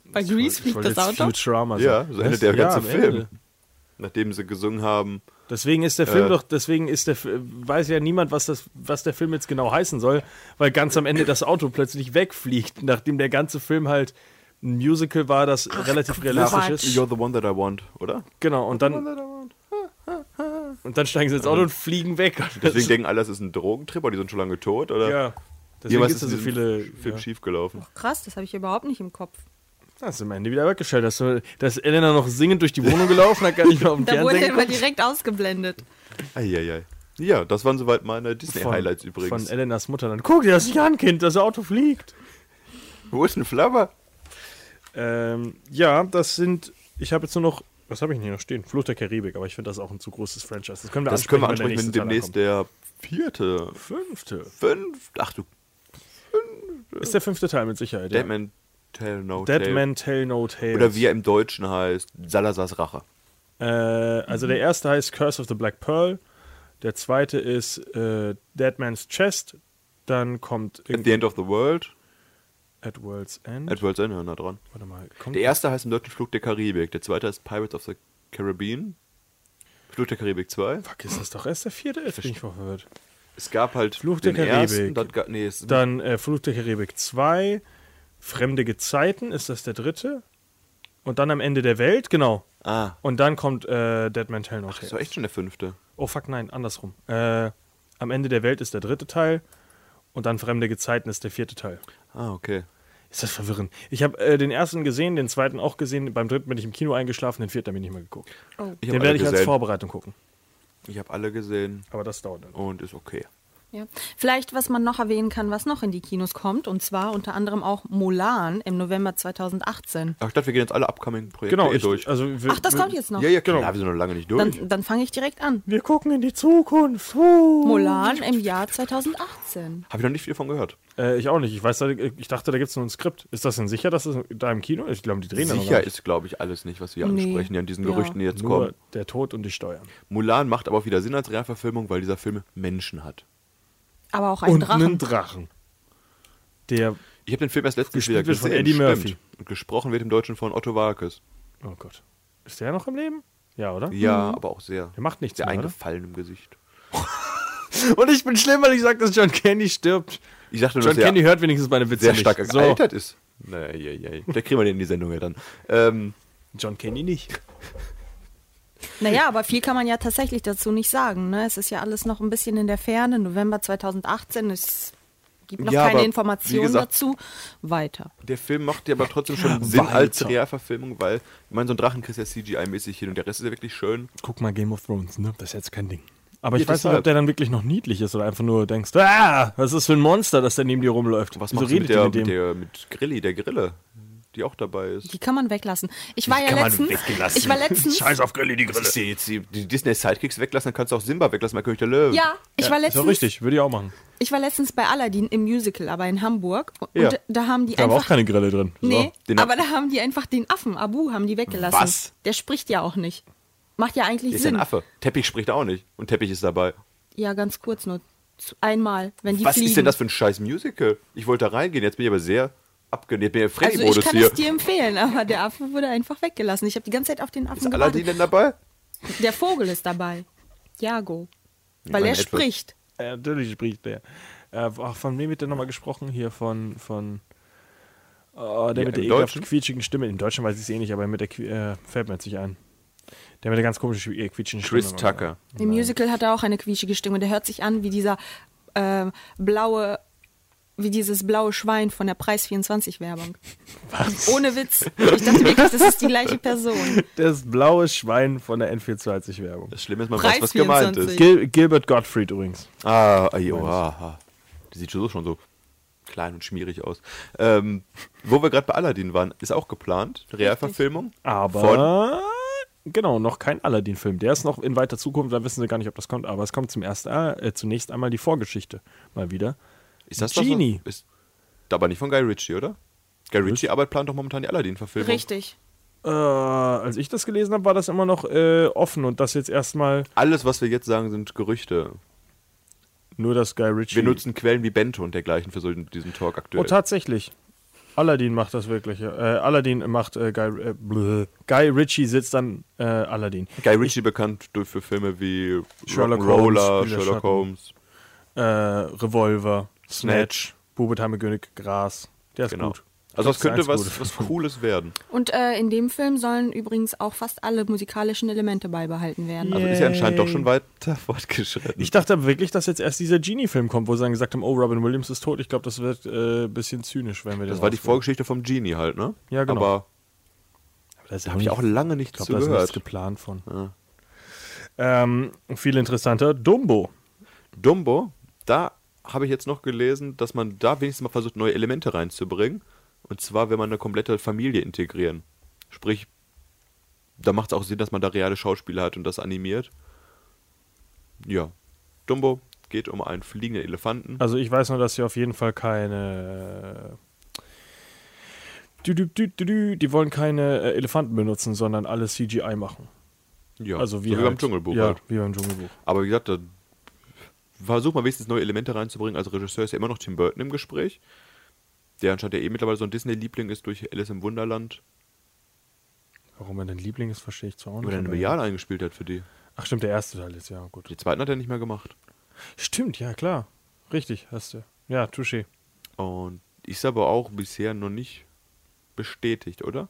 [SPEAKER 3] Bei Grease
[SPEAKER 5] Ich
[SPEAKER 3] fliegt
[SPEAKER 5] wollte
[SPEAKER 3] das
[SPEAKER 5] jetzt
[SPEAKER 3] Auto.
[SPEAKER 5] Futurama sagen.
[SPEAKER 6] Ja, so
[SPEAKER 5] Also, Was?
[SPEAKER 6] endet der
[SPEAKER 5] Ja,
[SPEAKER 6] ganze
[SPEAKER 5] am
[SPEAKER 6] Film.
[SPEAKER 5] Ende.
[SPEAKER 6] Nachdem sie gesungen haben,
[SPEAKER 5] Deswegen ist der Film
[SPEAKER 6] Äh.
[SPEAKER 5] doch, deswegen ist der, F- weiß ja niemand, was, das, was der Film jetzt genau heißen soll, weil ganz am Ende das Auto plötzlich wegfliegt, nachdem der ganze Film halt ein Musical war, das relativ realistisch
[SPEAKER 3] Quatsch.
[SPEAKER 5] ist.
[SPEAKER 6] You're the one that I want, oder?
[SPEAKER 5] Genau, und dann, und dann steigen sie ins Auto und fliegen weg.
[SPEAKER 6] Deswegen denken alle, das ist ein Drogentrip, aber die sind schon lange tot, oder?
[SPEAKER 5] ja, deswegen
[SPEAKER 6] Jemals
[SPEAKER 5] gibt es
[SPEAKER 6] ist
[SPEAKER 5] da
[SPEAKER 6] in
[SPEAKER 5] so
[SPEAKER 6] diesem
[SPEAKER 5] viele.
[SPEAKER 6] Film
[SPEAKER 5] ja.
[SPEAKER 6] schiefgelaufen.
[SPEAKER 3] Krass, das habe ich überhaupt nicht im Kopf.
[SPEAKER 5] Das ist am Ende wieder weggestellt. Dass, dass Elena noch singend durch die Wohnung gelaufen hat, gar nicht mehr auf dem
[SPEAKER 3] Da wurde
[SPEAKER 5] Fernseher
[SPEAKER 3] immer
[SPEAKER 5] geguckt.
[SPEAKER 3] direkt ausgeblendet.
[SPEAKER 6] Eieiei. Ja, das waren soweit meine Disney-Highlights
[SPEAKER 5] Von
[SPEAKER 6] übrigens.
[SPEAKER 5] Elenas Mutter dann. Guck dir das nicht an, Kind, das Auto fliegt.
[SPEAKER 6] Wo ist ein Flabber?
[SPEAKER 5] Ähm, ja, das sind. Ich habe jetzt nur noch. Was habe ich denn hier noch stehen? Flucht der Karibik, aber ich finde das auch ein zu großes Franchise. Das können wir
[SPEAKER 6] Das können wir
[SPEAKER 5] wenn der
[SPEAKER 6] ansprechen, wenn
[SPEAKER 5] nächste Teil
[SPEAKER 6] demnächst
[SPEAKER 5] kommt.
[SPEAKER 6] der vierte,
[SPEAKER 5] Fünfte.
[SPEAKER 6] fünfte, ach du,
[SPEAKER 5] Ist der fünfte Teil mit Sicherheit. ja.
[SPEAKER 6] Deadman Tell No
[SPEAKER 5] Dead
[SPEAKER 6] Tale.
[SPEAKER 5] Man Tell No Tales.
[SPEAKER 6] Oder wie er im Deutschen heißt, Salazars Rache.
[SPEAKER 5] Äh, also der erste heißt Curse of the Black Pearl. Der zweite ist äh, Dead Man's Chest. Dann kommt
[SPEAKER 6] At the End of the World.
[SPEAKER 5] At World's End.
[SPEAKER 6] At World's End, hör da dran.
[SPEAKER 5] Warte mal, kommt
[SPEAKER 6] Der erste heißt im deutschen Flug der Karibik, der zweite heißt Pirates of the Caribbean. Flug der Karibik 2.
[SPEAKER 5] Fuck, ist das doch erst der vierte? Jetzt bin ich voll verwirrt.
[SPEAKER 6] Es gab halt
[SPEAKER 5] Fluch der
[SPEAKER 6] den
[SPEAKER 5] Karibik.
[SPEAKER 6] ersten, dann, ga- nee, es,
[SPEAKER 5] Dann äh, Fluch der Karibik 2, Fremde Gezeiten, ist das der dritte? Und dann am Ende der Welt, genau.
[SPEAKER 6] ah,
[SPEAKER 5] Und dann kommt äh, Dead Man Tell No
[SPEAKER 6] das war
[SPEAKER 5] Tales.
[SPEAKER 6] echt schon der fünfte.
[SPEAKER 5] Oh fuck, nein, andersrum. Äh, am Ende der Welt ist der dritte Teil und dann Fremde Gezeiten ist der vierte Teil.
[SPEAKER 6] Ah, okay.
[SPEAKER 5] Ist das verwirrend. Ich habe äh, den ersten gesehen, den zweiten auch gesehen, beim dritten bin ich im Kino eingeschlafen, den vierten habe ich nicht mehr geguckt.
[SPEAKER 6] Ich hab
[SPEAKER 5] den
[SPEAKER 6] alle
[SPEAKER 5] werde ich als
[SPEAKER 6] gesehen.
[SPEAKER 5] Vorbereitung gucken.
[SPEAKER 6] Ich habe alle gesehen
[SPEAKER 5] Aber das dauert dann.
[SPEAKER 6] und ist okay.
[SPEAKER 4] Ja. Vielleicht, was man noch erwähnen kann, was noch in die Kinos kommt, und zwar unter anderem auch Mulan im November 2018.
[SPEAKER 6] Ach, ich dachte, wir gehen jetzt alle Upcoming-Projekte
[SPEAKER 5] Genau,
[SPEAKER 6] eh
[SPEAKER 5] ich,
[SPEAKER 6] durch.
[SPEAKER 5] also wir,
[SPEAKER 4] Ach, das
[SPEAKER 5] wir,
[SPEAKER 4] kommt jetzt noch.
[SPEAKER 6] ja, ja,
[SPEAKER 5] Genau.
[SPEAKER 6] genau. Wir sind noch lange nicht durch.
[SPEAKER 4] Dann, dann fange ich direkt an.
[SPEAKER 5] Wir gucken in die Zukunft.
[SPEAKER 3] Oh,
[SPEAKER 5] Huh.
[SPEAKER 4] Mulan im Jahr 2018.
[SPEAKER 6] Habe ich noch nicht viel von gehört.
[SPEAKER 5] Äh, ich auch nicht. Ich, weiß, da- ich dachte, da gibt es nur ein Skript. Ist das denn sicher, dass es da im Kino ist? Ich glaube, die drehen da noch gar
[SPEAKER 6] Sicher
[SPEAKER 5] nicht.
[SPEAKER 6] ist, glaube ich, alles nicht, was wir
[SPEAKER 4] Nee.
[SPEAKER 6] ansprechen, ja, in diesen
[SPEAKER 4] Ja.
[SPEAKER 6] Gerüchten, die jetzt
[SPEAKER 5] Nur
[SPEAKER 6] kommen.
[SPEAKER 5] der Tod und die Steuern.
[SPEAKER 6] Mulan macht aber auch wieder Sinn als Realverfilmung, weil dieser Film Menschen hat.
[SPEAKER 4] Aber auch ein
[SPEAKER 5] und
[SPEAKER 4] Drachen.
[SPEAKER 5] einen Drachen. Der.
[SPEAKER 6] Ich habe den Film erst letztens
[SPEAKER 5] Gespielt
[SPEAKER 6] wieder
[SPEAKER 5] wird
[SPEAKER 6] gesehen.
[SPEAKER 5] von Eddie
[SPEAKER 6] stimmt.
[SPEAKER 5] Murphy.
[SPEAKER 6] Und gesprochen wird im Deutschen von Otto Walkes.
[SPEAKER 5] Oh Gott. Ist der noch im Leben? Ja, oder?
[SPEAKER 6] Ja,
[SPEAKER 4] Mhm.
[SPEAKER 6] aber auch sehr.
[SPEAKER 5] Der macht nichts
[SPEAKER 6] Sehr
[SPEAKER 5] mehr, oder?
[SPEAKER 6] eingefallen im Gesicht.
[SPEAKER 5] Und ich bin schlimm, weil ich sage, dass John Candy stirbt.
[SPEAKER 6] Ich dachte nur,
[SPEAKER 5] John
[SPEAKER 6] dass er
[SPEAKER 5] Candy hört wenigstens meine Witze
[SPEAKER 6] sehr
[SPEAKER 5] nicht.
[SPEAKER 6] stark
[SPEAKER 5] so.
[SPEAKER 6] gealtert ist. Naja, ja, ja. Da kriegen wir den in die Sendung ja dann. Ähm,
[SPEAKER 5] John Candy nicht.
[SPEAKER 4] Naja, aber viel kann man ja tatsächlich dazu nicht sagen. Ne? Es ist ja alles noch ein bisschen in der Ferne. November 2018, es gibt noch
[SPEAKER 6] Ja,
[SPEAKER 4] keine
[SPEAKER 6] aber wie
[SPEAKER 4] Informationen
[SPEAKER 6] gesagt-
[SPEAKER 4] dazu. Weiter.
[SPEAKER 6] der Film macht ja aber trotzdem schon Sinn als
[SPEAKER 5] Weiter.
[SPEAKER 6] Realverfilmung, weil, ich meine, so ein Drachen kriegst du ja CGI-mäßig hin und der Rest ist ja wirklich schön.
[SPEAKER 5] Guck mal Game of Thrones, ne? Das ist jetzt kein Ding. Aber ich
[SPEAKER 6] Ja,
[SPEAKER 5] weiß nicht, ob
[SPEAKER 6] deshalb.
[SPEAKER 5] der dann wirklich noch niedlich ist oder einfach nur denkst, ah, was ist für ein Monster, das da neben dir rumläuft.
[SPEAKER 6] Was
[SPEAKER 5] Wieso
[SPEAKER 6] macht mit
[SPEAKER 5] redet
[SPEAKER 6] der,
[SPEAKER 5] ihr
[SPEAKER 6] mit, der mit Grilli, der Grille, die auch dabei ist?
[SPEAKER 4] Die kann man weglassen. Ich war ja
[SPEAKER 5] kann man
[SPEAKER 4] letztens.
[SPEAKER 5] weglassen.
[SPEAKER 4] Ich war letztens.
[SPEAKER 5] Scheiß auf Gölli, die Grille.
[SPEAKER 6] Ist dir jetzt die, die Disney-Sidekicks weglassen, dann kannst du auch Simba weglassen, mein König der Löwen.
[SPEAKER 4] Ja, ich war
[SPEAKER 5] Ist doch
[SPEAKER 4] letztens.
[SPEAKER 5] richtig, würde ich auch machen.
[SPEAKER 4] Ich war letztens bei Aladdin im Musical, aber in Hamburg. Und
[SPEAKER 6] Ja.
[SPEAKER 4] da- da haben die
[SPEAKER 5] Da war auch
[SPEAKER 4] einfach.
[SPEAKER 5] keine Grille drin.
[SPEAKER 4] nee,
[SPEAKER 6] ne? den
[SPEAKER 4] aber da haben die einfach den Affen, Abu, haben die weggelassen.
[SPEAKER 6] Was?
[SPEAKER 4] Der spricht ja auch nicht. Macht ja eigentlich
[SPEAKER 6] Ist ja
[SPEAKER 4] Sinn.
[SPEAKER 6] ein Affe. Teppich spricht auch nicht. Und Teppich ist dabei.
[SPEAKER 4] Ja, ganz kurz nur. Zu- Einmal, wenn die
[SPEAKER 6] Was
[SPEAKER 4] fliegen.
[SPEAKER 6] ist denn das für ein scheiß Musical? Ich wollte da reingehen, jetzt bin ich aber sehr abgeneigt. Jetzt bin ich
[SPEAKER 4] Also
[SPEAKER 6] im Freddy-Modus
[SPEAKER 4] ich kann
[SPEAKER 6] hier.
[SPEAKER 4] es dir empfehlen, aber der Affe wurde einfach weggelassen. Ich habe die ganze Zeit auf den Affen
[SPEAKER 6] ist
[SPEAKER 4] gewartet.
[SPEAKER 6] Aladdin denn dabei?
[SPEAKER 4] Der Vogel ist dabei. Jago. Weil
[SPEAKER 6] meine,
[SPEAKER 4] er
[SPEAKER 6] etwas.
[SPEAKER 4] spricht.
[SPEAKER 5] Ja, natürlich spricht der. Äh, ach, von wem wird denn nochmal gesprochen? Hier von. von oh, der
[SPEAKER 6] Ja,
[SPEAKER 5] mit der
[SPEAKER 6] im
[SPEAKER 5] ekelhaft
[SPEAKER 6] Deutschen?
[SPEAKER 5] quietschigen Stimme. Im Deutschen weiß ich es eh nicht, aber mit der. qui- Äh, fällt mir jetzt nicht ein. Der mit der ganz komischen äh, quietschenden Stimme.
[SPEAKER 6] Chris Tucker.
[SPEAKER 4] Im Musical hat er auch eine quietschige Stimme. Der hört sich an wie dieser ähm, blaue, wie dieses blaue Schwein von der Preis24-Werbung. Was? Ohne Witz. Ich dachte wirklich, das ist die gleiche Person.
[SPEAKER 5] Das blaue Schwein von der N420-Werbung.
[SPEAKER 6] Das Schlimme ist, man
[SPEAKER 4] Preis
[SPEAKER 6] weiß, was gemeint
[SPEAKER 4] 24.
[SPEAKER 6] ist.
[SPEAKER 5] Gil Gilbert Gottfried übrigens.
[SPEAKER 6] Ah, ay, oh, aha. Die sieht so schon so klein und schmierig aus. Ähm, wo wir gerade bei Aladdin waren, ist auch geplant, eine Realverfilmung. Von,
[SPEAKER 5] Aber. Genau, noch kein Aladdin-Film. Der ist noch in weiter Zukunft, da wissen sie gar nicht, ob das kommt. Aber es kommt zum ersten, äh, zunächst einmal die Vorgeschichte mal wieder.
[SPEAKER 6] ist das
[SPEAKER 5] Genie.
[SPEAKER 6] Das, ist aber nicht von Guy Ritchie, oder? Guy Ritchie arbeitet plant doch momentan die Aladdin-Verfilmung.
[SPEAKER 4] Richtig.
[SPEAKER 5] Äh, als ich das gelesen habe, war das immer noch äh, offen und das jetzt erstmal
[SPEAKER 6] Alles, was wir jetzt sagen, sind Gerüchte.
[SPEAKER 5] nur das Guy Ritchie.
[SPEAKER 6] Wir nutzen Quellen wie Bento und dergleichen für so diesen Talk aktuell.
[SPEAKER 5] Oh, tatsächlich. Aladdin macht das wirklich. ja. Äh, Aladdin macht äh, Guy, äh, blö. Guy Ritchie sitzt dann äh, Aladdin.
[SPEAKER 6] Guy Ritchie bekannt durch- für Filme wie
[SPEAKER 5] Sherlock
[SPEAKER 6] Sherlock Roller,
[SPEAKER 5] Holmes, Spiel der
[SPEAKER 6] Sherlock
[SPEAKER 5] Schatten.
[SPEAKER 6] Holmes.
[SPEAKER 5] Äh, Revolver,
[SPEAKER 6] Snatch.
[SPEAKER 5] Snatch, Bubetheimer König, Gras. Der ist
[SPEAKER 6] Genau.
[SPEAKER 5] gut.
[SPEAKER 6] Also das
[SPEAKER 5] ist der
[SPEAKER 6] könnte
[SPEAKER 5] einzige gute
[SPEAKER 6] was, was
[SPEAKER 5] Film.
[SPEAKER 6] Cooles werden.
[SPEAKER 4] Und äh, in dem Film sollen übrigens auch fast alle musikalischen Elemente beibehalten werden.
[SPEAKER 6] Also ist ja anscheinend doch schon weiter fortgeschritten.
[SPEAKER 5] Ich dachte wirklich, dass jetzt erst dieser Genie-Film kommt, wo sie dann gesagt haben, oh, Robin Williams ist tot. Ich glaube, das wird äh, ein bisschen zynisch, wenn wir den
[SPEAKER 6] das war die
[SPEAKER 5] rausholen.
[SPEAKER 6] Vorgeschichte vom Genie halt, ne?
[SPEAKER 5] Ja, genau.
[SPEAKER 6] Aber
[SPEAKER 5] Das
[SPEAKER 6] da habe ich auch lange nichts
[SPEAKER 5] Hm. Ich
[SPEAKER 6] zu
[SPEAKER 5] glaube, da ist nichts
[SPEAKER 6] gehört.
[SPEAKER 5] geplant von. Ähm, viel interessanter, Dumbo.
[SPEAKER 6] Dumbo, da habe ich jetzt noch gelesen, dass man da wenigstens mal versucht, neue Elemente reinzubringen. Und zwar, wenn man eine komplette Familie integrieren. Sprich, da macht es auch Sinn, dass man da reale Schauspieler hat und das animiert. Ja. Dumbo geht um einen fliegenden Elefanten.
[SPEAKER 5] Also ich weiß nur, dass sie auf jeden Fall keine... äh, Dü, dü, dü, dü, dü, die wollen keine äh, Elefanten benutzen, sondern alles CGI machen.
[SPEAKER 6] Ja,
[SPEAKER 5] also wie,
[SPEAKER 6] so wie
[SPEAKER 5] halt,
[SPEAKER 6] beim Dschungelbuch
[SPEAKER 5] Ja,
[SPEAKER 6] halt.
[SPEAKER 5] wie beim Dschungelbuch.
[SPEAKER 6] Aber wie gesagt, da versucht man wenigstens neue Elemente reinzubringen. Als Regisseur ist ja immer noch Tim Burton im Gespräch. Der anscheinend ja eh mittlerweile so ein Disney-Liebling ist durch Alice im Wunderland.
[SPEAKER 5] Warum er denn Liebling ist, verstehe ich zwar auch nicht.
[SPEAKER 6] Weil er eine
[SPEAKER 5] aber-
[SPEAKER 6] Milliarde eingespielt hat für die.
[SPEAKER 5] Ach stimmt, der erste Teil ist, ja gut.
[SPEAKER 6] Den zweiten hat er nicht mehr gemacht.
[SPEAKER 5] Stimmt, ja klar. Richtig, hast du. Ja, touché.
[SPEAKER 6] Und ist aber auch bisher noch nicht bestätigt, oder?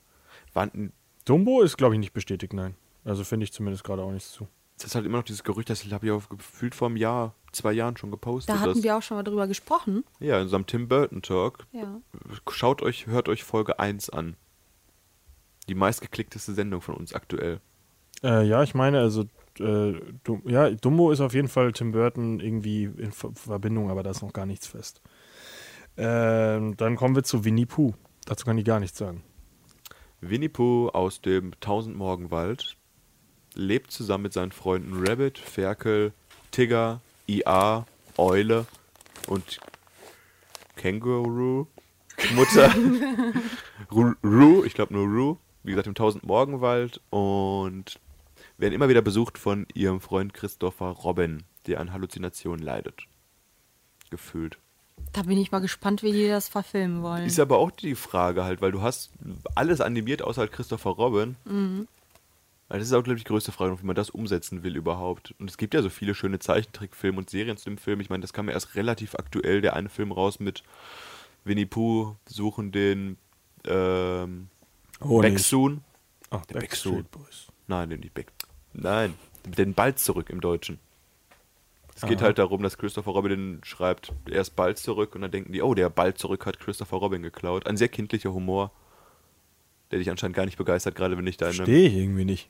[SPEAKER 6] Wann,
[SPEAKER 5] Dumbo ist, glaube ich, nicht bestätigt, nein. Also finde ich zumindest gerade auch nichts zu.
[SPEAKER 6] das ist halt immer noch dieses Gerücht, das habe ich auch gefühlt vor einem Jahr, zwei Jahren schon gepostet.
[SPEAKER 4] Da hatten
[SPEAKER 6] dass,
[SPEAKER 4] wir auch schon mal drüber gesprochen.
[SPEAKER 6] ja, in unserem Tim Burton Talk.
[SPEAKER 4] Ja.
[SPEAKER 6] Schaut euch, hört euch Folge 1 an. Die meistgeklickteste Sendung von uns aktuell.
[SPEAKER 5] Äh, ja, ich meine, also äh, Dum ja, Dumbo ist auf jeden Fall Tim Burton irgendwie in Ver Verbindung, aber da ist noch gar nichts fest. Ähm, dann kommen wir zu Winnie Pooh. Dazu kann ich gar nichts sagen.
[SPEAKER 6] Winnie Pooh aus dem Tausendmorgenwald lebt zusammen mit seinen Freunden Rabbit, Ferkel, Tigger, IA, Eule und Känguru, Mutter, Ru, Ru ich glaube nur Ru, wie gesagt im Tausendmorgenwald und werden immer wieder besucht von ihrem Freund Christopher Robin, der an Halluzinationen leidet. Gefühlt.
[SPEAKER 4] Da bin ich mal gespannt, wie die das verfilmen wollen.
[SPEAKER 6] Ist aber auch die Frage halt, weil du hast alles animiert außer halt Christopher Robin. Also das ist auch, glaube ich, die größte Frage, wie man das umsetzen will überhaupt. Und es gibt ja so viele schöne Zeichentrickfilme und Serien zu dem Film. Ich meine, das kam ja erst relativ aktuell, der eine Film raus mit Winnie Pooh, suchen den ähm,
[SPEAKER 5] Oh,
[SPEAKER 6] Back Soon.
[SPEAKER 5] Ach,
[SPEAKER 6] der
[SPEAKER 5] Backstreet
[SPEAKER 6] Ah, Backstreet
[SPEAKER 5] Boys.
[SPEAKER 6] Nein, den nicht Back. Nein, den bald zurück im Deutschen. Es geht
[SPEAKER 5] Aha.
[SPEAKER 6] halt darum, dass Christopher Robin den schreibt, er ist bald zurück und dann denken die, oh, der bald zurück hat Christopher Robin geklaut. Ein sehr kindlicher Humor, der dich anscheinend gar nicht begeistert, gerade wenn ich da in einem
[SPEAKER 5] Verstehe ich irgendwie nicht.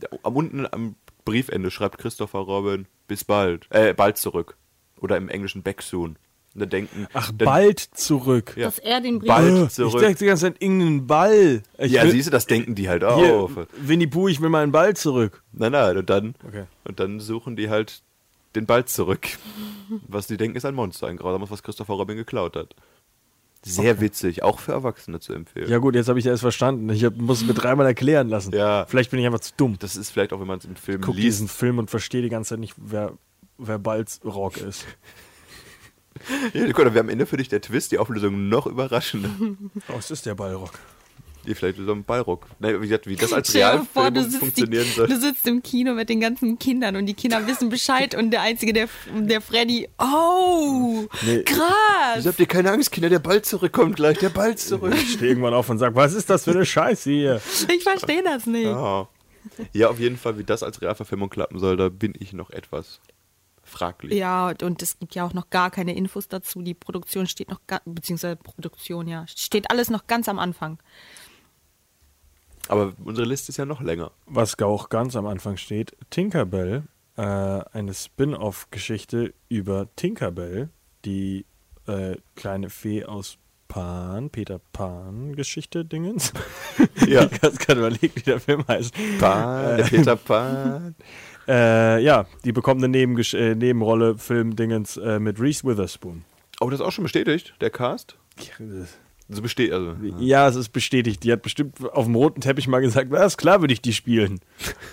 [SPEAKER 6] Da- am unten am Briefende schreibt Christopher Robin, bis bald, äh, bald zurück. Oder im Englischen back soon. Und dann denken,
[SPEAKER 5] Ach,
[SPEAKER 6] dann,
[SPEAKER 5] bald zurück.
[SPEAKER 6] Ja.
[SPEAKER 4] Dass er den Brief.
[SPEAKER 6] Bald
[SPEAKER 5] Äh,
[SPEAKER 6] zurück.
[SPEAKER 5] Ich dachte die ganze Zeit irgendeinen Ball. Ich
[SPEAKER 6] ja,
[SPEAKER 5] will-
[SPEAKER 6] siehst du, das denken die halt auch.
[SPEAKER 5] Hier, Winnie Pooh, ich will meinen Ball zurück.
[SPEAKER 6] Nein, nein, und dann,
[SPEAKER 5] Okay.
[SPEAKER 6] und dann suchen die halt den Ball zurück. Was die denken, ist ein Monster, ein grausames, was Christopher Robin geklaut hat. Sehr witzig, auch für Erwachsene zu empfehlen.
[SPEAKER 5] Ja gut, jetzt habe ich erst verstanden. Ich hab, muss es mir dreimal erklären lassen.
[SPEAKER 6] Ja.
[SPEAKER 5] Vielleicht bin ich einfach zu dumm.
[SPEAKER 6] Das ist vielleicht auch, wenn man es im Film
[SPEAKER 5] Guck
[SPEAKER 6] liest.
[SPEAKER 5] diesen Film und verstehe die ganze Zeit nicht, wer, wer Balz Rock ist.
[SPEAKER 6] Ja, guck, dann wäre am Ende für dich der Twist, die Auflösung noch überraschender.
[SPEAKER 5] Oh, es ist der Ballrock.
[SPEAKER 6] Ja, vielleicht so ein Ballrock. Nein, wie gesagt, wie das als
[SPEAKER 4] Stell dir vor, du
[SPEAKER 6] Realfilm um
[SPEAKER 4] sitzt, die,
[SPEAKER 6] funktionieren soll.
[SPEAKER 4] du sitzt im Kino mit den ganzen Kindern und die Kinder wissen Bescheid und der Einzige, der, der Freddy, oh,
[SPEAKER 5] Nee.
[SPEAKER 4] krass.
[SPEAKER 6] Wieso habt ihr keine Angst, Kinder? Der Ball zurückkommt gleich, der Ball zurück.
[SPEAKER 5] Ich stehe irgendwann auf und sage, was ist das für eine Scheiße hier?
[SPEAKER 4] Ich verstehe das nicht.
[SPEAKER 6] Ja. ja, auf jeden Fall, wie das als Realverfilmung klappen soll, da bin ich noch etwas fraglich.
[SPEAKER 4] Ja, und, und es gibt ja auch noch gar keine Infos dazu. Die Produktion steht noch, ga- beziehungsweise Produktion, ja, steht alles noch ganz am Anfang.
[SPEAKER 6] Aber unsere Liste ist ja noch länger.
[SPEAKER 5] Was auch ganz am Anfang steht, Tinkerbell, äh, eine Spin-off-Geschichte über Tinkerbell, die äh, kleine Fee aus Pan, Peter Pan-Geschichte Dingens.
[SPEAKER 6] Ja.
[SPEAKER 5] Ich kann gerade überlegt, wie der Film heißt.
[SPEAKER 6] Pan, der Peter Pan.
[SPEAKER 5] Äh, ja, die bekommt eine Nebengesch äh, Nebenrolle, Film-Dingens äh, mit Reese Witherspoon.
[SPEAKER 6] Oh, das ist auch schon bestätigt, der Cast. Also besteht, also.
[SPEAKER 5] Ja, es ist bestätigt. Die hat bestimmt auf dem roten Teppich mal gesagt, na, ist klar, würde ich die spielen.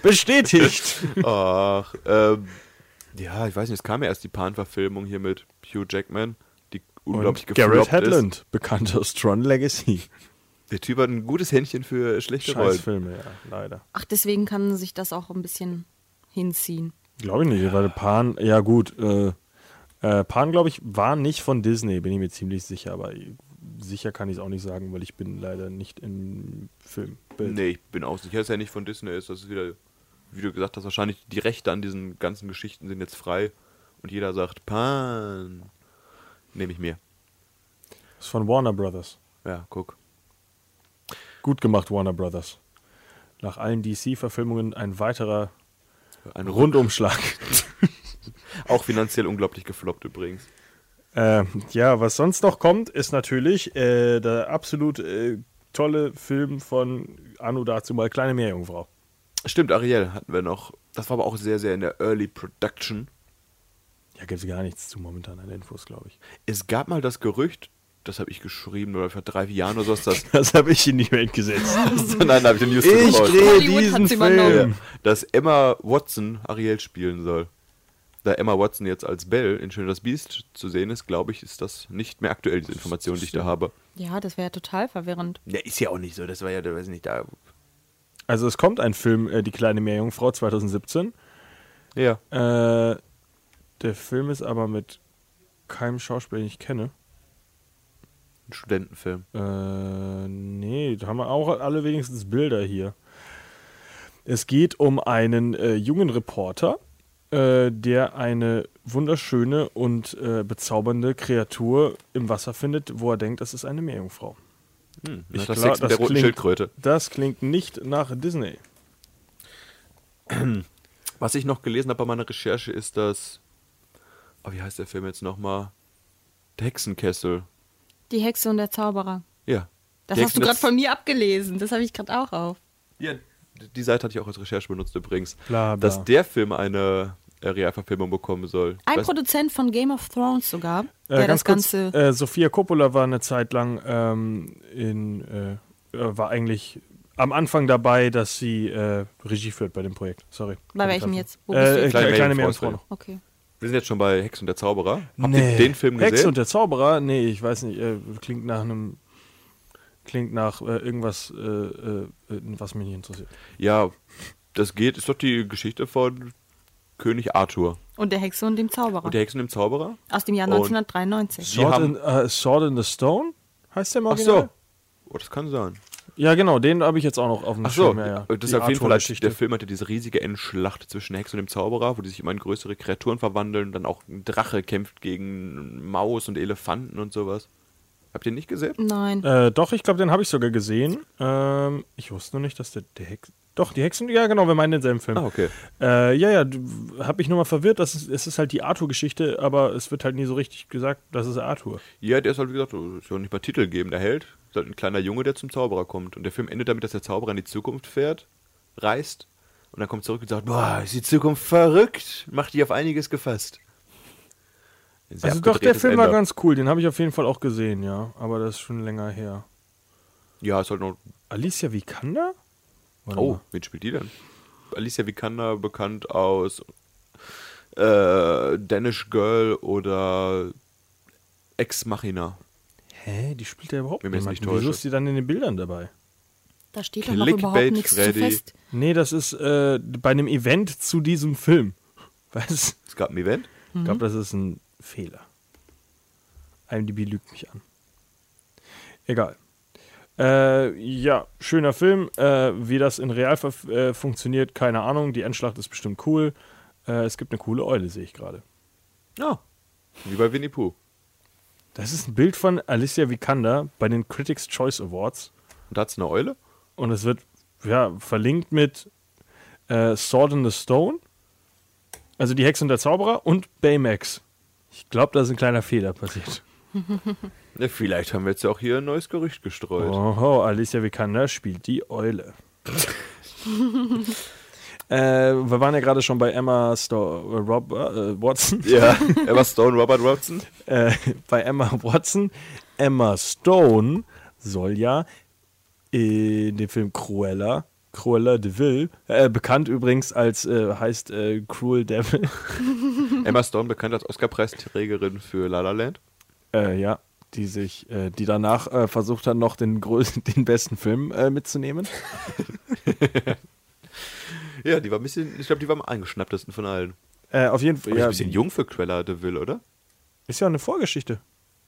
[SPEAKER 5] Bestätigt.
[SPEAKER 6] hm. Ach, ähm, ja, ich weiß nicht, es kam ja erst die Pan-Verfilmung hier mit Hugh Jackman, die unglaublich
[SPEAKER 5] Und Garrett
[SPEAKER 6] gefloppt ist.
[SPEAKER 5] Hedlund, bekannt aus Tron Legacy.
[SPEAKER 6] Der Typ hat ein gutes Händchen für schlechte Rollen.
[SPEAKER 5] Scheiß Filme, ja, leider.
[SPEAKER 4] Ach, deswegen kann sich das auch ein bisschen hinziehen.
[SPEAKER 5] Glaube ich nicht, weil Pan, ja gut, äh, äh, Pan, glaube ich, war nicht von Disney, bin ich mir ziemlich sicher, aber sicher kann ich es auch nicht sagen, weil ich bin leider nicht im Film.
[SPEAKER 6] Nee, ich bin auch sicher, dass er nicht von Disney ist. Das ist wieder, wie du gesagt hast, wahrscheinlich die Rechte an diesen ganzen Geschichten sind jetzt frei. Und jeder sagt, Pan. Nehme ich mir.
[SPEAKER 5] Ist von Warner Brothers.
[SPEAKER 6] Ja, guck.
[SPEAKER 5] Gut gemacht, Warner Brothers. Nach allen DC-Verfilmungen ein weiterer
[SPEAKER 6] Ein Rund.
[SPEAKER 5] Rundumschlag.
[SPEAKER 6] Auch finanziell unglaublich gefloppt übrigens.
[SPEAKER 5] äh, ja, was sonst noch kommt, ist natürlich äh, der absolut äh, tolle Film von Anu dazu mal Kleine Meerjungfrau.
[SPEAKER 6] Stimmt, Ariel hatten wir noch. Das war aber auch sehr, sehr in der Early Production.
[SPEAKER 5] Ja, gibt es gar nichts zu momentan an Infos, glaube ich.
[SPEAKER 6] Es gab mal das Gerücht, das habe ich geschrieben, oder vor drei Jahren oder sowas, dass.
[SPEAKER 5] Das habe ich in die Welt gesetzt.
[SPEAKER 6] Nein, da habe ich um. den News
[SPEAKER 5] Ich
[SPEAKER 6] gecrollt.
[SPEAKER 5] drehe
[SPEAKER 4] Hollywood
[SPEAKER 5] diesen
[SPEAKER 4] hat's
[SPEAKER 5] Film.
[SPEAKER 4] übernommen.
[SPEAKER 6] Ja, dass Emma Watson Ariel spielen soll. Da Emma Watson jetzt als Belle in Schön das Biest zu sehen ist, glaube ich, ist das nicht mehr aktuell, diese Information, die ich da habe.
[SPEAKER 4] Ja, das wäre total verwirrend.
[SPEAKER 6] Ja, ist ja auch nicht so, das war ja, da weiß ich nicht, da.
[SPEAKER 5] Also es kommt ein Film, äh, Die kleine Meerjungfrau 2017.
[SPEAKER 6] Ja.
[SPEAKER 5] Äh, der Film ist aber mit keinem Schauspieler, den ich kenne.
[SPEAKER 6] Ein Studentenfilm.
[SPEAKER 5] Äh, nee, da haben wir auch alle wenigstens Bilder hier. Es geht um einen äh, jungen Reporter, äh, der eine wunderschöne und äh, bezaubernde Kreatur im Wasser findet, wo er denkt, das ist eine Meerjungfrau.
[SPEAKER 6] Hm,
[SPEAKER 5] Ich
[SPEAKER 6] ich das
[SPEAKER 5] glaub,
[SPEAKER 6] Sechste
[SPEAKER 5] das
[SPEAKER 6] der roten
[SPEAKER 5] klingt-
[SPEAKER 6] Schildkröte.
[SPEAKER 5] Das klingt nicht nach Disney.
[SPEAKER 6] Was ich noch gelesen habe bei meiner Recherche ist, dass. Oh, wie heißt der Film jetzt nochmal? Der Hexenkessel.
[SPEAKER 4] Die Hexe und der Zauberer.
[SPEAKER 6] Ja.
[SPEAKER 4] Das
[SPEAKER 6] Die
[SPEAKER 4] hast du
[SPEAKER 6] Hexen-
[SPEAKER 4] gerade von mir abgelesen. Das habe ich gerade auch auf.
[SPEAKER 6] Ja, die Seite hatte ich auch als Recherche benutzt übrigens.
[SPEAKER 5] Bla, bla.
[SPEAKER 6] Dass der Film eine äh, Realverfilmung bekommen soll.
[SPEAKER 4] Ein
[SPEAKER 6] Weißt-
[SPEAKER 4] Produzent von Game of Thrones sogar,
[SPEAKER 5] Äh,
[SPEAKER 4] der
[SPEAKER 5] ganz
[SPEAKER 4] das
[SPEAKER 5] kurz,
[SPEAKER 4] Ganze.
[SPEAKER 5] äh, Sophia Coppola war eine Zeit lang ähm, in, äh, äh, war eigentlich am Anfang dabei, dass sie äh, Regie führt bei dem Projekt. Sorry.
[SPEAKER 4] Bei welchem jetzt? Wo bist du
[SPEAKER 5] Äh,
[SPEAKER 4] jetzt?
[SPEAKER 5] kleine, kleine
[SPEAKER 6] Mädchenfrau
[SPEAKER 5] Meerjungfrau
[SPEAKER 6] ist
[SPEAKER 5] noch.
[SPEAKER 4] Okay.
[SPEAKER 6] Wir sind jetzt schon bei Hex und der Zauberer. Habt
[SPEAKER 5] Nee.
[SPEAKER 6] ihr den Film gesehen?
[SPEAKER 5] Hex und der Zauberer? Nee, ich weiß nicht. Äh, klingt nach einem, klingt nach äh, irgendwas, äh, äh, was mich nicht interessiert.
[SPEAKER 6] ja, das geht. Ist doch die Geschichte von König Arthur
[SPEAKER 4] Und der Hexe und dem Zauberer.
[SPEAKER 6] und der Hexe und dem Zauberer.
[SPEAKER 4] aus dem Jahr
[SPEAKER 6] und-
[SPEAKER 4] 1993.
[SPEAKER 6] Die
[SPEAKER 5] Sword,
[SPEAKER 6] haben-
[SPEAKER 5] in, äh, Sword in the Stone? Heißt der mal?
[SPEAKER 6] Ach so. Oh, das kann sein.
[SPEAKER 5] Ja, genau, den habe ich jetzt auch noch auf dem
[SPEAKER 6] Ach so, Äh,
[SPEAKER 5] Schirm. Ja, ja.
[SPEAKER 6] das ist
[SPEAKER 5] Die
[SPEAKER 6] auf jeden Fall, als
[SPEAKER 5] Arthur-Geschichte.
[SPEAKER 6] der Film hatte diese riesige Endschlacht zwischen Hex und dem Zauberer, wo die sich immer in größere Kreaturen verwandeln, dann auch ein Drache kämpft gegen Maus und Elefanten und sowas. Habt ihr nicht gesehen?
[SPEAKER 4] Nein.
[SPEAKER 5] Äh, doch, ich glaube, den habe ich sogar gesehen. Ähm, ich wusste nur nicht, dass der, der Hex. Doch, die Hexen, ja genau, wir meinen denselben Film.
[SPEAKER 6] Ah, okay.
[SPEAKER 5] Äh, ja, ja, habe ich nur mal verwirrt, dass es, es ist halt die Arthur-Geschichte, aber es wird halt nie so richtig gesagt, das ist Arthur.
[SPEAKER 6] Ja, der ist halt, wie gesagt, ist ja nicht mal Titel geben, der Held. Ist halt ein kleiner Junge, der zum Zauberer kommt. Und der Film endet damit, dass der Zauberer in die Zukunft fährt, reist und dann kommt zurück und sagt, boah, ist die Zukunft verrückt, macht die auf einiges gefasst. Ein sehr
[SPEAKER 5] also doch, der
[SPEAKER 6] abgedrehtes
[SPEAKER 5] Film war
[SPEAKER 6] Ende.
[SPEAKER 5] ganz cool, den habe ich auf jeden Fall auch gesehen, ja. Aber das ist schon länger her.
[SPEAKER 6] Ja, ist halt noch...
[SPEAKER 5] Alicia Vikander? Warte
[SPEAKER 6] Oh,
[SPEAKER 5] mal.
[SPEAKER 6] wen spielt die denn? Alicia Vikander, bekannt aus äh, Danish Girl oder Ex Machina.
[SPEAKER 5] Hä, die spielt ja überhaupt
[SPEAKER 6] Wenn mich
[SPEAKER 5] niemanden.
[SPEAKER 6] nicht
[SPEAKER 5] Wieso
[SPEAKER 6] täusche.
[SPEAKER 5] ist die dann in den Bildern dabei?
[SPEAKER 4] Da steht doch noch überhaupt
[SPEAKER 6] Clickbait,
[SPEAKER 4] nichts
[SPEAKER 6] Freddy.
[SPEAKER 4] zu fest.
[SPEAKER 5] Nee, das ist äh, bei einem Event zu diesem Film. Was?
[SPEAKER 6] Es gab ein Event.
[SPEAKER 5] Ich glaube, das ist ein Fehler. IMDb lügt mich an. Egal. Äh, ja, schöner Film. Äh, wie das in Real verf- äh, funktioniert, keine Ahnung. Die Endschlacht ist bestimmt cool. Äh, es gibt eine coole Eule, sehe ich gerade.
[SPEAKER 6] Ja. Wie bei Winnie Pooh.
[SPEAKER 5] Das ist ein Bild von Alicia Vikander bei den Critics' Choice Awards.
[SPEAKER 6] Und da hat's eine Eule.
[SPEAKER 5] Und es wird ja, verlinkt mit äh, Sword in the Stone, also die Hexe und der Zauberer und Baymax. Ich glaube, da ist ein kleiner Fehler passiert.
[SPEAKER 6] Ja, vielleicht haben wir jetzt ja auch hier ein neues Gerücht gestreut.
[SPEAKER 5] Oho, Alicia Vikander spielt die Eule. äh, wir waren ja gerade schon bei Emma Sto äh, Rob äh, Watson.
[SPEAKER 6] Ja, Emma Stone, Robert Robson.
[SPEAKER 5] Äh, bei Emma Watson. Emma Stone soll ja in dem Film Cruella, Cruella de Vil, äh, bekannt übrigens als, äh, heißt äh, Cruel Devil,
[SPEAKER 6] Emma Stone, bekannt als Oscarpreisträgerin für La La Land.
[SPEAKER 5] äh, ja, die sich, äh, die danach äh, versucht hat, noch den, größten, den besten Film äh, mitzunehmen.
[SPEAKER 6] Ja, die war ein bisschen, ich glaube, die war am eingeschnapptesten von allen.
[SPEAKER 5] Äh, auf jeden
[SPEAKER 6] Aber
[SPEAKER 5] Fall,
[SPEAKER 6] ja,
[SPEAKER 5] ja,
[SPEAKER 6] ein bisschen jung für Cruella de Vil, oder?
[SPEAKER 5] Ist ja eine Vorgeschichte.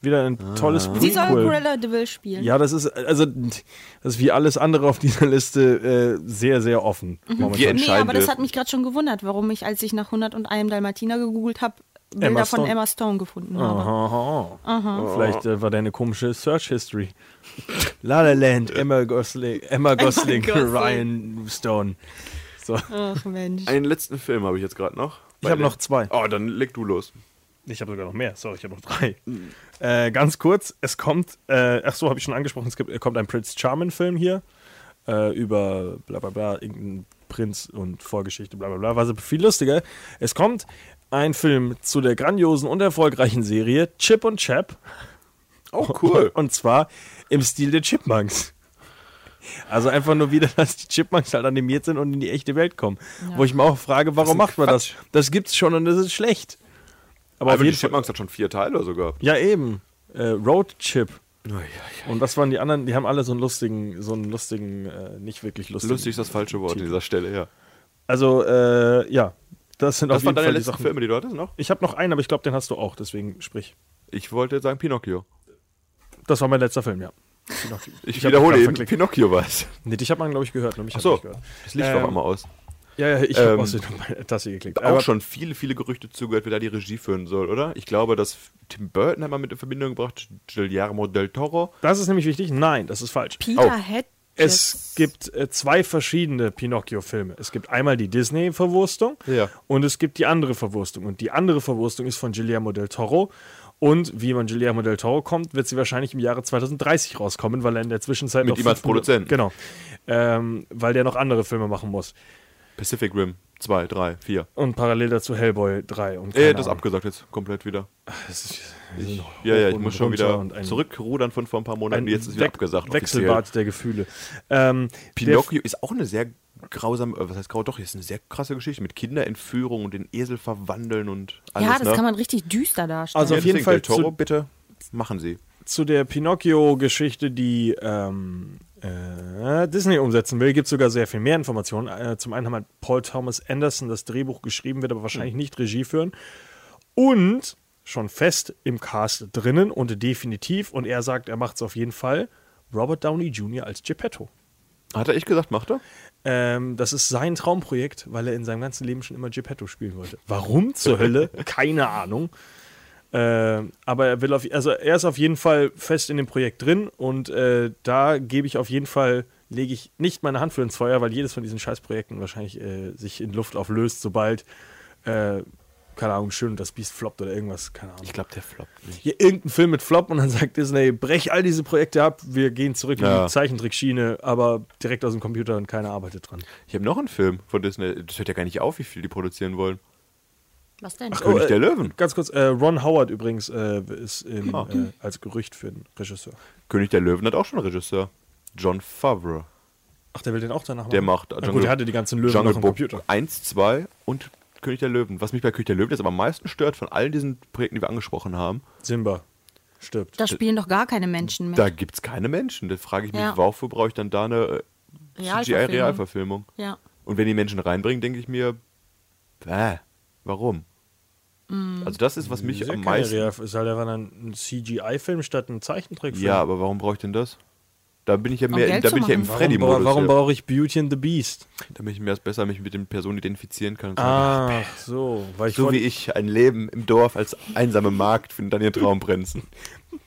[SPEAKER 5] Wieder ein tolles
[SPEAKER 4] Sie soll
[SPEAKER 5] Prequel.
[SPEAKER 4] Cruella de Vil spielen.
[SPEAKER 5] Ja, das ist also das ist wie alles andere auf dieser Liste äh, sehr sehr offen.
[SPEAKER 6] Wir
[SPEAKER 5] Momentan.
[SPEAKER 6] entscheiden
[SPEAKER 4] Nee, aber das
[SPEAKER 6] dürfen.
[SPEAKER 4] hat mich gerade schon gewundert, warum ich, als ich nach 101 Dalmatiner gegoogelt habe, Bilder
[SPEAKER 5] Emma
[SPEAKER 4] von
[SPEAKER 5] Stone.
[SPEAKER 4] Emma Stone gefunden habe.
[SPEAKER 5] Aha. Vielleicht äh, war deine komische Search History. La La Land, Emma Gosling, Emma Gosling,
[SPEAKER 4] Gosling.
[SPEAKER 5] Ryan Stone. So,
[SPEAKER 4] Ach Mensch.
[SPEAKER 6] Einen letzten Film habe ich jetzt gerade noch.
[SPEAKER 5] Ich
[SPEAKER 6] Bei
[SPEAKER 5] hab
[SPEAKER 6] den-
[SPEAKER 5] noch zwei.
[SPEAKER 6] Oh, dann leg du los.
[SPEAKER 5] ich habe sogar noch mehr. Sorry, ich habe noch drei.
[SPEAKER 6] Mhm.
[SPEAKER 5] Äh, ganz kurz, es kommt. Äh, ach so, habe ich schon angesprochen. Es gibt, äh, kommt ein Prince Charming Film hier. äh, über bla bla bla, irgendeinen Prinz und Vorgeschichte, bla bla bla, war so viel lustiger. Es kommt ein Film zu der grandiosen und erfolgreichen Serie Chip und Chap.
[SPEAKER 6] Auch Oh, cool.
[SPEAKER 5] Und zwar im Stil der Chipmunks. Also einfach nur wieder, dass die Chipmunks halt animiert sind und in die echte Welt kommen. Wo ich mir auch frage, warum macht man das? Das gibt's schon und das ist schlecht. Aber
[SPEAKER 6] Aber
[SPEAKER 5] auf
[SPEAKER 6] Also die
[SPEAKER 5] jeden Fall.
[SPEAKER 6] Chipmunks hat schon vier Teile sogar.
[SPEAKER 5] Ja, eben. Äh, Road Chip.
[SPEAKER 6] Oh, ja, ja.
[SPEAKER 5] Und was waren die anderen? Die haben alle so einen lustigen, so einen lustigen, äh, nicht wirklich lustigen.
[SPEAKER 6] Lustig ist das falsche Wort an dieser Stelle, ja.
[SPEAKER 5] Also, äh, ja, das sind auf
[SPEAKER 6] Das
[SPEAKER 5] jeden
[SPEAKER 6] waren deine
[SPEAKER 5] Fall die
[SPEAKER 6] letzten
[SPEAKER 5] Sachen.
[SPEAKER 6] Filme, die du hattest noch?
[SPEAKER 5] Ich habe noch einen, aber ich glaube, den hast du auch, deswegen sprich.
[SPEAKER 6] Ich wollte sagen Pinocchio.
[SPEAKER 5] Das war mein letzter Film, ja.
[SPEAKER 6] Ich,
[SPEAKER 5] Ich hab
[SPEAKER 6] wiederhole
[SPEAKER 5] mich
[SPEAKER 6] eben,
[SPEAKER 5] grad verklickt.
[SPEAKER 6] Pinocchio war es.
[SPEAKER 5] Nee, dich hat man, glaube ich, gehört. Nur mich hat man
[SPEAKER 6] Achso,
[SPEAKER 5] nicht gehört.
[SPEAKER 6] das Licht war
[SPEAKER 5] Ähm,
[SPEAKER 6] auch mal aus.
[SPEAKER 5] Ja, ja, ich
[SPEAKER 6] Ähm,
[SPEAKER 5] habe aus der Tasse geklickt.
[SPEAKER 6] auch schon viele, viele Gerüchte zugehört, wer da die Regie führen soll, oder? Ich glaube, dass Tim Burton hat man mit in Verbindung gebracht, Guillermo del Toro.
[SPEAKER 5] Das ist nämlich wichtig. Nein, das ist falsch.
[SPEAKER 4] Peter
[SPEAKER 6] Oh.
[SPEAKER 4] Het
[SPEAKER 5] Es gibt äh, zwei verschiedene Pinocchio-Filme. Es gibt einmal die Disney-Verwurstung
[SPEAKER 6] Ja.
[SPEAKER 5] und es gibt die andere Verwurstung. Und die andere Verwurstung ist von Guillermo del Toro. Und wie man Guillermo del Toro kommt, wird sie wahrscheinlich im Jahre 2030 rauskommen, weil er in der Zwischenzeit
[SPEAKER 6] Mit
[SPEAKER 5] noch
[SPEAKER 6] ihm
[SPEAKER 5] fünf
[SPEAKER 6] als Produzent.
[SPEAKER 5] Genau. Ähm, weil der noch andere Filme machen muss.
[SPEAKER 6] Pacific Rim 2, 3, 4.
[SPEAKER 5] Und parallel dazu Hellboy 3. Und keine
[SPEAKER 6] Äh, das ist
[SPEAKER 5] Ahnung.
[SPEAKER 6] abgesagt jetzt komplett wieder.
[SPEAKER 5] Das ist-
[SPEAKER 6] Ja, ja, ich
[SPEAKER 5] und
[SPEAKER 6] muss schon
[SPEAKER 5] runter
[SPEAKER 6] wieder
[SPEAKER 5] und ein-
[SPEAKER 6] zurückrudern von vor ein paar Monaten.
[SPEAKER 5] Ein
[SPEAKER 6] Jetzt ist wieder
[SPEAKER 5] Wech-
[SPEAKER 6] abgesagt.
[SPEAKER 5] Wechselbad der Gefühle. Ähm, der
[SPEAKER 6] Pinocchio ist auch eine sehr grausame, äh, was heißt grau? Doch, ist eine sehr krasse Geschichte mit Kinderentführung und den Esel verwandeln und alles.
[SPEAKER 4] ja, das
[SPEAKER 6] ne?
[SPEAKER 4] kann man richtig düster darstellen.
[SPEAKER 5] Also-
[SPEAKER 6] Ja,
[SPEAKER 5] auf jeden
[SPEAKER 6] deswegen,
[SPEAKER 5] Fall
[SPEAKER 6] Del Toro,
[SPEAKER 5] zu-
[SPEAKER 6] bitte machen Sie.
[SPEAKER 5] zu der Pinocchio-Geschichte, die ähm, äh, Disney umsetzen will, gibt es sogar sehr viel mehr Informationen. Äh, zum einen haben halt Paul Thomas Anderson das Drehbuch geschrieben, wird aber wahrscheinlich nicht Regie führen. Und schon fest im Cast drinnen und definitiv, und er sagt, er macht es auf jeden Fall, Robert Downey Jr. als Geppetto.
[SPEAKER 6] Hat er echt gesagt, macht er?
[SPEAKER 5] Ähm, das ist sein Traumprojekt, weil er in seinem ganzen Leben schon immer Geppetto spielen wollte. Warum zur Hölle? Keine Ahnung. Ähm, aber er will auf, also er ist auf jeden Fall fest in dem Projekt drin und äh, da gebe ich auf jeden Fall, lege ich nicht meine Hand für ins Feuer, weil jedes von diesen Scheißprojekten wahrscheinlich äh, sich in Luft auflöst, sobald, äh, keine Ahnung, schön und das Biest floppt oder irgendwas, keine Ahnung.
[SPEAKER 6] Ich glaube, der floppt nicht.
[SPEAKER 5] Hier irgendein Film mit Flop und dann sagt Disney, brech all diese Projekte ab, wir gehen zurück in
[SPEAKER 6] Ja.
[SPEAKER 5] die Zeichentrickschiene, aber direkt aus dem Computer und keiner arbeitet dran.
[SPEAKER 6] Ich habe noch einen Film von Disney. Das hört ja gar nicht auf, wie viel die produzieren wollen.
[SPEAKER 4] Was denn?
[SPEAKER 6] König
[SPEAKER 5] äh,
[SPEAKER 6] der Löwen.
[SPEAKER 5] Ganz kurz, äh, Ron Howard übrigens äh, ist im,
[SPEAKER 6] Ah.
[SPEAKER 5] äh, als Gerücht für den Regisseur.
[SPEAKER 6] König der Löwen hat auch schon einen Regisseur. John Favreau.
[SPEAKER 5] Ach, der will den auch danach machen?
[SPEAKER 6] Der macht
[SPEAKER 5] Na gut, der hatte die ganzen Löwen
[SPEAKER 6] Jungle
[SPEAKER 5] noch im
[SPEAKER 6] Book
[SPEAKER 5] Computer.
[SPEAKER 6] 1, 2 und König der Löwen. Was mich bei König der Löwen jetzt aber am meisten stört von all diesen Projekten, die wir angesprochen haben,
[SPEAKER 5] Simba stirbt.
[SPEAKER 4] Da spielen doch gar keine Menschen mit.
[SPEAKER 6] da gibt es keine Menschen. Da frage ich mich,
[SPEAKER 4] Ne? Ja.
[SPEAKER 6] wofür brauche ich dann da eine äh,
[SPEAKER 4] Realverfilmung.
[SPEAKER 6] CGI-Realverfilmung?
[SPEAKER 4] Ja.
[SPEAKER 6] Und wenn die Menschen reinbringen, denke ich mir, bäh, warum?
[SPEAKER 4] Mm.
[SPEAKER 6] Also das ist, was mich
[SPEAKER 5] Ist ja
[SPEAKER 6] am
[SPEAKER 5] keine
[SPEAKER 6] meisten...
[SPEAKER 5] Real- ist halt einfach ein CGI-Film statt ein Zeichentrickfilm.
[SPEAKER 6] Ja, aber warum brauche ich denn das? Da bin ich ja mehr,
[SPEAKER 4] Um Geld
[SPEAKER 6] da
[SPEAKER 4] zu
[SPEAKER 6] bin ich ja im
[SPEAKER 4] machen.
[SPEAKER 5] warum,
[SPEAKER 6] Freddy-Modus.
[SPEAKER 5] bra- warum
[SPEAKER 6] hier.
[SPEAKER 5] brauche ich Beauty and the Beast?
[SPEAKER 6] Damit ich mir das besser mich mit den Personen identifizieren kann. und sagen,
[SPEAKER 5] Ah, so. Weil ich
[SPEAKER 6] So
[SPEAKER 5] wollte-
[SPEAKER 6] wie ich ein Leben im Dorf als einsame Magd finde dann ihr Traumprinzen.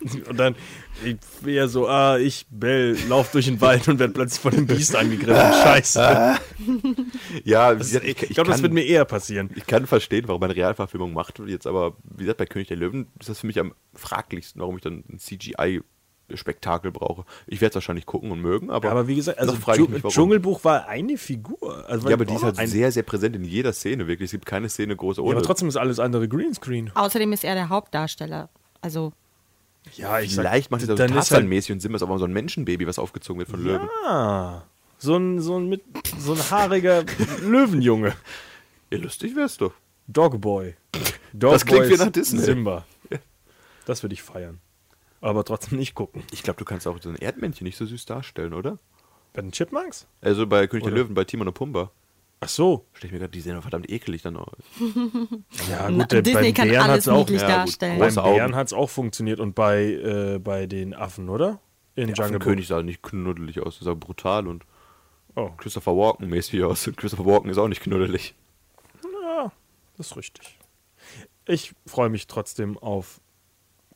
[SPEAKER 5] Und dann, ich wäre so, ah, ich, Bell, lauf durch den Wald und werde plötzlich von dem Beast angegriffen. Scheiße.
[SPEAKER 6] Ja, wie gesagt,
[SPEAKER 5] Ich
[SPEAKER 6] ich, ich,
[SPEAKER 5] glaube, das
[SPEAKER 6] kann,
[SPEAKER 5] wird mir eher passieren.
[SPEAKER 6] ich kann verstehen, warum man Realverfilmung macht. Jetzt aber, wie gesagt, bei König der Löwen ist das für mich am fraglichsten, warum ich dann ein CGI-Spektakel brauche. Ich werde es wahrscheinlich gucken und mögen, aber,
[SPEAKER 5] Aber wie gesagt, also
[SPEAKER 6] noch frage ich
[SPEAKER 5] Dschung-
[SPEAKER 6] mich, warum.
[SPEAKER 5] Dschungelbuch war eine Figur. Also,
[SPEAKER 6] ja, aber die ist halt
[SPEAKER 5] ein,
[SPEAKER 6] sehr, sehr präsent in jeder Szene, wirklich. Es gibt keine Szene groß
[SPEAKER 5] Ja,
[SPEAKER 6] ohne.
[SPEAKER 5] aber trotzdem ist alles andere Greenscreen.
[SPEAKER 4] Außerdem ist er der Hauptdarsteller. Also,
[SPEAKER 5] Ja, ich
[SPEAKER 6] Vielleicht macht es so
[SPEAKER 5] dann ist halt
[SPEAKER 6] Tarzan-mäßig und Simba ist aber so ein Menschenbaby, was aufgezogen wird von Löwen.
[SPEAKER 5] so ein, so ein, mit, so ein haariger Löwenjunge.
[SPEAKER 6] Ja, lustig wär's doch.
[SPEAKER 5] Dogboy. Dogboy
[SPEAKER 6] Das klingt wie
[SPEAKER 5] ist
[SPEAKER 6] nach Disney.
[SPEAKER 5] Simba. Das würde ich feiern. Aber trotzdem nicht gucken.
[SPEAKER 6] Ich glaube, du kannst auch so ein Erdmännchen nicht so süß darstellen, oder?
[SPEAKER 5] Bei den Chipmunks?
[SPEAKER 6] Also bei König der
[SPEAKER 5] Oder?
[SPEAKER 6] Löwen, bei Timon und Pumba.
[SPEAKER 5] Ach so.
[SPEAKER 6] Stell ich mir gerade, die sehen doch verdammt ekelig dann aus.
[SPEAKER 5] Ja,
[SPEAKER 4] Na,
[SPEAKER 5] gut, der,
[SPEAKER 4] Disney
[SPEAKER 5] bei den
[SPEAKER 4] kann
[SPEAKER 5] Bären
[SPEAKER 4] alles
[SPEAKER 5] hat's auch.
[SPEAKER 4] niedlich
[SPEAKER 6] Ja, gut.
[SPEAKER 4] darstellen.
[SPEAKER 5] Beim
[SPEAKER 6] Große Augen.
[SPEAKER 5] Bären hat es auch funktioniert und bei, äh, bei den Affen, oder? In
[SPEAKER 6] Der
[SPEAKER 5] Jungle
[SPEAKER 6] König sah nicht knuddelig aus, der sah brutal und
[SPEAKER 5] Book. Oh,
[SPEAKER 6] Christopher Walken mäßig aus. Und Christopher Walken ist auch nicht knuddelig.
[SPEAKER 5] das ist richtig. Ich freue mich trotzdem auf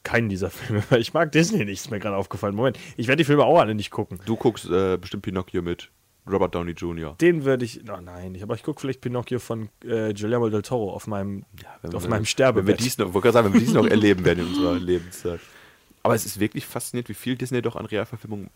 [SPEAKER 5] keinen dieser Filme, weil ich mag Disney nicht, ist mir gerade aufgefallen. Moment, ich werde die Filme auch alle nicht gucken.
[SPEAKER 6] Du guckst äh, bestimmt Pinocchio mit Robert Downey Jr.
[SPEAKER 5] Den würde ich. Oh nein, ich, aber ich gucke vielleicht Pinocchio von äh, Guillermo del Toro auf meinem, auf meinem
[SPEAKER 6] Wenn wir
[SPEAKER 5] Sterbebett.
[SPEAKER 6] dies noch, wollte gerade sagen, wenn wir dies noch erleben werden in unserer Lebenszeit. Aber es ist wirklich faszinierend, wie viel Disney doch an Realverfilmung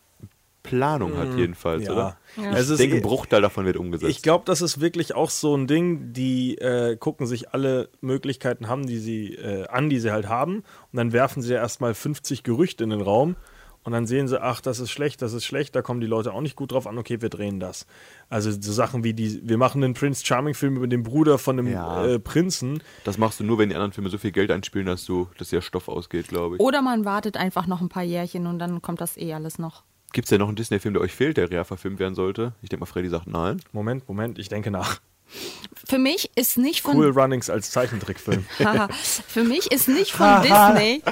[SPEAKER 6] Planung hat jedenfalls,
[SPEAKER 5] Mhm. ja.
[SPEAKER 6] oder?
[SPEAKER 5] Ja.
[SPEAKER 6] Ich
[SPEAKER 5] Es ist-
[SPEAKER 6] denke, ein Bruchteil davon wird umgesetzt.
[SPEAKER 5] ich glaube, das ist wirklich auch so ein Ding, die äh, gucken sich alle Möglichkeiten haben, die sie äh, an, die sie halt haben, und dann werfen sie ja erstmal 50 Gerüchte in den Raum und dann sehen sie, ach, das ist schlecht, das ist schlecht, da kommen die Leute auch nicht gut drauf an, okay, wir drehen das. Also so Sachen wie die, wir machen einen Prince Charming-Film über den Bruder von einem
[SPEAKER 6] Ja.
[SPEAKER 5] äh, Prinzen.
[SPEAKER 6] das machst du nur, wenn die anderen Filme so viel Geld einspielen, dass du, dass der Stoff ausgeht,
[SPEAKER 5] Oh.
[SPEAKER 6] glaube ich.
[SPEAKER 4] oder man wartet einfach noch ein paar Jährchen und dann kommt das eh alles noch.
[SPEAKER 6] Gibt es denn noch einen Disney-Film, der euch fehlt, der Realverfilmt werden sollte? Ich denke mal, Freddy sagt nein.
[SPEAKER 5] Moment, Moment, ich denke nach.
[SPEAKER 4] Für mich ist nicht von
[SPEAKER 5] Cool Runnings als Zeichentrickfilm.
[SPEAKER 4] Haha. Für mich ist nicht von Disney,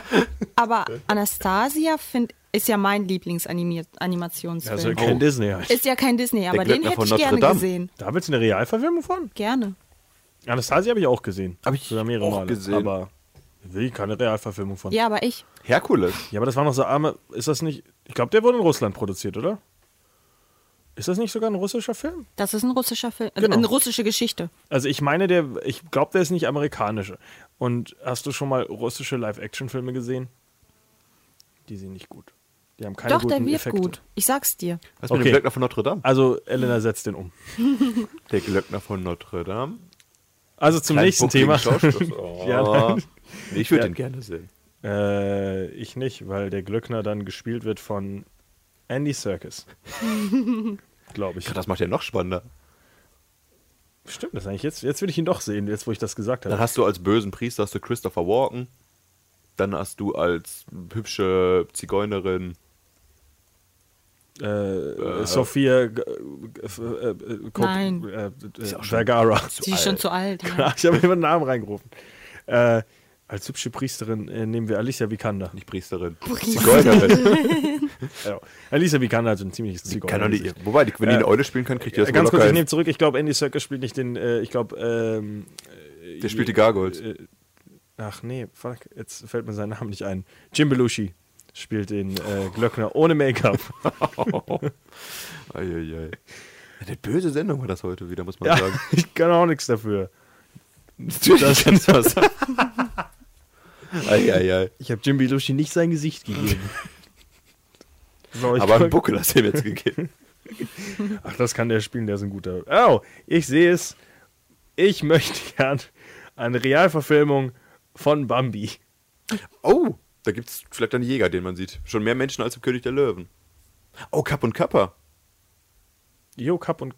[SPEAKER 4] aber Anastasia find, ist ja mein
[SPEAKER 5] Also
[SPEAKER 4] Lieblingsanimationsfilm.
[SPEAKER 5] kein Disney.
[SPEAKER 4] ist ja kein Disney, aber den
[SPEAKER 6] Glöckner
[SPEAKER 4] hätte
[SPEAKER 6] von
[SPEAKER 4] ich
[SPEAKER 6] Notre
[SPEAKER 4] gerne
[SPEAKER 6] Dame.
[SPEAKER 4] gesehen.
[SPEAKER 5] Da willst du eine Realverfilmung von?
[SPEAKER 4] Gerne.
[SPEAKER 5] Anastasia habe ich auch gesehen.
[SPEAKER 6] Hab ich
[SPEAKER 5] Sogar mehrere
[SPEAKER 6] auch
[SPEAKER 5] Male.
[SPEAKER 6] gesehen.
[SPEAKER 5] Aber will ich keine Realverfilmung von.
[SPEAKER 4] Ja, aber ich.
[SPEAKER 6] Herkules.
[SPEAKER 5] Ja, aber das waren noch so arme. Ist das nicht. Ich glaube, der wurde in Russland produziert, oder? Ist das nicht sogar ein russischer Film?
[SPEAKER 3] Das ist ein russischer Film,
[SPEAKER 4] also
[SPEAKER 3] äh,
[SPEAKER 5] Genau.
[SPEAKER 3] eine russische Geschichte.
[SPEAKER 5] Also ich meine, der, ich glaube, der ist nicht amerikanische. Und hast du schon mal russische Live-Action-Filme gesehen? Die sind nicht gut. Die haben keine
[SPEAKER 3] Doch,
[SPEAKER 5] guten
[SPEAKER 3] der wird
[SPEAKER 5] Effekte.
[SPEAKER 3] gut. Ich sag's dir.
[SPEAKER 6] Was mit
[SPEAKER 5] Okay.
[SPEAKER 6] dem Glöckner von Notre Dame?
[SPEAKER 5] Also Elena setzt den um.
[SPEAKER 6] Der Glöckner von Notre Dame.
[SPEAKER 5] Also zum
[SPEAKER 6] Kleinen
[SPEAKER 5] nächsten
[SPEAKER 6] buckligen
[SPEAKER 5] Thema.
[SPEAKER 6] Schauspiel. Oh.
[SPEAKER 5] Ja, nein.
[SPEAKER 6] nee, ich würde
[SPEAKER 5] Ja.
[SPEAKER 6] den gerne sehen.
[SPEAKER 5] Äh, ich nicht, weil der Glöckner dann gespielt wird von Andy Serkis. Glaube ich.
[SPEAKER 6] Ja, das macht ja noch spannender.
[SPEAKER 5] Stimmt das eigentlich? Jetzt, jetzt würde ich ihn doch sehen, jetzt wo ich das gesagt
[SPEAKER 6] Dann
[SPEAKER 5] habe.
[SPEAKER 6] hast du als bösen Priester hast du Christopher Walken. Dann hast du als hübsche Zigeunerin
[SPEAKER 5] Äh, Sophia G- äh, äh, Cop-
[SPEAKER 3] Nein.
[SPEAKER 5] Äh, äh, Vergara.
[SPEAKER 3] Sie ist schon zu alt. Ja.
[SPEAKER 5] Ja, ich habe immer einen Namen reingerufen. Äh, als hübsche Priesterin äh, nehmen wir Alicia Vikander.
[SPEAKER 6] Nicht Priesterin. Zigeunerin.
[SPEAKER 5] Ja. Alicia Vikander hat so ein ziemliches Zigeuner.
[SPEAKER 6] kann doch nicht, wobei, die, wenn die eine Eule spielen kann, kriegt die das
[SPEAKER 5] Äh, Ganz
[SPEAKER 6] wohl
[SPEAKER 5] kurz,
[SPEAKER 6] locker
[SPEAKER 5] ich
[SPEAKER 6] hin.
[SPEAKER 5] nehme zurück. Ich glaube, Andy Serkis spielt nicht den. Äh, ich glaube, ähm,
[SPEAKER 6] Der spielt die Gargoyles.
[SPEAKER 5] äh, ach nee, fuck, jetzt fällt mir sein Name nicht ein. Jim Belushi spielt den äh, Glöckner ohne Make-up.
[SPEAKER 6] Eieiei. Eine böse Sendung war das heute wieder, muss man
[SPEAKER 5] ja,
[SPEAKER 6] sagen.
[SPEAKER 5] ich kann auch nichts dafür.
[SPEAKER 6] Natürlich kannst du was sagen. Eieiei.
[SPEAKER 5] Ich habe Jim Belushi nicht sein Gesicht gegeben. So, ich
[SPEAKER 6] Aber einen
[SPEAKER 5] guck-
[SPEAKER 6] Buckel hast du ihm jetzt gegeben.
[SPEAKER 5] Ach, das kann der spielen, der ist ein guter. Oh, ich sehe es. Ich möchte gern eine Realverfilmung von Bambi.
[SPEAKER 6] Oh, da gibt es vielleicht einen Jäger, den man sieht. Schon mehr Menschen als im König der Löwen. Oh, Kapp und Kappa.
[SPEAKER 5] Jo, Cup und.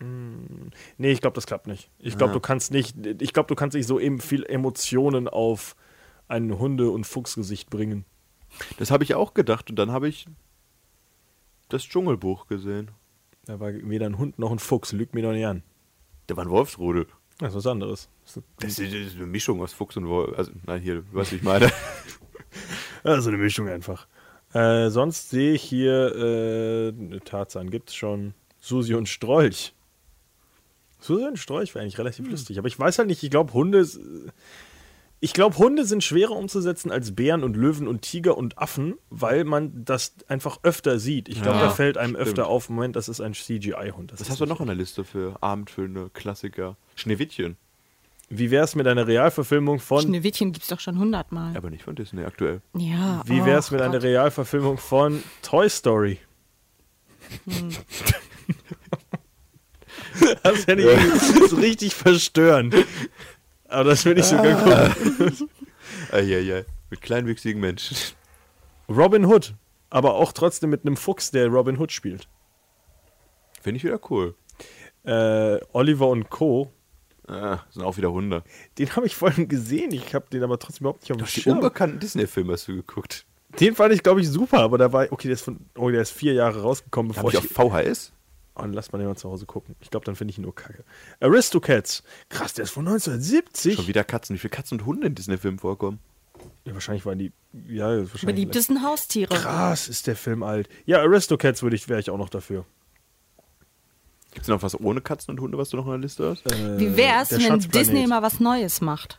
[SPEAKER 5] Mm, Nee, ich glaube, das klappt nicht. Ich glaube, du kannst nicht. Ich glaube, du kannst nicht so eben viel Emotionen auf ein Hunde- und Fuchsgesicht bringen.
[SPEAKER 6] Das habe ich auch gedacht und dann habe ich das Dschungelbuch gesehen.
[SPEAKER 5] Da war weder ein Hund noch ein Fuchs. Lüg mir doch nicht an.
[SPEAKER 6] Da war ein Wolfsrudel.
[SPEAKER 5] Das ist was anderes.
[SPEAKER 6] Das ist das ist eine Mischung aus Fuchs und Wolf. Also, nein, hier, du weißt, wie ich meine.
[SPEAKER 5] Also eine Mischung einfach. Äh, sonst sehe ich hier äh, Tarzan gibt's schon. Susi und Strolch. Susi und Strolch wäre eigentlich
[SPEAKER 6] Hm.
[SPEAKER 5] relativ lustig, aber ich weiß halt nicht, ich glaube Hunde s- ich glaube Hunde sind schwerer umzusetzen als Bären und Löwen und Tiger und Affen, weil man das einfach öfter sieht. Ich glaube,
[SPEAKER 6] Ja,
[SPEAKER 5] da fällt einem öfter
[SPEAKER 6] stimmt.
[SPEAKER 5] auf, Moment, das ist ein CGI Hund.
[SPEAKER 6] Was
[SPEAKER 5] ist
[SPEAKER 6] hast du
[SPEAKER 5] nicht-
[SPEAKER 6] noch in der Liste für Abendfüllende Klassiker? Schneewittchen.
[SPEAKER 5] Wie wär's mit einer Realverfilmung von
[SPEAKER 3] Schneewittchen gibt's doch schon hundertmal.
[SPEAKER 6] Aber nicht von Disney aktuell.
[SPEAKER 3] Ja.
[SPEAKER 4] Oh
[SPEAKER 5] Wie wär's
[SPEAKER 3] ach
[SPEAKER 5] mit einer
[SPEAKER 3] Gott.
[SPEAKER 5] Realverfilmung von Toy Story? das hätte ich das ist richtig verstörend. Aber das würde ich sogar gucken.
[SPEAKER 6] Eieiei. Mit kleinwüchsigen Menschen.
[SPEAKER 5] Robin Hood. Aber auch trotzdem mit einem Fuchs, der Robin Hood spielt.
[SPEAKER 6] Finde ich wieder cool.
[SPEAKER 5] Äh, Oliver und Co.
[SPEAKER 6] Ah, sind auch wieder Hunde.
[SPEAKER 5] Den habe ich vorhin gesehen. Ich habe den aber trotzdem überhaupt nicht auf dem
[SPEAKER 6] Die
[SPEAKER 5] Schirm.
[SPEAKER 6] unbekannten Disney-Filme hast du geguckt.
[SPEAKER 5] Den fand ich, glaube ich, super. Aber da war, okay, der ist, von, oh, der ist vier Jahre rausgekommen,
[SPEAKER 6] Habe
[SPEAKER 5] bevor
[SPEAKER 6] ich
[SPEAKER 5] ich.
[SPEAKER 6] auf VHS?
[SPEAKER 5] Oh, dann lass mal den mal zu Hause gucken. Ich glaube, dann finde ich ihn nur kacke. Aristocats. Krass, der ist von 1970.
[SPEAKER 6] Schon wieder Katzen. Wie viele Katzen und Hunde in Disney-Filmen vorkommen?
[SPEAKER 5] Ja, wahrscheinlich waren die. Ja, wahrscheinlich.
[SPEAKER 3] Beliebtesten Haustiere.
[SPEAKER 5] Krass, ist der Film alt. Ja, Aristocats würde ich, wäre ich auch noch dafür.
[SPEAKER 6] Gibt es noch was ohne Katzen und Hunde, was du noch in der Liste hast?
[SPEAKER 5] Äh,
[SPEAKER 3] Wie wär's,
[SPEAKER 5] der
[SPEAKER 3] wenn
[SPEAKER 5] Schatzplanet.
[SPEAKER 3] Disney mal was Neues macht?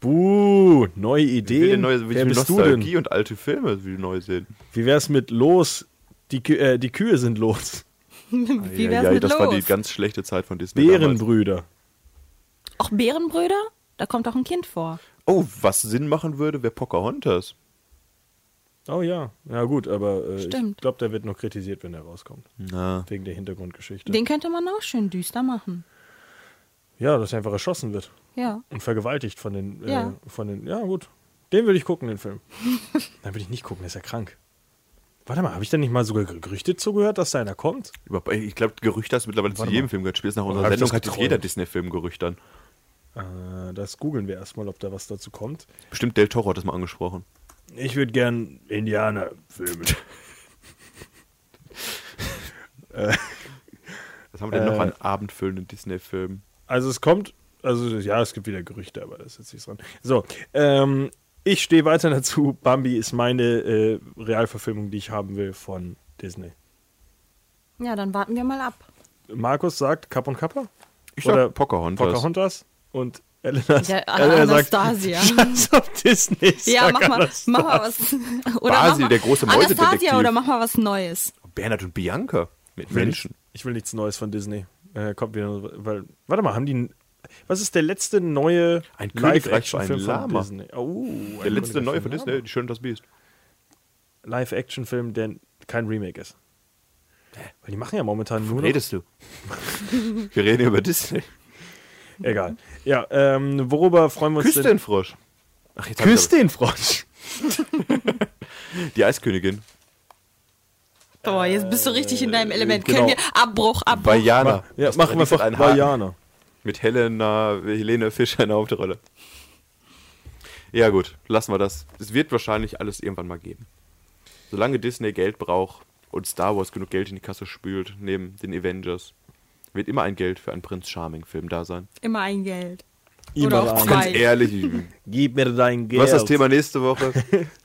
[SPEAKER 5] Buh, neue Ideen.
[SPEAKER 6] neue,
[SPEAKER 5] Wer
[SPEAKER 6] will
[SPEAKER 5] bist du
[SPEAKER 6] Nostalgie
[SPEAKER 5] denn?
[SPEAKER 6] und alte Filme will ich neu sehen.
[SPEAKER 5] Wie wär's mit los? Die, Kü- äh, die Kühe sind los.
[SPEAKER 3] Wie wär's
[SPEAKER 6] Eieiei,
[SPEAKER 3] mit
[SPEAKER 6] das
[SPEAKER 3] los?
[SPEAKER 6] war die ganz schlechte Zeit von Disney. damals.
[SPEAKER 5] Bärenbrüder.
[SPEAKER 3] Auch Bärenbrüder? Da kommt auch ein Kind vor.
[SPEAKER 6] Oh, was Sinn machen würde, wäre Pocahontas.
[SPEAKER 5] Oh ja, na gut, aber äh, ich
[SPEAKER 3] Stimmt.
[SPEAKER 5] glaube, der wird noch kritisiert, wenn er rauskommt.
[SPEAKER 6] Na.
[SPEAKER 5] Wegen der Hintergrundgeschichte.
[SPEAKER 3] Den könnte man auch schön düster machen.
[SPEAKER 5] ja, dass er einfach erschossen wird
[SPEAKER 3] Ja.
[SPEAKER 5] und vergewaltigt von den. Äh,
[SPEAKER 3] Ja.
[SPEAKER 5] Von den ja, gut. Den würde ich gucken, den Film. Dann würde ich nicht gucken, der ist ja krank. Warte mal, habe ich denn nicht mal sogar Ger- Gerüchte zugehört, dass da einer kommt?
[SPEAKER 6] Über- Ich glaube, Gerüchte hast du mittlerweile zu
[SPEAKER 5] Warte
[SPEAKER 6] jedem
[SPEAKER 5] mal.
[SPEAKER 6] Film gehört. Spielst nach
[SPEAKER 5] Oder
[SPEAKER 6] unserer
[SPEAKER 5] hab ich
[SPEAKER 6] Sendung
[SPEAKER 5] das
[SPEAKER 6] hat jetzt
[SPEAKER 5] geträumt?
[SPEAKER 6] jeder Disney-Film Gerüchte an.
[SPEAKER 5] Äh, das googeln wir erstmal, ob da was dazu kommt.
[SPEAKER 6] Bestimmt Del Toro hat das mal angesprochen.
[SPEAKER 5] Ich würde gern Indianer filmen.
[SPEAKER 6] Was haben wir denn
[SPEAKER 5] Äh.
[SPEAKER 6] noch an abendfüllenden Disney-Filmen?
[SPEAKER 5] Also es kommt, also ja, es gibt wieder Gerüchte, aber das ist jetzt nichts dran. So, ähm, ich stehe weiter dazu. Bambi ist meine äh, Realverfilmung, die ich haben will von Disney.
[SPEAKER 3] Ja, dann warten wir mal ab.
[SPEAKER 5] Markus sagt Kapp und Kappa.
[SPEAKER 6] Ich sag Pocahontas.
[SPEAKER 5] Pocahontas. Und Elena,
[SPEAKER 3] Ja,
[SPEAKER 5] Elena sagt
[SPEAKER 3] Anastasia.
[SPEAKER 5] Scheiß auf Disney.
[SPEAKER 3] Ja,
[SPEAKER 5] sag
[SPEAKER 3] mach mal,
[SPEAKER 5] Anastasia.
[SPEAKER 3] mach mal was. Oder
[SPEAKER 6] Basil,
[SPEAKER 3] mach mal,
[SPEAKER 6] der große Mäusedetektiv.
[SPEAKER 3] Anastasia oder mach mal was Neues.
[SPEAKER 6] Bernhard und Bianca. Mit
[SPEAKER 5] will
[SPEAKER 6] Menschen.
[SPEAKER 5] nichts- Ich will nichts Neues von Disney. Äh, kommt wieder, weil, warte mal, haben die. n- Was ist der letzte neue
[SPEAKER 6] Ein Königreich für ein
[SPEAKER 5] Live-Action-Film von
[SPEAKER 6] Lama.
[SPEAKER 5] Disney? Oh, ein
[SPEAKER 6] Der letzte
[SPEAKER 5] Königreich
[SPEAKER 6] neue
[SPEAKER 5] für
[SPEAKER 6] von
[SPEAKER 5] ein
[SPEAKER 6] Disney, die Schöne und das Biest.
[SPEAKER 5] Lama. Live-Action-Film, der kein Remake ist. Weil die machen ja momentan nur noch
[SPEAKER 6] Redest du? wir reden über Disney.
[SPEAKER 5] Egal. Ja, ähm, worüber freuen wir uns
[SPEAKER 6] Küss den
[SPEAKER 5] denn?
[SPEAKER 6] Frosch. Ach, jetzt hab ich
[SPEAKER 5] Küss den Frosch.
[SPEAKER 6] aber- Die Eiskönigin.
[SPEAKER 3] Boah, jetzt bist du richtig in
[SPEAKER 6] Äh,
[SPEAKER 3] deinem Element.
[SPEAKER 5] genau.
[SPEAKER 3] Können wir Abbruch, Abbruch.
[SPEAKER 6] Bayana.
[SPEAKER 5] Ja, machen wir
[SPEAKER 6] von
[SPEAKER 5] einfach Bayana.
[SPEAKER 6] Mit Helena, Helene Fischer in der Hauptrolle. Ja, gut, lassen wir das. Es wird wahrscheinlich alles irgendwann mal geben. Solange Disney Geld braucht und Star Wars genug Geld in die Kasse spült, neben den Avengers, wird immer ein Geld für einen Prinz Charming-Film da sein.
[SPEAKER 3] Immer ein Geld.
[SPEAKER 5] Immer
[SPEAKER 3] auch
[SPEAKER 5] rein.
[SPEAKER 3] zwei.
[SPEAKER 6] Ganz ehrlich,
[SPEAKER 5] Gib mir dein Geld.
[SPEAKER 6] was ist das Thema nächste Woche?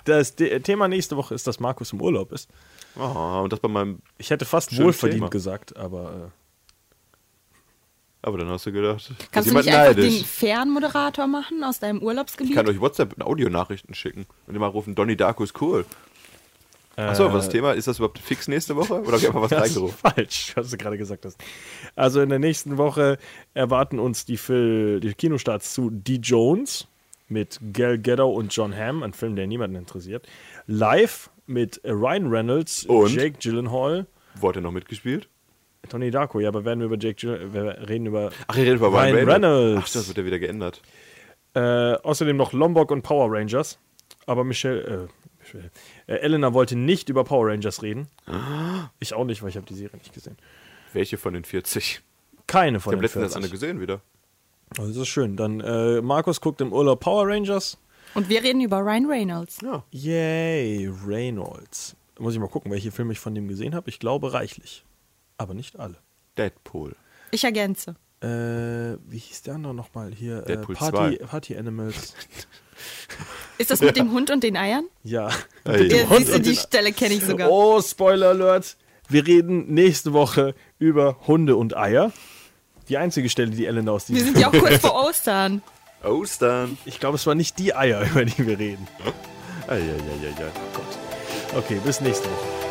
[SPEAKER 5] Das De- Thema nächste Woche ist, dass Markus im Urlaub ist.
[SPEAKER 6] Oh, und das bei meinem.
[SPEAKER 5] Ich hätte fast
[SPEAKER 6] Schönes
[SPEAKER 5] wohlverdient
[SPEAKER 6] Thema.
[SPEAKER 5] gesagt, aber äh,
[SPEAKER 6] Aber dann hast du gedacht, ist
[SPEAKER 3] Kannst du
[SPEAKER 6] jemand
[SPEAKER 3] nicht einfach
[SPEAKER 6] neidisch?
[SPEAKER 3] den Fernmoderator machen aus deinem
[SPEAKER 6] Ich
[SPEAKER 3] Urlaubsgebiet?
[SPEAKER 6] kann euch WhatsApp und Audionachrichten schicken und immer rufen, Donny Darko ist cool.
[SPEAKER 5] äh,
[SPEAKER 6] Achso,
[SPEAKER 5] äh,
[SPEAKER 6] was das Thema? Ist das überhaupt fix nächste Woche? Oder hab ich einfach was
[SPEAKER 5] das ist
[SPEAKER 6] reingerufen?
[SPEAKER 5] falsch, was du gerade gesagt hast. Also in der nächsten Woche erwarten uns die, Fil die Kinostarts zu Die Jones mit Gal Gadot und John Hamm, ein Film, der niemanden interessiert. Live mit Ryan Reynolds,
[SPEAKER 6] Und?
[SPEAKER 5] Jake Gyllenhaal,
[SPEAKER 6] Wo hat er noch mitgespielt?
[SPEAKER 5] Tony Darko. Ja, aber werden wir über Jake Gyllenhaal, wir reden über
[SPEAKER 6] Ach, ihr redet über
[SPEAKER 5] Ryan
[SPEAKER 6] Ryan
[SPEAKER 5] Reynolds.
[SPEAKER 6] Ach, das wird ja wieder geändert.
[SPEAKER 5] Äh, außerdem noch Lombok und Power Rangers. Aber Michelle, äh, Michelle äh, Elena wollte nicht über Power Rangers reden. Ich auch nicht, weil ich habe die Serie nicht gesehen.
[SPEAKER 6] Welche von den 40?
[SPEAKER 5] Keine von
[SPEAKER 6] Ich habe
[SPEAKER 5] den
[SPEAKER 6] letztens das andere
[SPEAKER 5] 40.
[SPEAKER 6] gesehen wieder.
[SPEAKER 5] Oh, das ist schön. Dann äh, Markus guckt im Urlaub Power Rangers.
[SPEAKER 3] Und wir reden über Ryan Reynolds. ne?
[SPEAKER 6] Ja.
[SPEAKER 5] Yay, Reynolds. Muss ich mal gucken, welche Filme ich von dem gesehen habe. Ich glaube reichlich. Aber nicht alle.
[SPEAKER 6] Deadpool.
[SPEAKER 3] Ich ergänze.
[SPEAKER 5] Äh, wie hieß der andere nochmal hier? Äh,
[SPEAKER 6] Deadpool
[SPEAKER 5] Party, Party Animals.
[SPEAKER 3] Ist das mit dem Hund und den Eiern?
[SPEAKER 5] Ja.
[SPEAKER 6] Ey.
[SPEAKER 3] Ja,
[SPEAKER 5] Hund
[SPEAKER 3] siehst du,
[SPEAKER 5] und
[SPEAKER 3] die
[SPEAKER 5] den-
[SPEAKER 3] Stelle kenne ich sogar.
[SPEAKER 5] Oh, Spoiler Alert. Wir reden nächste Woche über Hunde und Eier. Die einzige Stelle, die Ellen aus
[SPEAKER 3] Wir
[SPEAKER 5] diesem.
[SPEAKER 3] sind ja auch kurz vor Ostern.
[SPEAKER 6] Ostern.
[SPEAKER 5] Ich glaube, es waren nicht die Eier, über die wir reden.
[SPEAKER 6] Eieieiei.
[SPEAKER 5] Okay, bis nächste Woche.